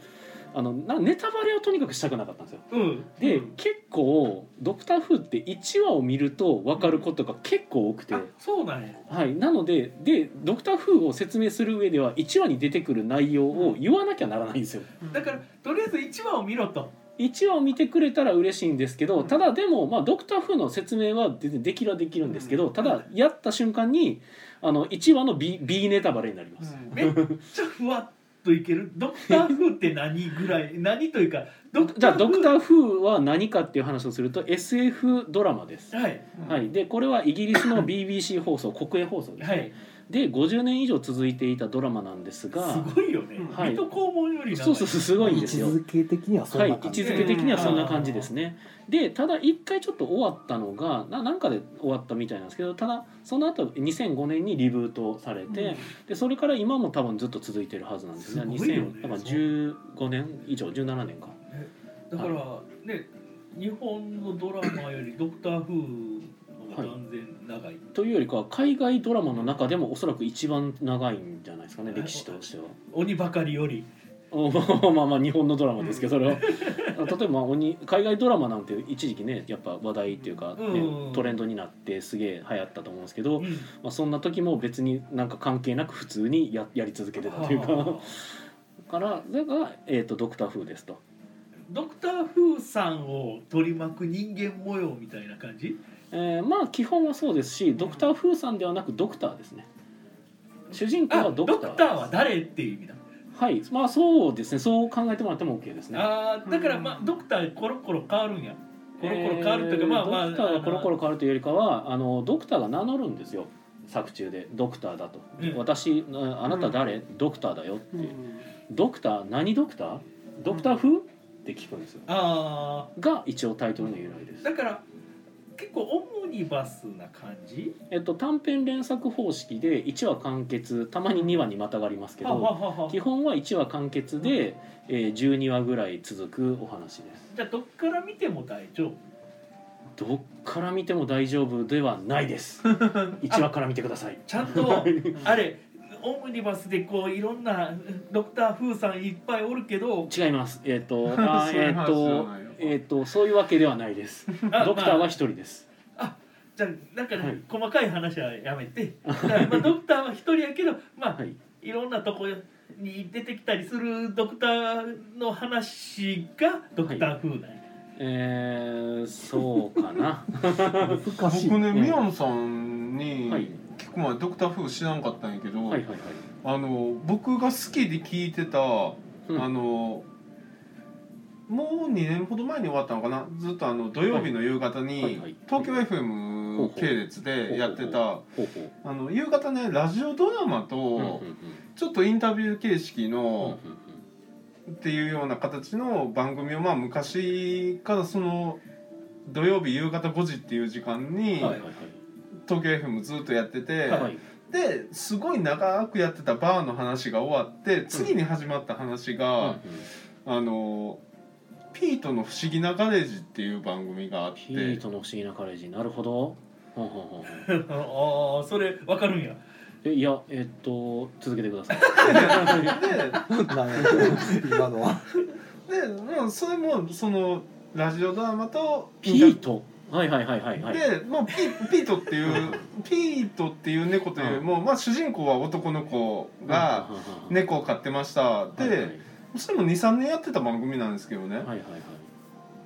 Speaker 3: あのなネタバレをとにかくしたくなかったんですよ。
Speaker 2: うん
Speaker 3: で、結構「ドクター風って1話を見ると分かることが結構多くて、
Speaker 2: あそうなんや
Speaker 3: はい、なのでで「ドクター風を説明する上では1話に出てくる内容を言わなきゃならないんですよ。
Speaker 2: だからとりあえず一話を見ろと
Speaker 3: 1話を見てくれたら嬉しいんですけどただでも、まあ、ドクター・フーの説明は全然できるはできるんですけどただやった瞬間にあの1話の B, B ネタバレになります。
Speaker 2: めっちゃふわっといけるドクターフーって何ぐら い何というかドク
Speaker 3: じ
Speaker 2: ター
Speaker 3: ゃあ
Speaker 2: フー
Speaker 3: ドクター・フーは何かっていう話をすると SF ドラマです、
Speaker 2: はい
Speaker 3: はい、でこれはイギリス の BBC 放送国営放送です、
Speaker 2: は
Speaker 3: ね
Speaker 2: い
Speaker 3: で50年以上続いていたドラマなんですが
Speaker 2: すごいよね
Speaker 3: はい
Speaker 2: 水戸黄門より長
Speaker 3: そ
Speaker 2: いう
Speaker 3: そうそうすごいんです
Speaker 4: 位
Speaker 3: よ
Speaker 4: 置づけ的にはそ
Speaker 3: は
Speaker 4: ん
Speaker 3: い
Speaker 4: な
Speaker 3: 位
Speaker 4: 感
Speaker 3: 置
Speaker 4: じ
Speaker 3: づけ的にはそんな感じですねでただ一回ちょっと終わったのがななんかで終わったみたいなんですけどただその後2005年にリブートされて、でそれから今も多分ずっと続いてるはずなんです
Speaker 2: す
Speaker 3: ね
Speaker 2: ごいよね
Speaker 3: 2000だから15年以上17年か
Speaker 2: だからね日本のドラマよりドクターフーの方が断然長い
Speaker 3: というよりかは海外ドラマの中でもおそらく一番長いんじゃないですかね歴史としては。
Speaker 2: 鬼ばかりより
Speaker 3: おまあまあまあ日本のドラマですけどそれは 例えば鬼海外ドラマなんて一時期ねやっぱ話題っていうか、ね
Speaker 2: うん
Speaker 3: トレンドになってすげえ流行ったと思うんですけ
Speaker 2: う
Speaker 3: ど、
Speaker 2: ん
Speaker 3: まあ、そんな時も別になんか関係なく普通にややり続けてたというかだからだが、えー、とドクター風ですと。
Speaker 2: ドクター・フーさんを取り巻く人間模様みたいな感じ
Speaker 3: えーまあ基本はそうですしドクター風さんではなくドクターですね。主人公
Speaker 2: あ
Speaker 3: は
Speaker 2: ド
Speaker 3: ド
Speaker 2: ク
Speaker 3: ク
Speaker 2: タ
Speaker 3: ター
Speaker 2: ーは誰っていう意味だ
Speaker 3: はいまあそうですねそう考えてもらっても OK ですね。
Speaker 2: あーだからまあドクターコロコロ変わるんやコロコロ変わるというか、
Speaker 3: えー
Speaker 2: まあまあ
Speaker 3: ドクターがコロコ
Speaker 2: ロ
Speaker 3: ロ変わるというよりかはあのドクターが名乗るんですよ作中で「ドクターだと」
Speaker 2: うん
Speaker 3: 私ああなた誰、ドクターだよ」って、ドクター何ドクタードクター風、って聞くんですよ
Speaker 2: あ
Speaker 3: が一応タイトルの由来で
Speaker 2: ー
Speaker 3: す、
Speaker 2: だから結構オムニバスな感じ
Speaker 3: えっと、短編連作方式で1話完結たまに2話にまたがりますけ
Speaker 2: はあ
Speaker 3: ど、
Speaker 2: はあはあはあ
Speaker 3: 基本は1話完結で、えー12話ぐらい続くお話です
Speaker 2: じゃあどっから見ても大丈夫
Speaker 3: どっから見ても大丈夫ではないです 1話から見てください
Speaker 2: ちゃん とあれオムニバスでこういろんなドクター・フーさんいっぱいおるけど
Speaker 3: 違います。えっ、 と、あー
Speaker 5: そうい
Speaker 3: えっ、
Speaker 5: う話じゃ
Speaker 3: と
Speaker 5: ないよ、
Speaker 3: えっ、と、そういうわけではない です。
Speaker 2: あ
Speaker 3: ドクターは一人です。
Speaker 2: じゃあだから、
Speaker 3: はい
Speaker 2: 細かい話はやめてだからまあドクターは一人やけどまあ
Speaker 3: はい。
Speaker 2: いろんなとこに出てきたりするドクターの話がドクター風なんや、
Speaker 3: えー、そうか な。
Speaker 4: 難しい
Speaker 5: 僕ね宮野さんに
Speaker 3: はい
Speaker 5: 聞く前ドクターフー知らんかったんやけど、
Speaker 3: はいはいはい。
Speaker 5: あの僕が好きで聞いてた、
Speaker 3: うん
Speaker 5: あのもう2年ほど前に終わったのかなずっとあの土曜日の夕方に、
Speaker 3: はいはい
Speaker 5: 東京
Speaker 3: ほう
Speaker 5: FM
Speaker 3: ほう
Speaker 5: 系列でやってた
Speaker 3: ほうほう。
Speaker 5: あの夕方ねラジオドラマ
Speaker 3: うん
Speaker 5: と
Speaker 3: うんうん
Speaker 5: ちょっとインタビュー形
Speaker 3: うん
Speaker 5: 式
Speaker 3: うん
Speaker 5: の、っていうような形の番組をまあ昔からその土曜日夕方5時っていう時間
Speaker 3: う
Speaker 5: に
Speaker 3: んはいはい
Speaker 5: 東京 FM ずっとやってて。
Speaker 3: はい。はい。
Speaker 5: ですごい長くやってたバーの話が終わって次に始まった話が、
Speaker 3: うんうん
Speaker 5: あのピートの「不思議なガレージ」っていう番組があっ
Speaker 3: ヒー
Speaker 5: て
Speaker 3: トの不思議なカレージ、なるほど。ほんほんほんほん
Speaker 2: ああそれわかるんや
Speaker 3: えいや、えっ、と、続けてく ださい。
Speaker 4: なんや今のは
Speaker 5: でで、まあ、それもそのラジオドラマと
Speaker 3: ピート。はいはいはいはいはい。
Speaker 5: で、まあ、ピピートっ ていうピートっていう猫というよりも、まあ、主人公は男の子が
Speaker 3: うん、
Speaker 5: 猫を飼ってましたで、
Speaker 3: はいはいはい
Speaker 5: それも23年やってた番組なんですけどね、
Speaker 3: はいはい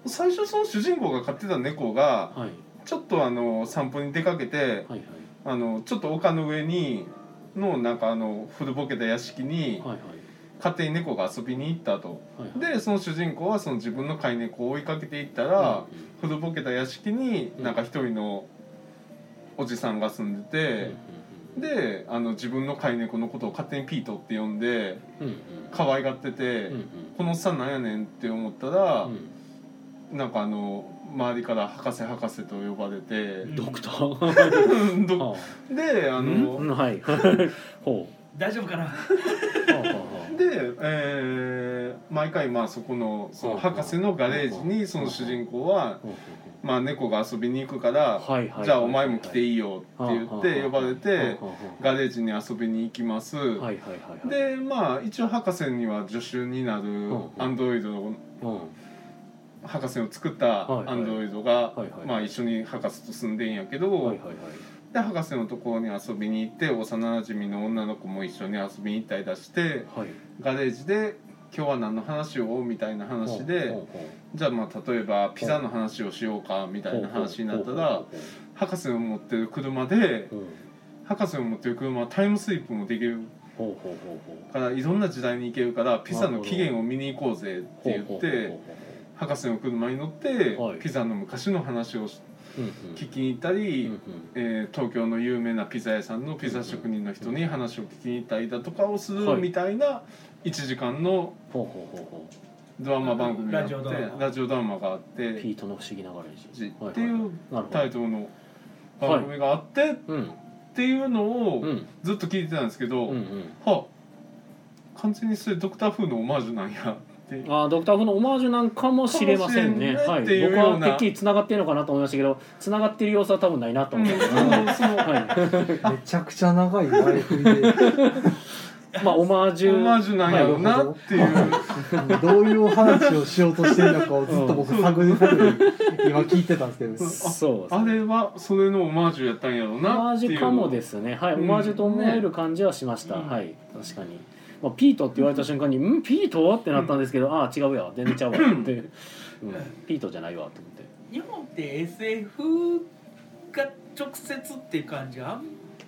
Speaker 5: 最初その主人公が飼ってた猫が
Speaker 3: はいはい
Speaker 5: ちょっとあの散歩に出かけて
Speaker 3: はい
Speaker 5: あのちょっと丘の上にのなんかあの古ぼけた屋敷に
Speaker 3: はいはい
Speaker 5: 勝手に猫が遊びに行ったと
Speaker 3: はいはい。
Speaker 5: でその主人公はその自分の飼い猫を追いかけていった
Speaker 3: うん、
Speaker 5: ら、古ぼけた屋敷になんか一人のおじさんが住んでて、であの自分の飼い猫のことを勝手にピートって呼んで
Speaker 3: うんうん
Speaker 5: 可愛がってて、
Speaker 3: うんうん
Speaker 5: このおっさんなんやねんって思ったら、
Speaker 3: うん
Speaker 5: なんかあの周りから博士博士と呼ばれて、
Speaker 3: ドクター。
Speaker 5: ど
Speaker 3: は
Speaker 5: であ
Speaker 3: あ
Speaker 5: の、
Speaker 3: うんはい。ほ
Speaker 2: 大丈夫かな
Speaker 3: う。はあは
Speaker 5: で、えー毎回まあそこのその博士のガレージにその主人公は、
Speaker 3: あ
Speaker 5: まあ、猫が遊びに行くから、
Speaker 3: はいはいはい
Speaker 5: じゃあお前も来ていいよって言
Speaker 3: はあは
Speaker 5: っ
Speaker 3: あ
Speaker 5: て呼ばれて
Speaker 3: はあは
Speaker 5: ガレージに遊びに行きます。
Speaker 3: あはいはいはいはい。
Speaker 5: でまあ一応博士には助手になる
Speaker 3: はあ
Speaker 5: アンドロイドの
Speaker 3: うん、
Speaker 5: 博士を作った
Speaker 3: はいはい
Speaker 5: アンドロイドが
Speaker 3: はいはい
Speaker 5: まあ一緒に博士と住んでんやけど、
Speaker 3: はいはいはい。
Speaker 5: で博士のところに遊びに行って幼馴染の女の子も一緒に遊びに行ったりだして
Speaker 3: はい。
Speaker 5: ガレージで「今日は何の話を?」みたいな話
Speaker 3: ほ
Speaker 5: で
Speaker 3: うほうほ
Speaker 5: じゃあまあ例えばピザの話をしようかみた
Speaker 3: う
Speaker 5: いな話になった
Speaker 3: ほう
Speaker 5: ら
Speaker 3: ほう
Speaker 5: 博士の持ってる車で
Speaker 3: ほうほう
Speaker 5: 博士の持ってる車はタイムスリップもできる
Speaker 3: ほうほうほうほう
Speaker 5: からいろんな時代に行けるからピザの起源を見に行こうぜって言って博士の車に乗って
Speaker 3: はい
Speaker 5: ピザの昔の話をし
Speaker 3: うんうん
Speaker 5: 聞きに行ったり。
Speaker 3: うん
Speaker 5: えー東京の有名なピザ屋さんのピザ職人の人に話を聞きに行ったりだとかをす
Speaker 3: は
Speaker 5: る
Speaker 3: い
Speaker 5: みたいな1時間の
Speaker 3: ほうほうほうほ
Speaker 5: ドラマ番組があって
Speaker 2: ラジオドラマ
Speaker 5: ラジオドラマがあっ
Speaker 3: う
Speaker 5: て
Speaker 3: ピートの不思議なガレージ
Speaker 5: っていう
Speaker 3: なるほ
Speaker 5: タ
Speaker 3: ど
Speaker 5: イトルの番組があってっ
Speaker 3: うん
Speaker 5: ていうの
Speaker 3: う
Speaker 5: を
Speaker 3: ん
Speaker 5: ずっと聞いてたんですけど、
Speaker 3: うんうん
Speaker 5: はあ完全にそれドクター風のオマージュなんやって
Speaker 3: あードクター・フのオマージュなんかもしれませんね
Speaker 5: か
Speaker 3: は
Speaker 5: もしれ
Speaker 3: い
Speaker 5: んねっていう
Speaker 3: 僕
Speaker 5: ような
Speaker 3: はてっきり繋がってるのかなと思いましたけど繋がってる様子は多分ないなと思ってます
Speaker 5: うんその
Speaker 3: は
Speaker 4: めちゃくちゃ長い前振りで
Speaker 3: い まあオマージ
Speaker 5: オマー
Speaker 3: ュ
Speaker 5: ジュなんやろうなっていう、
Speaker 4: どういうお話をしようとしてるのかをずっと僕探り探り今聞いてたんですけど
Speaker 3: そうですね
Speaker 5: あれはそれのオマージュやったんやろう
Speaker 3: オマ
Speaker 5: な
Speaker 3: ー
Speaker 5: って
Speaker 3: ジ
Speaker 5: い
Speaker 3: ュ
Speaker 5: う
Speaker 3: かもですねはい、
Speaker 5: うん
Speaker 3: オマージュと思える感じはしました、
Speaker 2: ねうん
Speaker 3: はい確かに、まあ、ピートって言われた瞬間に「んピート?」ってなったんですけど「ああ違うや全然ちゃうわ」って、うん「ピートじゃないわ」と思って
Speaker 2: 日本って SF が直接っていう感じはあん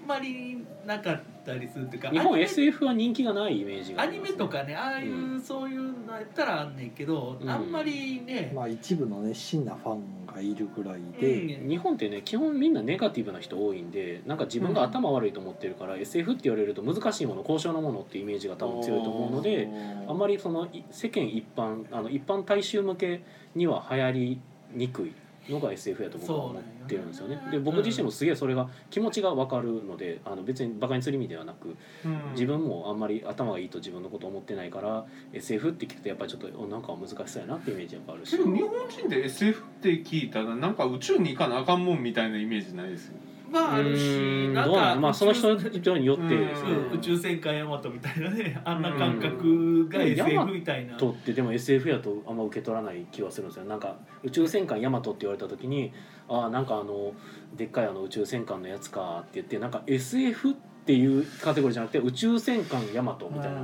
Speaker 2: まりなかったりするっていうか
Speaker 3: 日本
Speaker 2: アニメ
Speaker 3: SF は人気がないイメージが
Speaker 2: ア
Speaker 3: あり
Speaker 2: ニ
Speaker 3: ま
Speaker 2: メ
Speaker 3: すね
Speaker 2: とかねああいう、
Speaker 3: う
Speaker 2: そういうのやったらあんねんけど、
Speaker 3: うん
Speaker 2: あんまりね、
Speaker 4: まあ一部の熱心なファンがいるぐらい
Speaker 2: うん
Speaker 4: で、
Speaker 3: 日本ってね基本みんなネガティブな人多いんでなんか自分が頭悪いと思ってるから、SF って言われると難しいもの高尚なものっていうイメージが多分強いと思うのであんまりそのい世間一般あの一般大衆向けには流行りにくいのが SF やと僕は思ってるんですよね
Speaker 2: そうなん。
Speaker 3: で
Speaker 2: よね
Speaker 3: 僕自身もすげえそれが気持ちが分かるのであの別にバカにする意味ではなく
Speaker 5: うん
Speaker 3: 自分もあんまり頭がいいと自分のこと思ってないから SF って聞くとやっぱりちょっとおなんか難しそうやなってイメージがあるし
Speaker 5: で。も日本人で SF って聞いたらなんか宇宙に行かなあかんもんみたいなイメージないですよ
Speaker 2: まあある
Speaker 3: う
Speaker 2: し
Speaker 3: ーん
Speaker 2: なん
Speaker 3: どうな
Speaker 2: か
Speaker 3: のまあその人
Speaker 2: 宇宙
Speaker 3: によってですね
Speaker 5: う
Speaker 2: 宇
Speaker 5: ん
Speaker 2: 宙戦艦ヤマトみたいなねあんな感覚が
Speaker 3: うんヤマ
Speaker 2: SF みたいな。
Speaker 3: とってでも SF やとあんま受け取らない気はするんですよなんか宇宙戦艦ヤマトって言われた時にああなんかあのでっかいあの宇宙戦艦のやつかって言ってなんか SF っていうカテゴリーじゃなくて宇宙戦艦ヤマトみたいな。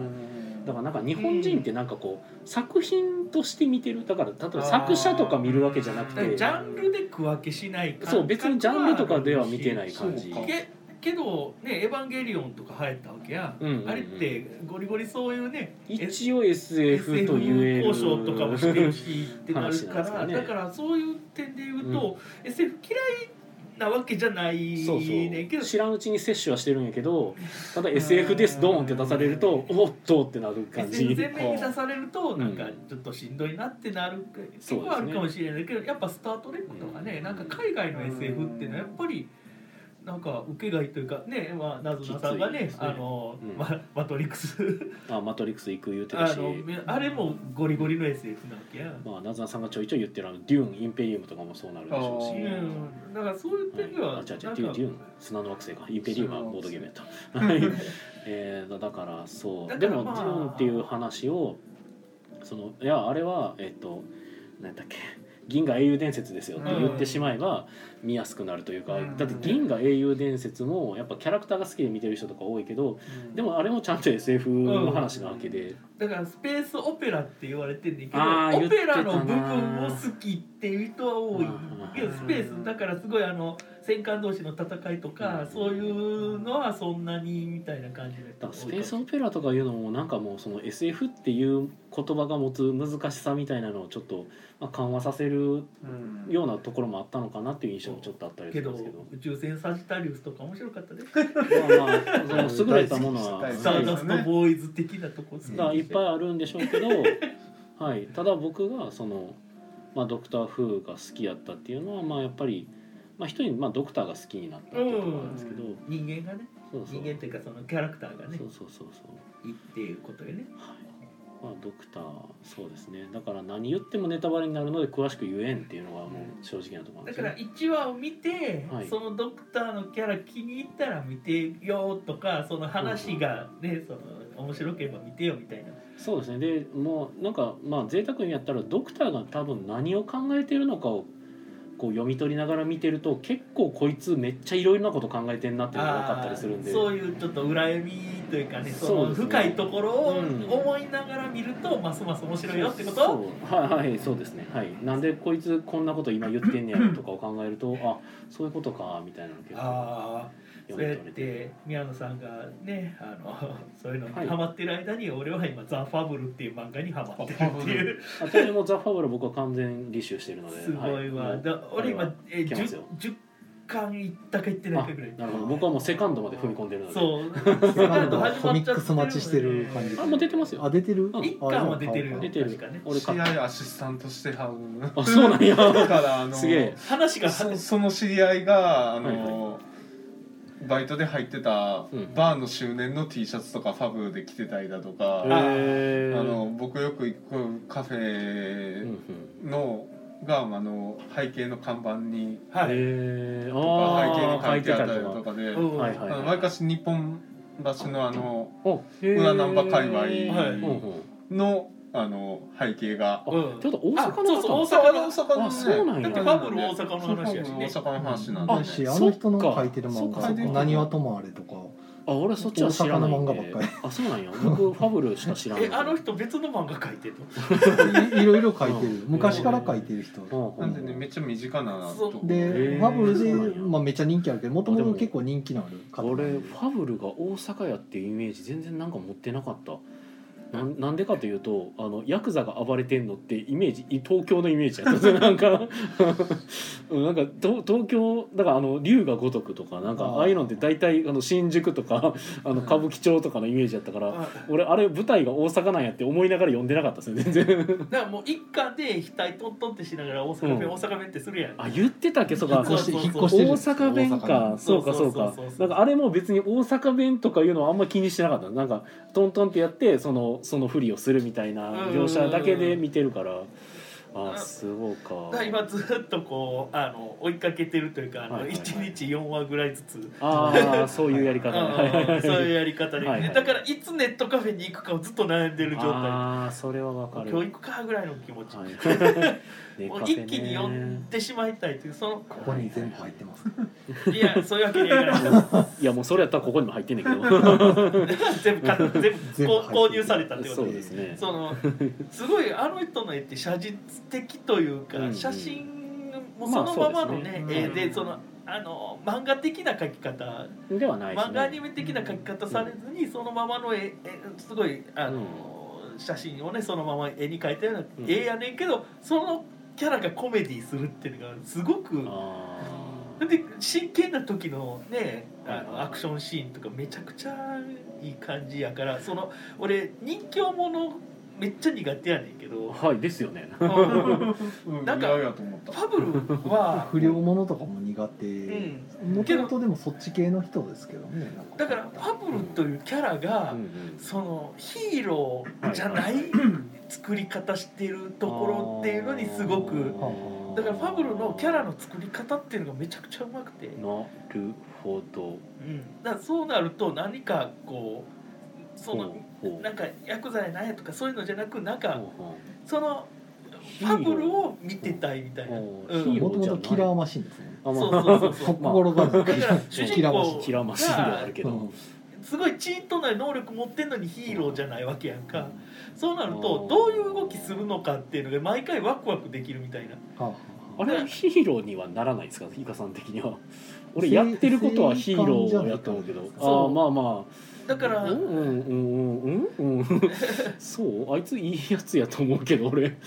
Speaker 3: だからなんか日本人ってなんかこう作品として見てるだから例えば作者とか見るわけじゃな
Speaker 2: だ
Speaker 3: く
Speaker 2: から
Speaker 3: て
Speaker 2: ジャンルで区分けしない感覚
Speaker 3: そう別にジャンルとかでは見てないい感じ
Speaker 5: そうか
Speaker 2: けけどね「エヴァンゲリオン」とか流行ったわけや、
Speaker 3: うんうんうん
Speaker 2: あれってゴリゴリそういうね
Speaker 3: 一応 SF と言える
Speaker 2: 交渉とかもしてるしってなるか
Speaker 3: 話な
Speaker 2: ら、
Speaker 3: んですかね
Speaker 2: だからそういう点で言うと、SF 嫌いなわけじゃない
Speaker 3: そう
Speaker 2: ねんけ
Speaker 3: そう
Speaker 2: ど
Speaker 3: 知らんうちに摂取はしてるんやけどただ SF ですドーンって出されるとおっとってなる感じ
Speaker 2: SF 全面に出されると
Speaker 3: うん
Speaker 2: なんかちょっとしんどいなってなる
Speaker 3: そ
Speaker 2: そう
Speaker 3: ですね
Speaker 2: こはあるかもしれないけどやっぱ「スター・トレック」とかね、
Speaker 3: うん
Speaker 2: なんか海外の SF っていうのはやっぱり。なんか受けがいというかね、まあ、なずなさんがね
Speaker 3: きついですね
Speaker 2: あの、
Speaker 3: うん
Speaker 2: まマトリックス
Speaker 3: あマトリックス行く言うてた
Speaker 2: あ
Speaker 3: し
Speaker 2: のめあれもゴリゴリの SF なわけや、
Speaker 3: まあナズナさんがちょいちょい言ってるあのデューンインペリウムとかもそうなるでしょうし
Speaker 5: あ
Speaker 2: う。ん、だからそういう点で
Speaker 3: はい
Speaker 2: は、
Speaker 3: あ、違う違う、デ
Speaker 2: な
Speaker 3: ュ
Speaker 2: んか
Speaker 3: ーン、デューン、砂の惑星か、インペリウムはボードゲームやった。 はいえー、だから、そう、
Speaker 2: だか
Speaker 3: で
Speaker 2: ら
Speaker 3: も、デ
Speaker 2: まあ
Speaker 3: ューンっていう話を。その、いや、あれは、えっと、なんだっけ、銀河英雄伝説ですよって言ってしまえば見やすくなるというか、
Speaker 5: うん
Speaker 3: だって銀河英雄伝説もやっぱキャラクターが好きで見てる人とか多いけどでもあれもちゃんと SF の話なわけで、
Speaker 2: だからスペースオペラって言われてんだけど
Speaker 3: あー
Speaker 2: オペラの
Speaker 3: 言って
Speaker 2: 部
Speaker 3: たな
Speaker 2: 分を好きっていう人は多いけど
Speaker 3: うん
Speaker 2: スペースだからすごいあの戦艦同士の戦いとか
Speaker 3: うん
Speaker 2: そういうのはそんなにみたいな感じ
Speaker 3: だ
Speaker 2: で
Speaker 3: からスペースオペラとかいうのもなんかもうその SF っていう言葉が持つ難しさみたいなのをちょっとまあ緩和させる
Speaker 5: うん
Speaker 3: ようなところもあったのかなっていう印象もちょっとあったりす
Speaker 2: け
Speaker 3: る
Speaker 2: ど
Speaker 3: んですけど。
Speaker 2: 宇宙船サジタリウスとか面白かったね
Speaker 3: まあまあ、その優れたものは
Speaker 5: 大好き
Speaker 2: スターダストボーイズ的なとこ好き
Speaker 3: だからいっぱいあるんでしょうけど、はい、ただ僕がその、まあ、ドクター・フーが好きやったっていうのは、まあ、やっぱり、まあ、一人、まあ、ドクターが好きになったっていうところなんですけど、
Speaker 5: うん
Speaker 2: 人間がね
Speaker 3: そうそう
Speaker 2: 人間っていうかそのキャラクターがね
Speaker 3: そうそうそうそ
Speaker 2: いいっていうことでね
Speaker 3: う、まあ、ドクターそうですねだから何言ってもネタバレになるので詳しく言えんっていうのがもう正直なところなんで
Speaker 2: だ
Speaker 3: す
Speaker 2: か
Speaker 3: よ
Speaker 2: ら
Speaker 3: ね。
Speaker 2: 1話を見て、
Speaker 3: はい
Speaker 2: そのドクターのキャラ気に入ったら見てよとかその話がね、その面白ければ見てよみたいな
Speaker 3: そうですねでもうなんかまあ贅沢にやったらドクターが多分何を考えてるのかをこう読み取りながら見てると結構こいつめっちゃいろいろなこと考えてんなっていうのが分かったりするんで
Speaker 2: あーそういうちょっと恨みというかねそ
Speaker 3: そう
Speaker 2: の
Speaker 3: ですね
Speaker 2: 深いところを
Speaker 3: うん
Speaker 2: 思いながら見ると、ますます面白いよってこと
Speaker 3: そうはいはいそうですねはいなんでこいつこんなこと今言ってんねやろとかを考えるとあそういうことかみたいなの結構
Speaker 2: ああそ
Speaker 3: 読
Speaker 2: れ
Speaker 3: み
Speaker 2: っ
Speaker 3: 取れ
Speaker 2: て宮野さんがねあのそういうのに
Speaker 3: はい
Speaker 2: ハマってる間に、俺は今「ザ・ファブル」っていう漫画にハマってるっていう
Speaker 3: あとでも「ザ・ファブル」僕は完全履修してるのです
Speaker 2: ごいわ、
Speaker 3: は
Speaker 2: だ俺
Speaker 3: これは
Speaker 2: 今え
Speaker 3: いけますよ
Speaker 2: 10, 10巻いったかいってないかぐらい
Speaker 3: あなるほど僕はもうセカンドまで踏み込んでるので
Speaker 2: そうスカート 始まっちゃってるので
Speaker 4: コミックス待ちしてる感じ
Speaker 3: あもう出てますよ
Speaker 4: あ出てる
Speaker 3: うん
Speaker 2: 一巻は出てるよ
Speaker 3: 出てる
Speaker 2: 確かね
Speaker 3: 俺買
Speaker 5: 試
Speaker 3: った
Speaker 5: 合アシスタントしてはる
Speaker 3: あそうなんや
Speaker 5: だからあの
Speaker 3: すげえ
Speaker 2: 話が
Speaker 5: そその知り合いがあの、
Speaker 3: はい
Speaker 5: バイトで入ってた
Speaker 3: うん
Speaker 5: バーの周年の T シャツとかファブで着てたりだとか、
Speaker 3: へ
Speaker 5: あ
Speaker 3: ー
Speaker 5: の僕よく行くカフ
Speaker 3: うんう
Speaker 5: ェ
Speaker 3: ん
Speaker 5: の、があの背景の看板に
Speaker 2: はい、
Speaker 3: へー
Speaker 5: とか背
Speaker 3: あ
Speaker 5: 景に
Speaker 3: あ書
Speaker 5: 書い
Speaker 3: い
Speaker 5: て
Speaker 3: て
Speaker 5: あ
Speaker 3: た
Speaker 5: っ
Speaker 3: り
Speaker 5: たり
Speaker 3: と
Speaker 5: と
Speaker 3: か
Speaker 5: かで、
Speaker 2: うん
Speaker 3: はいはい
Speaker 5: あ
Speaker 3: はい
Speaker 5: のわりかし日本橋のあの
Speaker 3: おへー
Speaker 5: 裏ナンバ界隈
Speaker 2: はい
Speaker 3: うんうん
Speaker 5: のあの背景が
Speaker 3: あ
Speaker 2: うん
Speaker 3: ちょっと大阪
Speaker 2: あ
Speaker 3: の
Speaker 2: そう
Speaker 3: 方
Speaker 2: そう大阪の
Speaker 5: 大阪のね
Speaker 3: あそうなんや
Speaker 5: だって
Speaker 2: ファブル大阪の話やしね
Speaker 5: そうファブル大阪の話なんで、
Speaker 4: あ
Speaker 5: ね、
Speaker 4: しあの人の書いてる
Speaker 3: そ
Speaker 4: 漫
Speaker 3: っか
Speaker 5: そっか
Speaker 4: 画「なにわともあれ」とか
Speaker 3: あ俺そっちは知らないん
Speaker 4: 大阪の漫
Speaker 3: で
Speaker 4: 画ばっか
Speaker 3: あそうなんや僕ファブルしか知らない
Speaker 2: えあの人別の漫画描いてるの
Speaker 4: いいろいろ書いて
Speaker 3: う
Speaker 4: る
Speaker 3: ん
Speaker 4: 昔から書いてる人
Speaker 5: なんでねめっちゃ身近なとこ
Speaker 4: で
Speaker 3: へー
Speaker 4: ファブル
Speaker 3: そうなん
Speaker 4: で、
Speaker 3: や
Speaker 4: まあ、めっちゃ人気あるけどもともと結構人気のある方
Speaker 3: 俺ファブルが大阪やっていうイメージ全然なんか持ってなかったなんなんでかというとあのヤクザが暴れてんのってイメージい東京のイメージやった なんかうんなんか東東京だからあの龍が如くとかなんか
Speaker 4: あー
Speaker 3: ああいうのって大体あの新宿とか あの歌舞伎町とかのイメージやったから
Speaker 2: あ
Speaker 3: 俺あれ舞台が大阪なんやって思いながら読んでなかったですね全然
Speaker 2: だからもう一巻で額トントンってしながら大阪弁、
Speaker 3: うん
Speaker 2: 大阪弁ってするやん
Speaker 3: あ言ってたっけそう
Speaker 4: 引
Speaker 3: か
Speaker 4: っ越して
Speaker 2: そう
Speaker 4: 引っ
Speaker 2: そう
Speaker 4: 越してる
Speaker 3: 大阪弁かそうかそうか
Speaker 2: そうそうそうそう
Speaker 3: なんかあれも別に大阪弁とかいうのはあんま気にしてなかったなんかトントンってやってそのそのふりをするみたいな描写だけで見てるからあーすごいか
Speaker 2: だから今ずっとこうあの追いかけてるというかあ
Speaker 3: はい
Speaker 2: の
Speaker 3: はいはい
Speaker 2: 一日4話ぐらいずつ、
Speaker 3: ああそういうや り方ねはいはいは
Speaker 2: うん
Speaker 3: い
Speaker 2: そういう やり方で、
Speaker 3: はいはい
Speaker 2: だからいつネットカフェに行くかをずっと悩んでる状態
Speaker 3: ああそれはわかる
Speaker 2: 今日行くかぐらいの気持ち、
Speaker 3: はい
Speaker 2: もう
Speaker 3: ネカフェね
Speaker 2: 一気に読んでしまいたいというそ
Speaker 4: ここに全部入ってます
Speaker 2: のいやそういうわけにはいかない
Speaker 3: いやもうそれやったらここにも入ってんねんけ ど
Speaker 2: 全部買った全部
Speaker 4: 全部
Speaker 2: こう購入されたってこと
Speaker 3: そうですね
Speaker 2: そのすごいあの人の絵って写実的というか、
Speaker 3: うんうん
Speaker 2: 写真もそのままのね,、
Speaker 3: まあそう
Speaker 2: 絵
Speaker 3: ですね
Speaker 2: で、
Speaker 5: うん
Speaker 2: そのあの漫画的な描き方、
Speaker 3: ではないです
Speaker 2: 漫
Speaker 3: ね
Speaker 2: 画アニメ的な描き方されずに、そのままの絵絵すごいあの、写真をねそのまま絵に描いたような
Speaker 3: うん
Speaker 2: 絵やねんけど、そのキャラがコメディするっていうのがすごく。
Speaker 3: あ
Speaker 2: で真剣な時のねあ
Speaker 3: はいはいは
Speaker 2: の
Speaker 3: い
Speaker 2: アクションシーンとかめちゃくちゃいい感じやからその俺人形ものめっちゃ苦手やねんけど
Speaker 3: あはいですよね
Speaker 2: うん
Speaker 5: うん
Speaker 2: なん
Speaker 5: 意
Speaker 2: か
Speaker 5: 外やと思った
Speaker 2: ファブルは、
Speaker 4: 不良ものとかも苦
Speaker 2: う
Speaker 4: 手
Speaker 2: ん、
Speaker 4: もともとでもそっち系の人ですけどねなん
Speaker 2: だからファブルというキャラが、
Speaker 3: うんうん
Speaker 2: そのヒーローじゃない作り方してるところっていうのにすごくだからファブルのキャラの作り方っていうのがめちゃくちゃうまくて。
Speaker 3: なるほど
Speaker 2: うん、だからそうなると何かこうその
Speaker 3: ほうほう
Speaker 2: なんか薬剤なんやとかそういうのじゃなくなんか
Speaker 3: ほうほう
Speaker 2: その
Speaker 3: ヒー
Speaker 2: ファ
Speaker 3: ロー
Speaker 2: ブルを見てたいみたいな、
Speaker 3: お
Speaker 2: う
Speaker 3: ーヒー
Speaker 2: ん
Speaker 3: ロ
Speaker 4: もともとキラーマシンですね
Speaker 3: あまあ
Speaker 2: そうそうそうそう
Speaker 4: 心が
Speaker 2: だから主人公
Speaker 3: キラーマシンではあるけど、
Speaker 4: うん
Speaker 2: すごいチートな能力持ってんのにヒーローじゃないわけやんかそうなるとどういう動きするのかっていうのが毎回ワクワクできるみたいな
Speaker 4: はあはあ
Speaker 3: あれはヒーローにはならないですかイカさん的には俺やってることはヒーローやと思うけどあ
Speaker 2: そう
Speaker 3: ーまあま
Speaker 2: だか
Speaker 3: あ
Speaker 2: ら、
Speaker 3: うんうんうんうんうんそうあいついいやつやと思うけど俺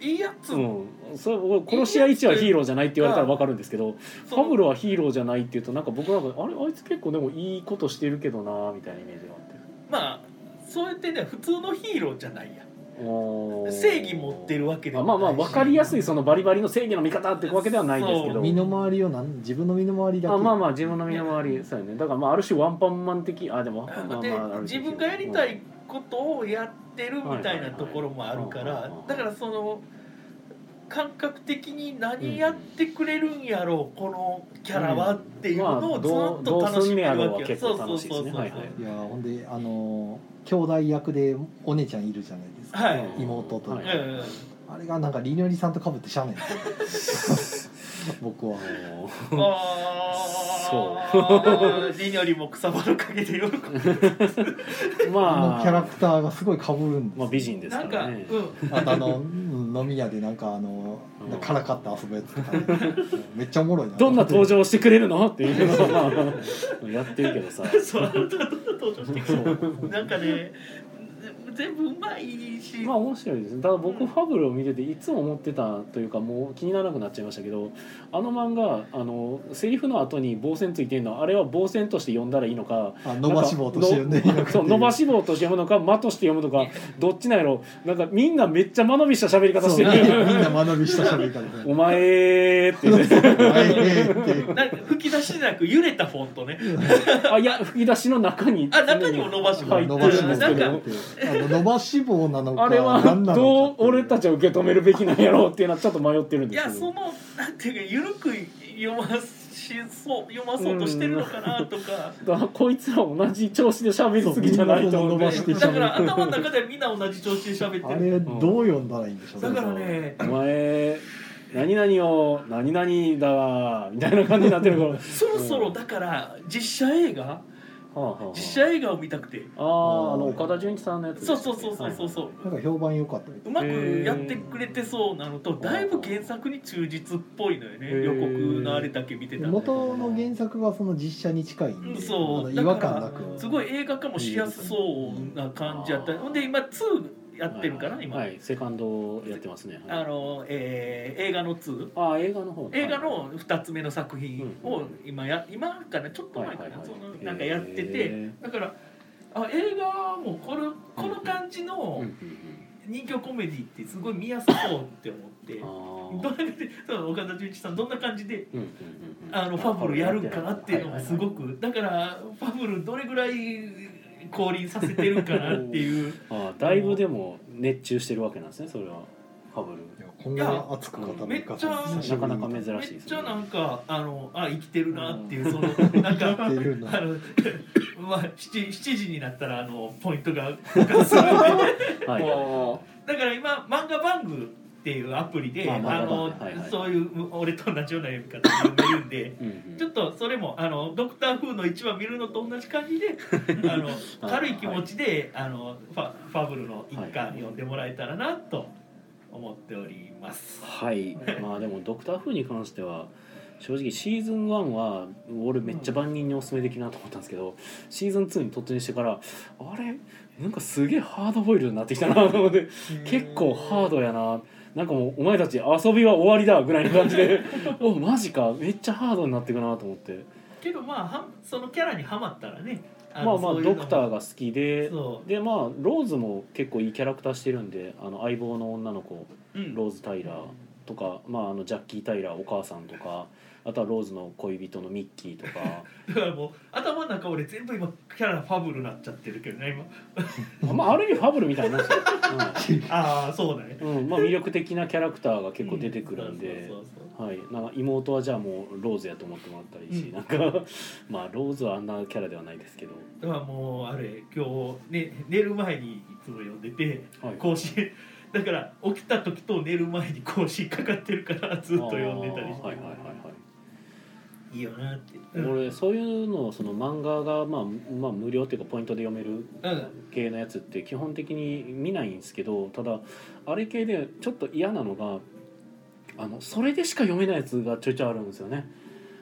Speaker 2: いいやつ、
Speaker 3: うんそれ僕殺し合い一はヒーローじゃないって言われたら分かるんですけどフ
Speaker 2: そ
Speaker 3: ァブ
Speaker 2: の
Speaker 3: ルはヒーローじゃないっていうとなんか僕なんかあれあいつ結構でもいいことしてるけどなみたいなイメージがあって
Speaker 2: まあそうやってね普通のヒーローじゃないや
Speaker 3: おー
Speaker 2: 正義持ってるわけで
Speaker 3: あ
Speaker 2: も
Speaker 3: まあまあ
Speaker 2: ない
Speaker 3: 分
Speaker 2: し
Speaker 3: かりやすいそのバリバリの正義の味方ってわけではないですけ
Speaker 2: そ
Speaker 3: ど
Speaker 2: う
Speaker 4: 身の回りをなん自分の身の回りだけ
Speaker 3: あまあまあ自分の身の回りそうやねだからまあある種ワンパンマン的あでもワンパンマン
Speaker 2: で
Speaker 3: まあある種
Speaker 2: 自分がやりた
Speaker 3: うん
Speaker 2: いことをやってるみたいなところもあるか
Speaker 3: はいはい
Speaker 2: ら
Speaker 3: はい
Speaker 2: だからその感覚的に何やってくれるんやろうこのキャラはっていうの
Speaker 3: ま
Speaker 2: を
Speaker 3: あ
Speaker 2: ず
Speaker 3: どう
Speaker 2: っと楽しめるわけ
Speaker 3: どうすんねやろうは結構楽しいですねはいはい
Speaker 4: いやーほんであのー兄弟役でお姉ちゃんいるじゃないですか、
Speaker 2: はい
Speaker 4: 妹と、
Speaker 3: はい
Speaker 2: うん
Speaker 4: あれがなんかりのりさんとかぶってしゃあないんですよ 僕
Speaker 3: お
Speaker 4: は
Speaker 3: ー
Speaker 2: あーリニョリも草葉の陰で喜ぶ
Speaker 4: あの
Speaker 3: ま
Speaker 4: キャラ
Speaker 3: あ
Speaker 4: クターがすごい被るんです、
Speaker 3: まあ美人です
Speaker 2: な
Speaker 3: か
Speaker 2: んからう
Speaker 3: ね
Speaker 2: ん
Speaker 4: あとあのうん飲み屋でなんかあの
Speaker 3: うん
Speaker 4: からかって遊ぶやつとかね、めっちゃおもろいな
Speaker 3: どんな登場をしてくれるのっていうのはまあやってるけどさ
Speaker 2: そうあなたどんな登場してきそうなんかね全部うまいし
Speaker 3: まあ面白いですねただ僕
Speaker 2: うん
Speaker 3: ファブルを見てていつも思ってたというかもう気にならなくなっちゃいましたけどあの漫画あのセリフの後に棒線ついてるのあれは棒線として読んだらいいのか
Speaker 4: あ伸ばし棒として読んで
Speaker 3: なんかのそう伸ばし棒として読むのか間として読むのかどっちなんやろなんかみんなめっちゃ間延びした喋り方
Speaker 4: そ
Speaker 3: し
Speaker 4: う
Speaker 3: て
Speaker 4: みん
Speaker 3: る
Speaker 4: な学びしたしゃべり方で
Speaker 3: 「お前」って言って
Speaker 4: はいえーって
Speaker 2: なんか吹き出しじゃなく揺れたフォントね。
Speaker 3: あいや吹き出しの中に
Speaker 2: あ中にも伸ばし棒
Speaker 3: 入
Speaker 4: 伸
Speaker 3: っ
Speaker 4: ば
Speaker 3: て
Speaker 4: し
Speaker 3: る
Speaker 4: 棒
Speaker 3: ん
Speaker 4: っ
Speaker 3: で
Speaker 4: て
Speaker 3: す
Speaker 2: なんか
Speaker 3: けど
Speaker 4: あの伸ばし棒なのか
Speaker 3: あれは
Speaker 4: 何な
Speaker 3: どう
Speaker 4: のか
Speaker 3: 俺たちは受け止めるべきなんやろうっていうのはちょっと迷ってるん
Speaker 2: い
Speaker 3: です
Speaker 2: や
Speaker 3: け
Speaker 2: そ
Speaker 3: ど
Speaker 2: のなんていうか緩く読ましそう読まそうとしてるのかなとか。
Speaker 3: だからこいつら同じ調子で喋りすぎじゃないと思う
Speaker 4: 伸ばして喋る
Speaker 2: だから頭の中でみんな同じ調子で喋っ
Speaker 4: あ
Speaker 2: てる。
Speaker 4: れどう読んだらいいんでしょう
Speaker 2: だからね
Speaker 3: 「お前何々を何々だわ」みたいな感じになっ てるからは
Speaker 2: そろそろだから実写映画
Speaker 3: あはあはあ
Speaker 2: 実写映画を見たくて。
Speaker 3: あーあの岡田准一さんのやつ
Speaker 2: そうそうそうそうそうそう。
Speaker 4: なんか評判良かったみた
Speaker 2: う
Speaker 4: い
Speaker 2: まくやってくれてそうなのとだいぶ原作に忠実っぽいのよね予告のあれだけ見てたら
Speaker 4: 元の原作がその実写に近いん
Speaker 2: うん
Speaker 4: で
Speaker 2: そう
Speaker 4: あの違和感な
Speaker 3: だ
Speaker 4: く
Speaker 2: すごい映画化もしやすそうな感じやったほんで今2やってるかな
Speaker 3: はい
Speaker 2: 今、
Speaker 3: はい、セカンドやってますねはい
Speaker 2: あの、えー映画の2
Speaker 3: ああ映画の方
Speaker 2: 映画の2つ目の作品を今や今かなちょっと前か
Speaker 3: はい
Speaker 2: な
Speaker 3: はい
Speaker 2: そ
Speaker 3: はい
Speaker 2: のなんかやってて
Speaker 3: へ
Speaker 2: だからあ映画もこのこの感じ
Speaker 3: うんう
Speaker 2: の
Speaker 3: んうん
Speaker 2: 人形コメディってすごい見やすそうって思って
Speaker 3: あ
Speaker 2: どん
Speaker 3: ー
Speaker 2: な感じでそう岡田准一さんどんな感じで
Speaker 3: うんうんうんうん
Speaker 2: あのファブルやるんかなっていうのがすご
Speaker 3: はい
Speaker 2: くだからファブルどれぐらい降臨させてるんかなっていう
Speaker 3: はいはいあーだいぶでも熱中してるわけなんですねそれはファブル
Speaker 4: いやこんな熱く語る方
Speaker 2: めっちゃ
Speaker 4: 久し
Speaker 3: な
Speaker 4: ぶ
Speaker 3: か
Speaker 4: り
Speaker 3: な
Speaker 4: に
Speaker 3: か珍しい
Speaker 2: め
Speaker 3: です
Speaker 2: っ
Speaker 3: ね
Speaker 2: ちゃなんかあのあ生きてるなって いうそのなんか。
Speaker 4: ってる
Speaker 2: あ
Speaker 4: な
Speaker 2: の まあ 7, 7時になったらあのポイントが枯渇するんで
Speaker 3: はい
Speaker 5: も
Speaker 2: だから今漫画バングっていうアプリで、
Speaker 3: あ
Speaker 2: あ
Speaker 3: 漫画バング
Speaker 2: の
Speaker 3: はいはい
Speaker 2: そういう俺と同じような読み方で読めるんで。
Speaker 3: うんうん
Speaker 2: ちょっとそれもあのドクター風の一話見るのと同じ感じ であの軽い気持ちであのファファブルの一巻読んでもらえたらなと思っております。
Speaker 3: はいまあでも「ドクター・フー」に関しては正直シーズン1は俺めっちゃ万人におすすめできるなと思ったんですけどシーズン2に突入してからあれなんかすげえハードボイルドになってきたなと思って結構ハードやななんかもうお前たち遊びは終わりだぐらいの感じでおマジかめっちゃハードになっていくなと思って
Speaker 2: けどまあはそのキャラにはまったらね
Speaker 3: まあまあドクター
Speaker 2: が
Speaker 3: が好きで
Speaker 2: そ
Speaker 3: でまあローズも結構いいキャラクターしてるんであの相棒の女の子
Speaker 2: う、うん、
Speaker 3: ローズ・タイラーとか、まあ、あのジャッキー・タイラーお母さんとかあとはローズの恋人のミッキーとか
Speaker 2: だからもう頭の中俺全部今キャラファブルになっちゃってるけどね今
Speaker 3: あまあある意味ファブルみたいなもんですよ、
Speaker 2: ああそうだね
Speaker 3: うんうんまあ、魅力的なキャラクターが結構出てくるんで
Speaker 2: う。そうそうそう
Speaker 3: はい、なんか妹はじゃあもうローズやと思ってもらったらいいし、
Speaker 2: うん
Speaker 3: なんか まあローズはあんなキャラではないですけど、
Speaker 2: だからもうあれ今日、ね、寝る前にいつも読んでて
Speaker 3: はい
Speaker 2: 更新 だから起きた時と寝る前にこう引っかかってるからずっと読んでたりして
Speaker 3: はいはいはいはい
Speaker 2: いいよなって、うん
Speaker 3: 俺そういうのをその漫画が、まあ、まあ無料っていうかポイントで読める
Speaker 2: うん
Speaker 3: 系のやつって基本的に見ないんですけどただあれ系でちょっと嫌なのがあのそれでしか読めないやつがちょいちょいあるんですよね。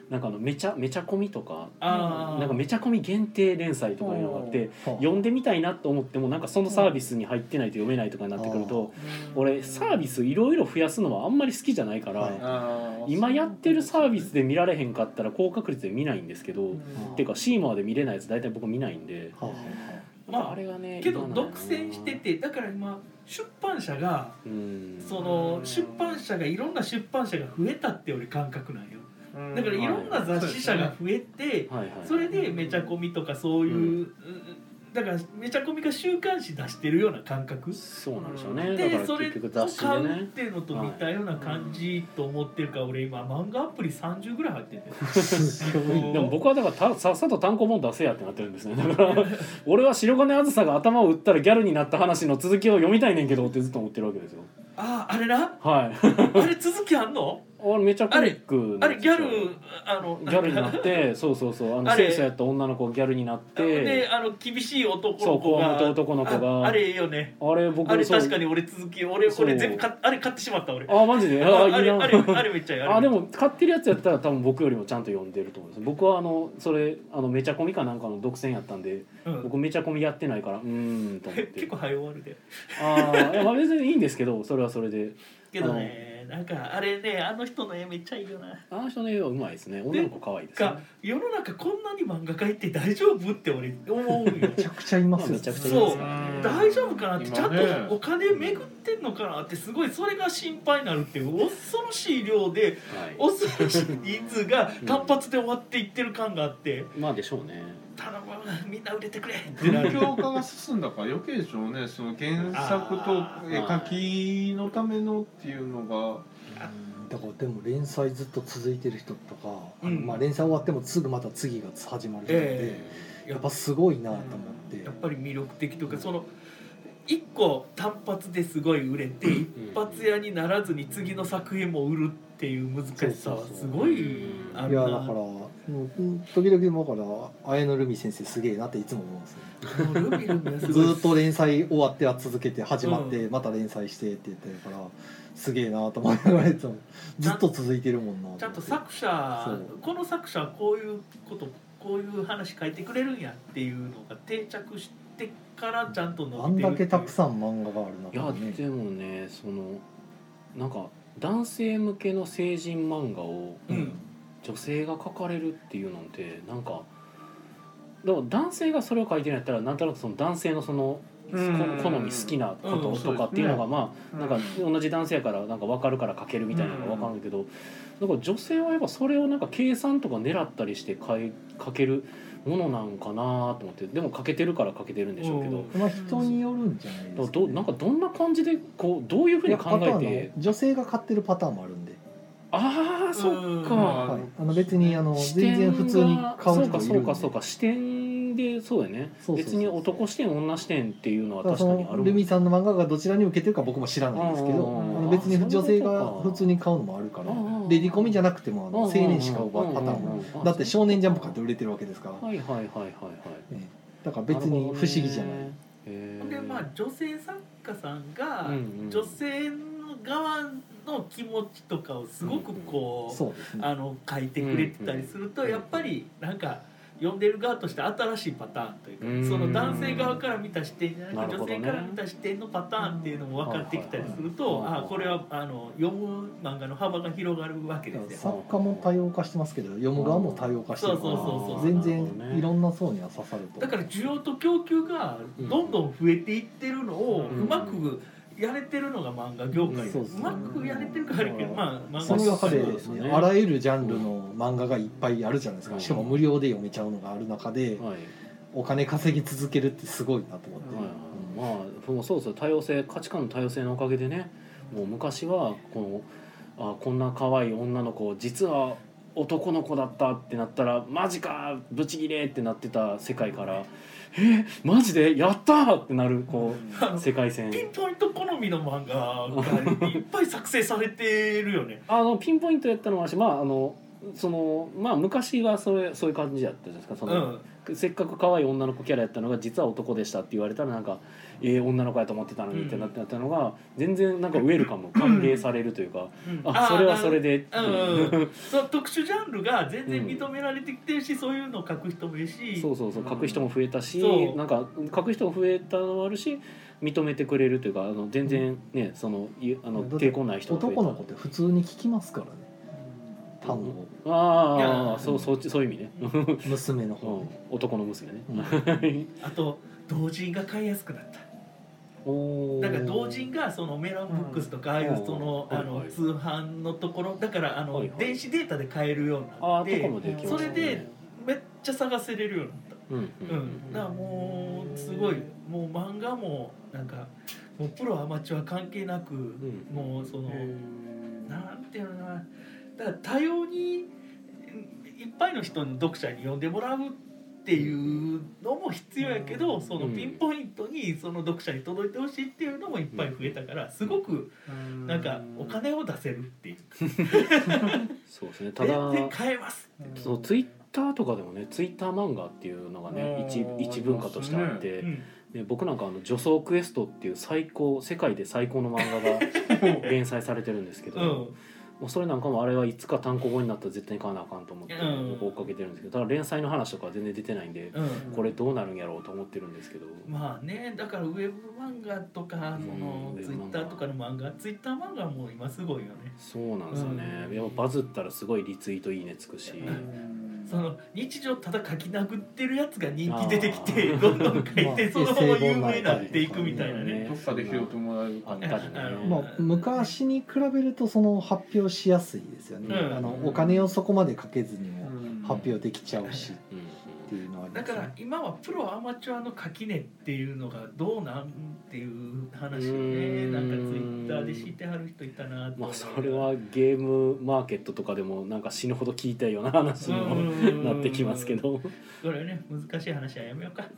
Speaker 3: なんかあのめちゃめちゃコミとか
Speaker 2: あー
Speaker 3: なんかめちゃコミ限定連載とかいうのがあって
Speaker 4: はあ
Speaker 3: 読んでみたいなと思ってもなんかそのサービスに入ってないと読めないとかになってくると俺サービスいろいろ増やすのはあんまり好きじゃないから、
Speaker 4: はい
Speaker 5: あー
Speaker 3: 今やってるサービスで見られへんかったら高確率で見ないんですけど、
Speaker 4: ん
Speaker 3: っていうかシーマーで見れないやつ大体僕見ないんで、
Speaker 4: はあは
Speaker 2: まあ
Speaker 3: あれがね
Speaker 2: けど
Speaker 3: 嫌なのよ
Speaker 2: 独
Speaker 3: な
Speaker 2: 占しててだから今出版社が
Speaker 3: うん
Speaker 2: その出版社がいろんな出版社が増えたって俺感覚なんよだからいろんな雑誌社が増えて
Speaker 3: はいはい
Speaker 2: それでめちゃコミとかそういう、
Speaker 3: う
Speaker 2: うんだからめちゃコミが週刊誌出してるような感覚
Speaker 3: そうなんでしょうねだか
Speaker 2: で
Speaker 3: ら
Speaker 2: それ
Speaker 3: 結
Speaker 2: を
Speaker 3: 局雑誌で
Speaker 2: 買うっ
Speaker 3: ね
Speaker 2: ていうのと似たような感じと思ってるから俺今漫画アプリ30ぐらい入ってる んだよ
Speaker 3: でも僕はだからたさっさと単行本出せやってなってるんですねだから 俺は白金あずさが頭を打ったらギャルになった話の続きを読みたいねんけどってずっと思ってるわけですよ
Speaker 2: あああれな
Speaker 3: はい
Speaker 2: あれ続きあんの
Speaker 3: 俺めちゃコミック
Speaker 2: あ
Speaker 3: なん
Speaker 2: れ
Speaker 3: で
Speaker 2: ギ
Speaker 3: すよ
Speaker 2: ャルあの
Speaker 3: ギャルになってそうそうそうあの
Speaker 2: あれ
Speaker 3: 清楚やった女の子ギャルになっ
Speaker 2: で
Speaker 3: て
Speaker 2: あの厳しい男の
Speaker 3: そう
Speaker 2: 子
Speaker 3: こ
Speaker 2: が
Speaker 3: うと男の子
Speaker 2: あ
Speaker 3: が
Speaker 2: あれええよね
Speaker 3: あれ僕
Speaker 2: あれ
Speaker 3: そう
Speaker 2: 確かに俺続き俺
Speaker 3: そう
Speaker 2: 俺全部買っあれ買ってしまった俺
Speaker 3: あマジであ
Speaker 2: あ
Speaker 3: あいいな
Speaker 2: あれあれあれめっちゃいい
Speaker 3: あ
Speaker 2: れ
Speaker 3: でも買ってるやつやったら多分僕よりもちゃんと読んでると思うんです僕はあのそれあのめちゃコミかなんかの独占やったんで
Speaker 2: うん
Speaker 3: 僕めちゃコミやってないからうーんと思っ
Speaker 2: 結
Speaker 3: て
Speaker 2: 構早終わるで
Speaker 3: ああいやまあ別にいいんですけどそれはそれで
Speaker 2: けどねなんかあれねあの人の絵めっちゃいいよな
Speaker 3: あの人の絵はうまいですね女の子可愛いですね
Speaker 2: か世の中こんなに漫画家いて大丈夫って俺思うよ
Speaker 4: めちゃくちゃい
Speaker 3: ま
Speaker 4: ま
Speaker 3: あ
Speaker 4: す
Speaker 3: め
Speaker 4: よ
Speaker 3: ちゃくちゃいいで
Speaker 2: そ
Speaker 3: す
Speaker 2: う
Speaker 3: から ね
Speaker 2: 大丈夫かなってちゃん
Speaker 5: 今ね
Speaker 2: とお金巡ってんのかなってすごいそれが心配になるっていう恐ろしい量で
Speaker 3: は
Speaker 2: 恐ろしい人数が単発で終わっていってる感があって
Speaker 3: いまあでしょうね
Speaker 2: 頼むみんな売れてくれってな
Speaker 5: 文
Speaker 2: る
Speaker 5: 教化が進んだから余計でしょうねその原作と絵描きのためのっていうのが
Speaker 4: だからでも連載ずっと続いてる人とか、
Speaker 2: うん
Speaker 4: まあ、連載終わってもすぐまた次が始まる人で、
Speaker 2: えや
Speaker 4: や
Speaker 2: っ
Speaker 4: っ
Speaker 2: ぱ
Speaker 4: ぱすごいなと思って、
Speaker 2: やっぱり魅力的とかその一個単発ですごい売れて一発屋にならずに次の作品も売るっていう難しさはすごいあ
Speaker 4: い
Speaker 2: る
Speaker 4: やだか
Speaker 2: な
Speaker 4: らうん時々だから綾野ルミ先生すげえなっていつも思うんですね
Speaker 2: もうルミルミはす
Speaker 4: ず
Speaker 2: ごい
Speaker 4: ーっと連載終わっては続けて始まってまた連載してって言ってるからすげえなと思いながらいつもずっと続いてるもんな
Speaker 2: ちゃんと
Speaker 4: さ
Speaker 2: 作者
Speaker 4: そう
Speaker 2: この作者はこういうことこういう話書いてくれるんやっていうのが定着してからちゃんと伸
Speaker 4: あん
Speaker 2: びてるって
Speaker 4: だ
Speaker 2: い
Speaker 4: け
Speaker 2: う
Speaker 4: たくさん漫画がある
Speaker 3: いや
Speaker 4: 中でね
Speaker 3: でもねそのなんか男性向けの成人漫画を
Speaker 2: うん
Speaker 3: 女性が描かれるっていうのってなんかでも男性がそれを描いてるんやったらなんとなくその男性のそのこ
Speaker 5: うん
Speaker 3: 好み好きなこ
Speaker 2: うん
Speaker 3: ととかっていうのがまあ
Speaker 5: うん
Speaker 3: なんか同じ男性やからなんか分かるから描けるみたいなのが分かるけどなんか女性はやっぱそれをなんか計算とか狙ったりして描い描けるものなんかなと思ってでも描けてるから描けてるんでしょうけど。
Speaker 4: まあ人によるんじゃないで
Speaker 3: だ
Speaker 4: す
Speaker 3: からどなんかどんな感じでこうどういうふう
Speaker 4: い
Speaker 3: に
Speaker 4: やパ
Speaker 3: 考
Speaker 4: タ
Speaker 3: え
Speaker 4: ー
Speaker 3: て
Speaker 4: ンの女性が買ってるパターンもあるんで、
Speaker 3: ああそっ
Speaker 2: うん
Speaker 3: か
Speaker 4: はい、あの別にあの
Speaker 3: 視
Speaker 4: 全
Speaker 3: 点
Speaker 4: 然
Speaker 3: が
Speaker 4: 普通に買う
Speaker 3: そう
Speaker 4: 人
Speaker 3: か
Speaker 4: もい
Speaker 3: そ
Speaker 4: る
Speaker 3: うん
Speaker 4: で
Speaker 3: かそうか視点でそうやね
Speaker 4: そうそうそう
Speaker 3: 別
Speaker 4: そう
Speaker 3: に男視点女視点っていうのは
Speaker 4: だから
Speaker 3: 確か
Speaker 4: そ
Speaker 3: にある
Speaker 4: のルミさんの漫画がどちらに受けてるか僕も知らないんですけど
Speaker 3: うん
Speaker 4: あの別に女性が普通に買うのもあるからレディコミじゃなくてもあの青年しか買うパターンもだって「少年ジャンプ」買って売れてるわけですから
Speaker 3: はいはいはいはいはい
Speaker 4: だから別に不思議じゃない
Speaker 3: い
Speaker 2: でまあ女性作家さんが
Speaker 3: うんうん
Speaker 2: 女性の側の気持ちとかをすごくこう
Speaker 4: そうですね
Speaker 2: あの書いてくれてたりする
Speaker 3: う
Speaker 2: と
Speaker 3: んうん
Speaker 2: やっぱりなんか読んでる側として新しいパターンといううんかその男性側から見た視点じゃな
Speaker 3: な
Speaker 2: く
Speaker 3: る
Speaker 2: て
Speaker 3: ほ
Speaker 2: 女
Speaker 3: どね
Speaker 2: 性から見た視点のパターンっていうのも分かってきたりすると
Speaker 3: はいはいはい
Speaker 2: あこれはあの読む漫画の幅が広がるわけですよ。
Speaker 4: 作家も多様化してますけど読む側も多様化してるか
Speaker 2: そうそうそうそ
Speaker 4: ら
Speaker 2: う
Speaker 4: 全然いろんな層には刺さると
Speaker 2: だから需要と供給がどんどん増えていってるのを
Speaker 3: うん
Speaker 2: うまくやれてるのが漫画業界で
Speaker 4: そう
Speaker 2: う
Speaker 4: そう
Speaker 2: まくやれてるからあるけどまあ漫
Speaker 4: そ
Speaker 2: 画
Speaker 4: の中で
Speaker 3: そうですね
Speaker 4: あらゆるジャンルの漫画がいっぱいあるじゃないですかしかも無料で読めちゃうのがある中で
Speaker 3: はい
Speaker 4: お金稼ぎ続けるってすごいなと思って。
Speaker 3: はいはいまあもうそうそう多様性価値観の多様性のおかげでねもう昔はこのあこんな可愛い女の子実は男の子だったってなったらマジかブチギレってなってた世界からえマジでやったーってなるこう世界線
Speaker 2: ピンポイントこの好みの漫画がいっぱい作成されてるよね
Speaker 3: あのピンポイントやったのはしまああのそのまあ昔はそれそういう感じやったじゃないですかそうの、
Speaker 2: ん
Speaker 3: せっかく可愛い女の子キャラやったのが実は男でしたって言われたらなんかええ女の子やと思ってたのにってなってなったのが、全然なんかウェルカム歓迎されるというか、
Speaker 2: うん
Speaker 3: あそれはそれで、
Speaker 2: あー うん、その特殊ジャンルが全然認められてきてるし、そういうのを書く人もいるし
Speaker 3: そうそうそう書く人も増えたし、
Speaker 2: そう
Speaker 3: なんか書く人も増えたのもあるし認めてくれるというかあの全然ね、そのいあの
Speaker 4: だって
Speaker 3: 抵抗ない人が増えた
Speaker 4: 男の子って普通に聞きますからね単語を
Speaker 2: い
Speaker 3: あ
Speaker 2: や
Speaker 3: あそうそうそういう意味ね、うん
Speaker 4: 娘の方
Speaker 3: 男の娘ね、
Speaker 4: うん
Speaker 2: あと同人が買いやすくなった
Speaker 3: おー
Speaker 2: だから同人がそのメランブックスとかああいうその,、
Speaker 3: うん
Speaker 2: あの
Speaker 3: はいはい
Speaker 2: 通販のところだからあの、
Speaker 3: はいはい
Speaker 2: 電子データで買えるように
Speaker 3: あ
Speaker 2: な
Speaker 3: あ
Speaker 2: っ
Speaker 3: とか
Speaker 2: て
Speaker 3: もできます
Speaker 2: そ
Speaker 3: ね
Speaker 2: れでめっちゃ探せれるようになった。
Speaker 3: うんうんう
Speaker 2: うんん、だからもうすごいもう漫画もなんかもうプロアマチュア関係なく、
Speaker 3: ん
Speaker 2: もうその
Speaker 3: へ
Speaker 2: なんていうのかなだから多様にいっぱいの人の読者に読んでもらうっていうのも必要やけど、そのピンポイントにその読者に届いてほしいっていうのもいっぱい増えたからすごくなんかお金を出せるっていう
Speaker 3: そうですねた
Speaker 2: 全
Speaker 3: だ
Speaker 2: 然買えます
Speaker 3: そうツイッターとかでもねツイッター漫画っていうのがね一
Speaker 5: うん
Speaker 3: 一文化としてあっ
Speaker 2: う
Speaker 3: て、
Speaker 2: ん
Speaker 3: ね、僕なんかあの「女装クエスト」っていう最高世界で最高の漫画が連載されてるんですけど、
Speaker 2: う
Speaker 3: も
Speaker 2: ん
Speaker 3: うそれなんかもあれはいつか単行本になったら絶対に買わなあかんと思って
Speaker 2: うん
Speaker 3: 僕追っかけてるんですけどただ連載の話とかは全然出てないんで
Speaker 2: うん
Speaker 3: これどうなるんやろうと思ってるんですけど。
Speaker 2: まあねだからウェブ漫画とかその
Speaker 3: うん
Speaker 2: ツイッターとかの漫画ツイッター漫画も今すごいよね
Speaker 3: そうなんですよね、
Speaker 2: うん
Speaker 3: やっぱバズったらすごいリツイートいいねつくし、
Speaker 2: その日常ただ書き殴ってるやつが人気出てきて どんどん書いてそのまま有名になっていくみたいなね
Speaker 5: どっかで拾ってもらえる
Speaker 3: あ
Speaker 5: か
Speaker 3: っ
Speaker 5: な
Speaker 3: たりね
Speaker 2: あの
Speaker 4: まあ、昔に比べるとその発表しやすいですよね、
Speaker 2: うん
Speaker 4: あのお金をそこまでかけずに
Speaker 5: う
Speaker 4: も
Speaker 5: ん
Speaker 4: 発表できちゃうしっ
Speaker 3: うんうん
Speaker 4: ていうのはあり
Speaker 2: だ
Speaker 4: ます
Speaker 2: から
Speaker 4: ね
Speaker 2: 今はプロアマチュアの垣根っていうのがどうなんっていう話を
Speaker 3: う
Speaker 2: ね
Speaker 3: ん
Speaker 2: なんかツイッターで知ってはる人いたなと
Speaker 3: まあそれはゲームマーケットとかでもなんか死ぬほど聞いたような話にも
Speaker 2: うん
Speaker 3: なってきますけど
Speaker 2: これね難しい話はやめようか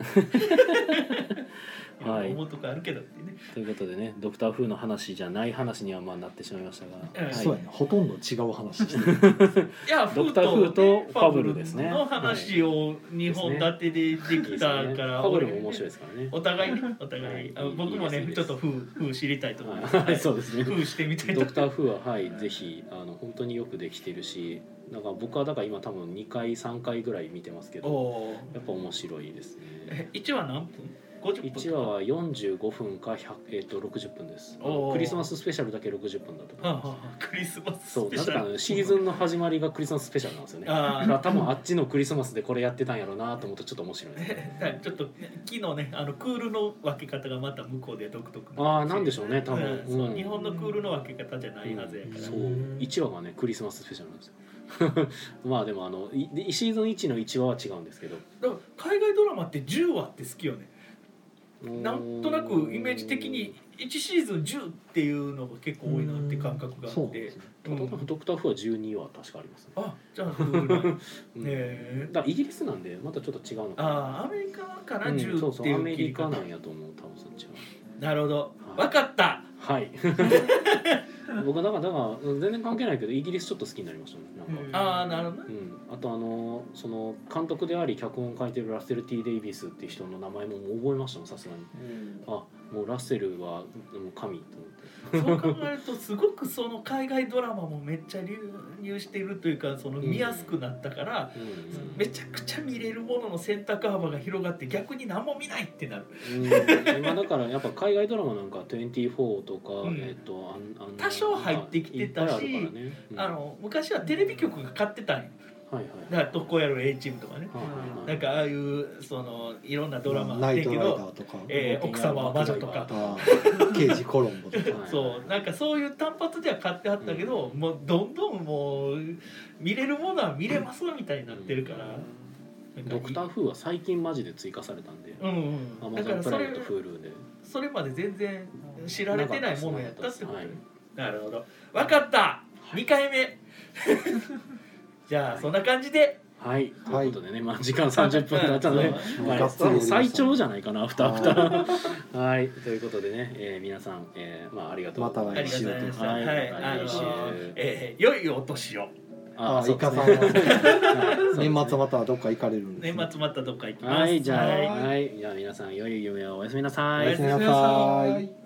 Speaker 3: はい
Speaker 2: 思うとこあるけどってね
Speaker 3: ということでねドクター・フーの話じゃない話にはまあなってしまいましたが、
Speaker 2: うん
Speaker 4: そう
Speaker 3: は
Speaker 4: やねほとんど違う話してる
Speaker 2: いや、
Speaker 3: ドクターフーとファブルですね
Speaker 2: の話を2本立てででき
Speaker 3: い、
Speaker 2: たから、
Speaker 3: ファブルも面白いですからね
Speaker 2: お互いね、お互い、あ
Speaker 3: はい
Speaker 2: 僕も
Speaker 3: い
Speaker 2: ね
Speaker 3: いで、す
Speaker 2: ちょっとフー、フー知りたいと思います。
Speaker 3: は
Speaker 2: はいい、
Speaker 3: そうですね
Speaker 2: フーしてみたいと
Speaker 3: ドクター・フーははいぜひあの本当によくできてるしなんか僕はだから今多分2回3回ぐらい見てますけど
Speaker 2: おー
Speaker 3: やっぱ面白いです
Speaker 2: え
Speaker 3: ね
Speaker 2: 一話何分？50分。
Speaker 3: 1話は45分か100、えっと60分ですあの
Speaker 2: おー
Speaker 3: クリスマススペシャルだけ60分だと
Speaker 2: はあ
Speaker 3: 思
Speaker 2: は
Speaker 3: います
Speaker 2: あはあクリスマス
Speaker 3: そ
Speaker 2: ス
Speaker 3: う
Speaker 2: ペ
Speaker 3: な
Speaker 2: シ
Speaker 3: ぜか
Speaker 2: ャ
Speaker 3: あ
Speaker 2: ル。
Speaker 3: のシーズンの始まりがクリスマススペシャルなんですよねだか
Speaker 2: あ
Speaker 3: ら
Speaker 2: あ。
Speaker 3: 多分あっちのクリスマスでこれやってたんやろうなと思うとちょっと面白い ね
Speaker 2: ちょっと昨日ねあのクールの分け方がまた向こうで独特
Speaker 3: ああなんでしょうね多
Speaker 2: う
Speaker 3: 分、
Speaker 2: んそう
Speaker 3: うん
Speaker 2: 日本のクールの分け方じゃないはずやから、
Speaker 3: そう1話がねクリスマススペシャルなんですよ まあでもあのいでシーズン1の1話は違うんですけど
Speaker 2: だから海外ドラマって10話って好きよねなんとなくイメージ的に1シーズン10っていうのが結構多いなって感覚があ
Speaker 4: そう
Speaker 2: っ
Speaker 4: なんで
Speaker 2: て
Speaker 4: すね
Speaker 2: うん
Speaker 3: ドクター・フーは12話確かありますね
Speaker 2: あじゃあクールなんやね
Speaker 3: うん
Speaker 2: え
Speaker 3: だからイギリスなんでまたちょっと違うのかな
Speaker 2: あーアメリカから
Speaker 3: うんそう
Speaker 2: 10っ
Speaker 3: そ
Speaker 2: て
Speaker 3: う
Speaker 2: い
Speaker 3: ア
Speaker 2: う
Speaker 3: メ
Speaker 2: 切
Speaker 3: リ
Speaker 2: り
Speaker 3: カ
Speaker 2: 方
Speaker 3: なんやと思う多分そっちは
Speaker 2: なるほど
Speaker 3: はい
Speaker 2: わかった
Speaker 3: はい 僕なんかだから全然関係ないけどイギリスちょっと好きになりましたねなんか、
Speaker 2: ああなるほど
Speaker 3: う
Speaker 2: ね
Speaker 3: ん、あとあのその監督であり脚本を書いてるラッセル・ T ・デイビスっていう人の名前ももう覚えましたもんさすがにあもうラッセルはもう神と思って
Speaker 2: そう考えるとすごくその海外ドラマもめっちゃ流入しているというかその見やすくなったから
Speaker 3: うん
Speaker 2: めちゃくちゃ見れるものの選択幅が広がって逆に何も見ないってなる
Speaker 3: うん、今だからやっぱ海外ドラマなんか24とか、
Speaker 2: うん
Speaker 3: えっとあんあん
Speaker 2: 多少入ってきてたし
Speaker 3: いっぱいあるからねうん
Speaker 2: あの昔はテレビ局が買ってたんよ
Speaker 3: はいはい
Speaker 2: だから特攻やろ A チームとかね
Speaker 3: はいはい
Speaker 2: なんかああいうそのいろんなドラマあ
Speaker 4: ラ
Speaker 2: って
Speaker 4: イ
Speaker 2: ん
Speaker 4: ト
Speaker 2: け
Speaker 4: ライダ
Speaker 2: ど
Speaker 4: ーとか、
Speaker 2: えー奥様は魔女とか
Speaker 4: あー刑事コロンボとか
Speaker 3: はい
Speaker 2: そうなんかそういう単発では買ってあったけど、もうどんどんもう見れるものは見れますみたいになってるから、
Speaker 3: ドクター・
Speaker 2: ー
Speaker 3: フーは最近マジで追加されたんで、
Speaker 2: うん
Speaker 3: ア
Speaker 2: うん、
Speaker 3: マ
Speaker 2: だ
Speaker 3: ゾ
Speaker 2: から
Speaker 3: ンプ
Speaker 2: そ
Speaker 3: ライ
Speaker 2: れ
Speaker 3: ムと Hulu で
Speaker 2: それまで全然知られてないものやったってことね、
Speaker 3: はい
Speaker 2: なるほど分かった2回目じゃあそんな感じで
Speaker 3: はい、と
Speaker 4: はい
Speaker 3: いうことでね、まあ時間30分だったので、
Speaker 4: ん
Speaker 3: はい
Speaker 4: がっつりやりましたね
Speaker 3: 最長じゃないかな、アフターアフター。はい、ということでね、えー、皆さん、えー、まあありがとうございま
Speaker 2: ありが
Speaker 3: す。
Speaker 2: とうございました。
Speaker 3: は
Speaker 2: はいい、あの
Speaker 3: 来週
Speaker 2: ーえー良いお年を。
Speaker 4: ああ、
Speaker 3: そ
Speaker 4: イ
Speaker 3: うで
Speaker 4: カ
Speaker 3: す
Speaker 4: さん
Speaker 3: ね
Speaker 4: は年末またはどっか行かれるんで
Speaker 2: 年
Speaker 4: すね。
Speaker 2: 末またどっか行きます。
Speaker 3: はい、じゃあ、
Speaker 2: はい
Speaker 3: はい、じゃあ皆さん良い夢をおやすみなさ
Speaker 4: お
Speaker 3: い
Speaker 4: やす。みなさい。